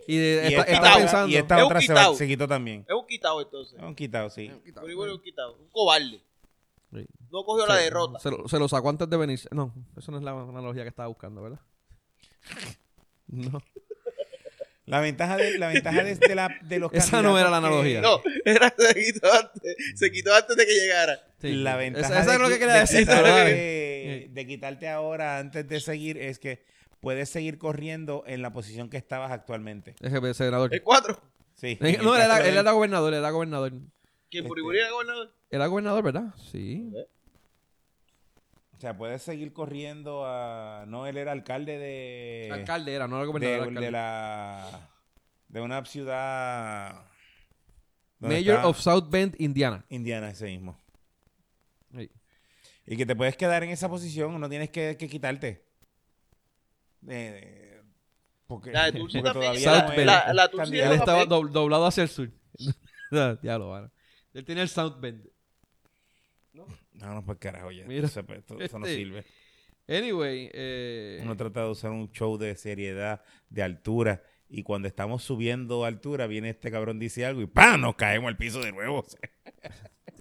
Speaker 2: Y eh, está,
Speaker 4: Y esta
Speaker 2: está
Speaker 4: otra-
Speaker 2: pensando.
Speaker 4: Y esta
Speaker 3: Es un
Speaker 4: otra se,
Speaker 3: quitao.
Speaker 4: va- se quitó también.
Speaker 3: Es un quitado entonces.
Speaker 4: Es un quitado, sí.
Speaker 3: Buri buri es un quitado. Un cobarde.
Speaker 2: Sí.
Speaker 3: No cogió la derrota.
Speaker 2: Se lo, se lo sacó antes de venirse. No, eso no es la analogía que estaba buscando, ¿verdad? No.
Speaker 4: La ventaja de, la ventaja de, de la- de los
Speaker 2: Esa no
Speaker 4: candidatos
Speaker 2: era la
Speaker 4: que-
Speaker 2: analogía.
Speaker 3: No, era, se quitó antes. Se quitó antes de que llegara.
Speaker 2: Sí.
Speaker 4: La ventaja
Speaker 2: Esa, esa
Speaker 4: de
Speaker 2: es lo que
Speaker 4: qui-
Speaker 2: quería
Speaker 4: de
Speaker 2: decir.
Speaker 4: quitarte-
Speaker 2: pero dale.
Speaker 4: de, quitarte ahora antes de seguir es que puedes seguir corriendo en la posición que estabas actualmente.
Speaker 2: Es el senador.
Speaker 3: El 4.
Speaker 4: Sí.
Speaker 2: Eh,
Speaker 4: En
Speaker 2: No,
Speaker 4: el
Speaker 2: él
Speaker 4: caso
Speaker 2: era,
Speaker 4: de
Speaker 2: él era gobernador, era gobernador.
Speaker 3: Que
Speaker 4: Este-
Speaker 3: Buri Buri era gobernador.
Speaker 2: Era gobernador, ¿verdad? Sí.
Speaker 4: O sea, puedes seguir corriendo a... No, él era alcalde de...
Speaker 2: alcalde era, no era
Speaker 4: de,
Speaker 2: gobernador. era
Speaker 4: de
Speaker 2: alcalde.
Speaker 4: la... De una ciudad... donde
Speaker 2: Mayor
Speaker 4: está
Speaker 2: of South Bend, Indiana.
Speaker 4: Indiana, ese mismo.
Speaker 2: Sí.
Speaker 4: Y que te puedes quedar en esa posición, no tienes que, que quitarte. Eh, porque,
Speaker 3: La de Tulsi
Speaker 4: porque
Speaker 3: también.
Speaker 4: todavía no
Speaker 2: South
Speaker 4: es
Speaker 3: La- la Tulsi
Speaker 4: candidato.
Speaker 2: Él
Speaker 3: Pero,
Speaker 2: estaba
Speaker 3: ok.
Speaker 2: do- doblado hacia el sur. Ah, Diablo, mano. Él tenía el South Bend.
Speaker 4: No, no, pues carajo ya.
Speaker 2: Mira.
Speaker 4: Eso, pues, esto- eso no
Speaker 2: Este.
Speaker 4: sirve.
Speaker 2: Anyway, eh,
Speaker 4: Uno trata de usar un show de seriedad, de altura. Y cuando estamos subiendo altura, viene este cabrón, dice algo y ¡pam! Nos caemos al piso de nuevo.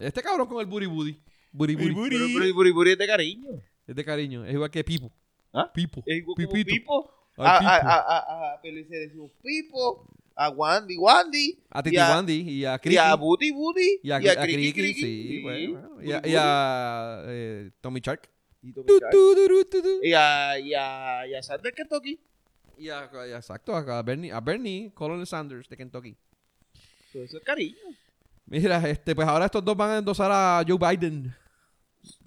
Speaker 2: este cabrón con el booty booty. Booty booty.
Speaker 4: booty.
Speaker 3: Pero Buri Buri Buri es de cariño.
Speaker 2: Es de cariño. Es igual que Pipo.
Speaker 3: ¿Ah?
Speaker 2: Pipo.
Speaker 3: Es igual como
Speaker 2: Pipito.
Speaker 3: Pipo.
Speaker 2: Ay,
Speaker 3: A,
Speaker 2: Pipo.
Speaker 3: a, a, a, a Felice decimos Pipo. A Wandy Wandy.
Speaker 2: A
Speaker 3: y
Speaker 2: Titi Wandy y a Criqui.
Speaker 3: Y a Booty Booty.
Speaker 2: Y a, a
Speaker 3: Criqui
Speaker 2: Criqui,
Speaker 3: Criqui.
Speaker 2: sí, bueno. Y a,
Speaker 3: Buri
Speaker 2: y a, eh, Tommy Shark. Eh.
Speaker 3: Buri.
Speaker 2: Tu, tu, du, du, tu, du.
Speaker 3: Y a, y a, y a Sander Kentucky.
Speaker 2: Y a, y a- exacto, a Bernie, a Bernie Colonel Sanders de Kentucky.
Speaker 3: Todo eso es cariño.
Speaker 2: Pues Mira, este, pues ahora estos dos van a endosar a Joe Biden.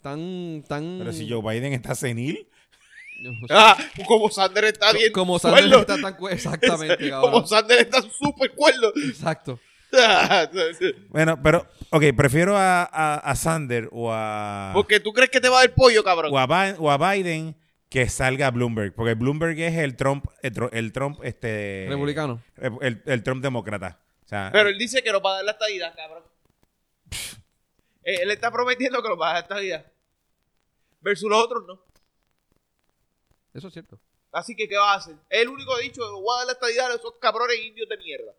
Speaker 2: Tan, tan...
Speaker 4: Pero si Joe Biden está senil,
Speaker 2: No sé.
Speaker 3: Ah, como Sander está bien.
Speaker 2: como
Speaker 3: cuerdo.
Speaker 2: Sanders está tan... cu- Exactamente, cabrón.
Speaker 3: Como Sander está súper cuerdo.
Speaker 2: Exacto.
Speaker 4: Bueno, pero, ok, prefiero a, a, a Sander o a,
Speaker 3: Porque tú crees que te va a dar pollo, cabrón.
Speaker 4: o a, Bi- o a Biden que salga Bloomberg, porque Bloomberg es el Trump, el, Tru- el Trump, este...
Speaker 2: Republicano.
Speaker 4: El, el Trump demócrata. O sea,
Speaker 3: Pero él dice que nos va a dar la estadidad, cabrón. Eh, él está prometiendo que nos va a dar la estadidad. Versus los otros no.
Speaker 2: Eso es cierto.
Speaker 3: Así que, ¿qué va a hacer? Es el único dicho, voy a dar la estadidad a esos cabrones indios de mierda.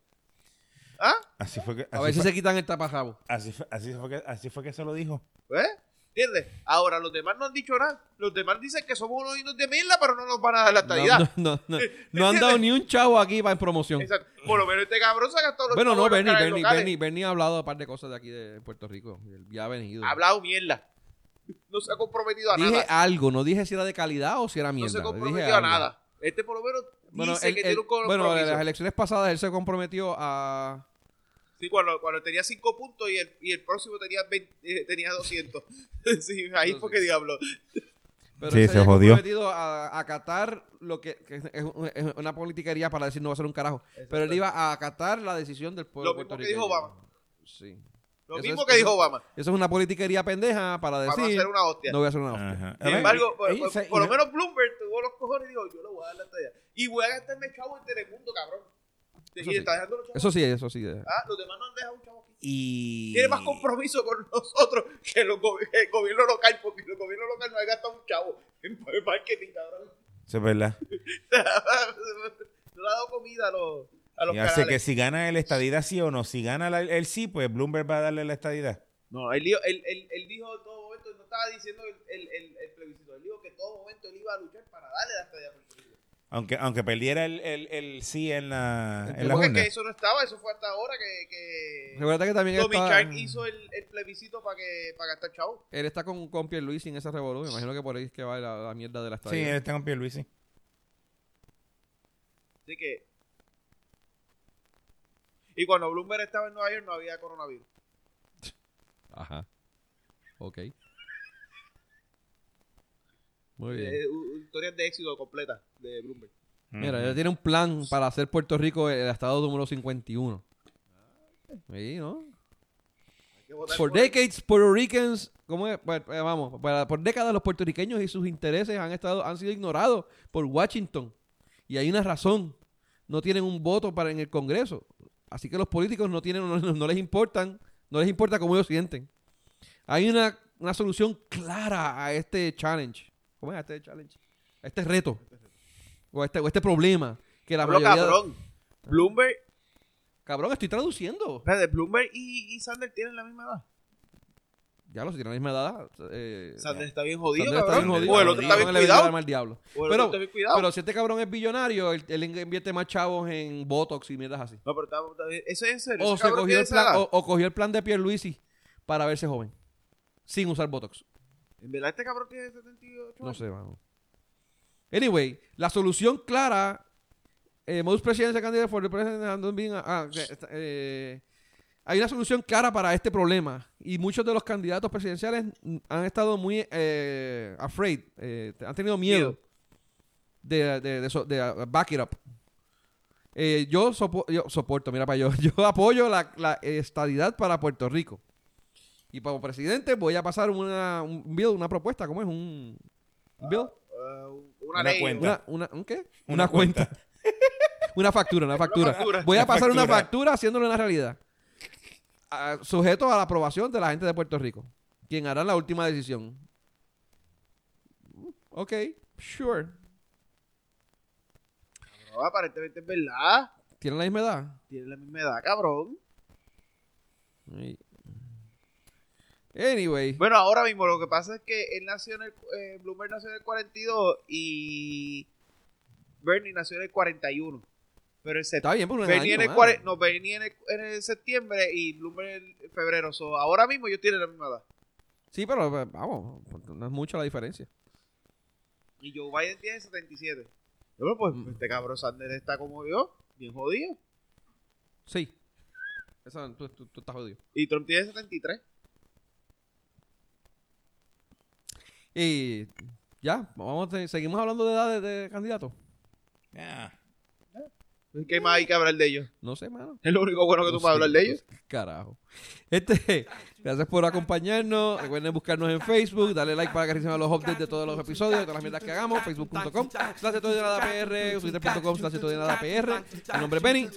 Speaker 3: ¿Ah?
Speaker 4: así fue que...
Speaker 2: A
Speaker 4: así
Speaker 2: ver si
Speaker 4: fue-
Speaker 2: se quitan el taparrabo.
Speaker 4: así fue- así fue que- así fue que se lo dijo.
Speaker 3: ¿Eh? ¿Entiendes? Ahora, los demás no han dicho nada. Los demás dicen que somos unos indios de mierda, pero no nos van a dar la
Speaker 2: No,
Speaker 3: estadidad.
Speaker 2: no, no, no. No han dado ni un chavo aquí para en promoción.
Speaker 3: Exacto. Por lo menos este cabrón se ha gastado los
Speaker 2: Bueno,
Speaker 3: chavos
Speaker 2: no,
Speaker 3: en los
Speaker 2: Bernie,
Speaker 3: canales
Speaker 2: Bernie,
Speaker 3: locales.
Speaker 2: Bernie, Bernie ha hablado de un par de cosas de aquí de Puerto Rico. Él Ya ha venido.
Speaker 3: Ha hablado mierda. No se ha comprometido a
Speaker 2: Dije
Speaker 3: nada.
Speaker 2: algo, no dije si era de calidad o si era mierda.
Speaker 3: no se
Speaker 2: dije
Speaker 3: comprometió a
Speaker 2: algo.
Speaker 3: nada. Este por lo menos
Speaker 2: Bueno,
Speaker 3: dice
Speaker 2: él-
Speaker 3: que
Speaker 2: él-
Speaker 3: tiene un compromiso.
Speaker 2: bueno, en las elecciones pasadas él se comprometió a...
Speaker 3: Sí, cuando, cuando tenía 5 puntos y el, y el próximo tenía, 20, eh, tenía 200. sí, ahí
Speaker 2: No,
Speaker 3: fue
Speaker 2: sí.
Speaker 3: que diablo.
Speaker 2: Pero
Speaker 4: Sí,
Speaker 2: él
Speaker 4: se
Speaker 2: había
Speaker 4: jodió.
Speaker 2: comprometido a a acatar lo que, que es, es un- es una politiquería para decir no va a ser un carajo. Pero él iba a acatar la decisión del pueblo
Speaker 3: Lo mismo que
Speaker 2: puertorriqueño.
Speaker 3: dijo Obama.
Speaker 2: Sí.
Speaker 3: Lo
Speaker 2: Eso
Speaker 3: mismo
Speaker 2: es-
Speaker 3: que dijo Obama.
Speaker 2: Eso es una politiquería pendeja para
Speaker 3: Para
Speaker 2: decir
Speaker 3: no hacer una hostia.
Speaker 2: no voy a hacer una hostia.
Speaker 4: Ajá.
Speaker 3: Sin
Speaker 4: Ahora,
Speaker 3: embargo, por,
Speaker 4: ahí
Speaker 3: por-
Speaker 4: se-
Speaker 3: por lo
Speaker 4: y-
Speaker 3: menos Bloomberg tuvo los cojones y dijo, yo lo voy a dar la talla. Y voy a gastarme chavo en Telemundo, cabrón. Y
Speaker 2: Eso
Speaker 3: le
Speaker 2: sí.
Speaker 3: está dejando los chavos.
Speaker 2: Eso sí, eso sí. eh.
Speaker 3: Ah, los demás no han dejado un chavo aquí.
Speaker 4: Y...
Speaker 3: Tiene más compromiso con nosotros que los gobi- el gobierno local, porque el gobierno local no ha gastado un chavo en en marketing, cabrón.
Speaker 4: Eso es verdad.
Speaker 3: no le ha dado comida a los, a los
Speaker 4: Y así que
Speaker 3: canales.
Speaker 4: si gana el estadidad sí o no, si gana la- el sí, pues Bloomberg va a darle la estadidad.
Speaker 3: No, él, dijo- él, él, él dijo en todo momento, no estaba diciendo el, el, el, el plebiscito, él dijo que en todo momento él iba a luchar para darle la estadía a Puerto Rico.
Speaker 4: Aunque, aunque perdiera el, el, el sí en la, en la
Speaker 3: Porque es
Speaker 4: urna.
Speaker 3: que eso no estaba, eso fue hasta ahora que, que
Speaker 2: Recuerda que también
Speaker 3: Tommy
Speaker 2: está,
Speaker 3: Shark hizo el, el plebiscito para que para gastar chavo.
Speaker 2: él está con, con Pierluisi en esa revolución. Me imagino que por ahí es que va la, la mierda de la
Speaker 4: Sí,
Speaker 2: estadía.
Speaker 4: él está con Pierluisi.
Speaker 3: Así que. Y cuando Bloomberg estaba en Nueva York no había coronavirus.
Speaker 2: Ajá. Ok. Muy bien.
Speaker 3: Eh, u- u- historias de éxito completa de Bloomberg.
Speaker 2: Mira,
Speaker 4: Ujú.
Speaker 2: ella tiene un plan para hacer Puerto Rico eh, el estado número 51. Sí, ¿no?
Speaker 3: Hay que votar
Speaker 2: Por
Speaker 3: por él.
Speaker 2: decades, Puerto Ricans, ¿cómo es? Pues, eh, vamos, para- por décadas los puertorriqueños y sus intereses han estado, han sido ignorados por Washington. Y hay una razón. No tienen un voto para en el Congreso. Así que los políticos no tienen, no, no les importan, no les importa cómo ellos sienten. Hay una, una solución clara a este challenge. ¿Cómo es este challenge? A este reto. O a este, o a este problema. Que la
Speaker 3: Pero,
Speaker 2: mayoría.
Speaker 3: cabrón. Bloomberg,
Speaker 2: Cabrón, estoy traduciendo.
Speaker 3: espérate, Bloomberg y, y Sander tienen la misma edad.
Speaker 2: Ya los tienen la misma edad. eh,
Speaker 3: Sander está bien jodido,
Speaker 2: Sanders
Speaker 3: Pues cabrón.
Speaker 4: bien
Speaker 3: o el
Speaker 4: jodido,
Speaker 3: otro está bien
Speaker 2: no le vendió el
Speaker 3: cuidado.
Speaker 2: alma al diablo.
Speaker 3: O
Speaker 2: Pero-
Speaker 3: el otro está bien cuidado.
Speaker 2: Pero si este cabrón es billonario, él, él invierte más chavos en Botox y mierdas así.
Speaker 3: no, pero está, está bien. Eso es en serio.
Speaker 2: O, se
Speaker 3: ese cabrón
Speaker 2: cogió
Speaker 3: tiene
Speaker 2: el
Speaker 3: esa
Speaker 2: plan,
Speaker 3: edad.
Speaker 2: o, o cogió el plan de Pierluisi para verse joven. Sin usar Botox.
Speaker 3: En verdad este cabrón tiene 78
Speaker 2: No
Speaker 3: años.
Speaker 2: sé, mano. Anyway, la solución clara. Eh, most presidential candidate for the president and being a- ah, eh, eh, hay una solución clara para este problema. Y muchos de los candidatos presidenciales mm, han estado muy eh, afraid. eh, han tenido miedo de, de, de so- de, uh, back it up. Eh, yo, sopo- yo soporto, mira para yo, yo apoyo la, la estadidad para Puerto Rico. Y como presidente voy a pasar una, un bill, una propuesta, ¿cómo es? Un, un bill,
Speaker 3: Ah, un- una,
Speaker 4: Una
Speaker 3: ley,
Speaker 4: cuenta.
Speaker 2: una, una- ¿un qué?
Speaker 4: Una
Speaker 2: Una cuenta. una factura, una factura.
Speaker 3: factura.
Speaker 2: Voy a
Speaker 4: Una
Speaker 2: pasar una
Speaker 4: factura.
Speaker 2: factura haciéndolo una realidad. Ah, sujeto a la aprobación de la gente de Puerto Rico, quien hará la última decisión. Ok, sure.
Speaker 3: No, aparentemente es verdad.
Speaker 2: ¿Tienen la misma edad?
Speaker 3: Tiene la misma edad, cabrón.
Speaker 2: Ay. Anyway,
Speaker 3: Bueno, ahora mismo lo que pasa es que él nació en el. Eh, Bloomer nació en el 42 y. Bernie nació en el 41. Pero el septiembre.
Speaker 2: está bien por un año,
Speaker 3: Bernie, en el
Speaker 2: mano.
Speaker 3: cuare- no, Bernie en, el, en el septiembre y Bloomer en el febrero. So, ahora mismo ellos tienen la misma edad.
Speaker 2: Sí, pero eh, vamos, no es mucha la diferencia.
Speaker 3: Y Joe Biden tiene 77. Yo, Bueno, pues este cabrón Sander está como yo, bien jodido.
Speaker 2: Sí. Eso, tú, tú- tú estás jodido.
Speaker 3: Y Trump tiene 73.
Speaker 2: Y ya, vamos, a- seguimos hablando de edades de candidatos.
Speaker 4: Ah,
Speaker 3: ¿Qué más hay que hablar de ellos?
Speaker 2: No sé, mano.
Speaker 3: Es lo único bueno que tú
Speaker 2: No
Speaker 3: puedes
Speaker 2: sé,
Speaker 3: hablar de ellos.
Speaker 2: pues, Carajo. Este, gracias por acompañarnos. Recuerden buscarnos en Facebook, darle like para que reciban los updates de todos los episodios, de todas las mierdas que hagamos. Facebook.com, slash todo de nada PR, Twitter.com, slash todo de nada PR. Mi nombre es Benny.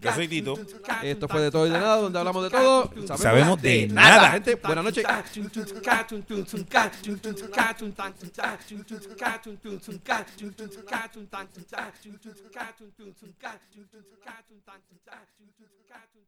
Speaker 4: Yo soy Tito.
Speaker 2: Esto fue de todo y de nada, donde hablamos de todo.
Speaker 4: Sabemos de nada.
Speaker 2: Gente, buenas noches.
Speaker 1: noches.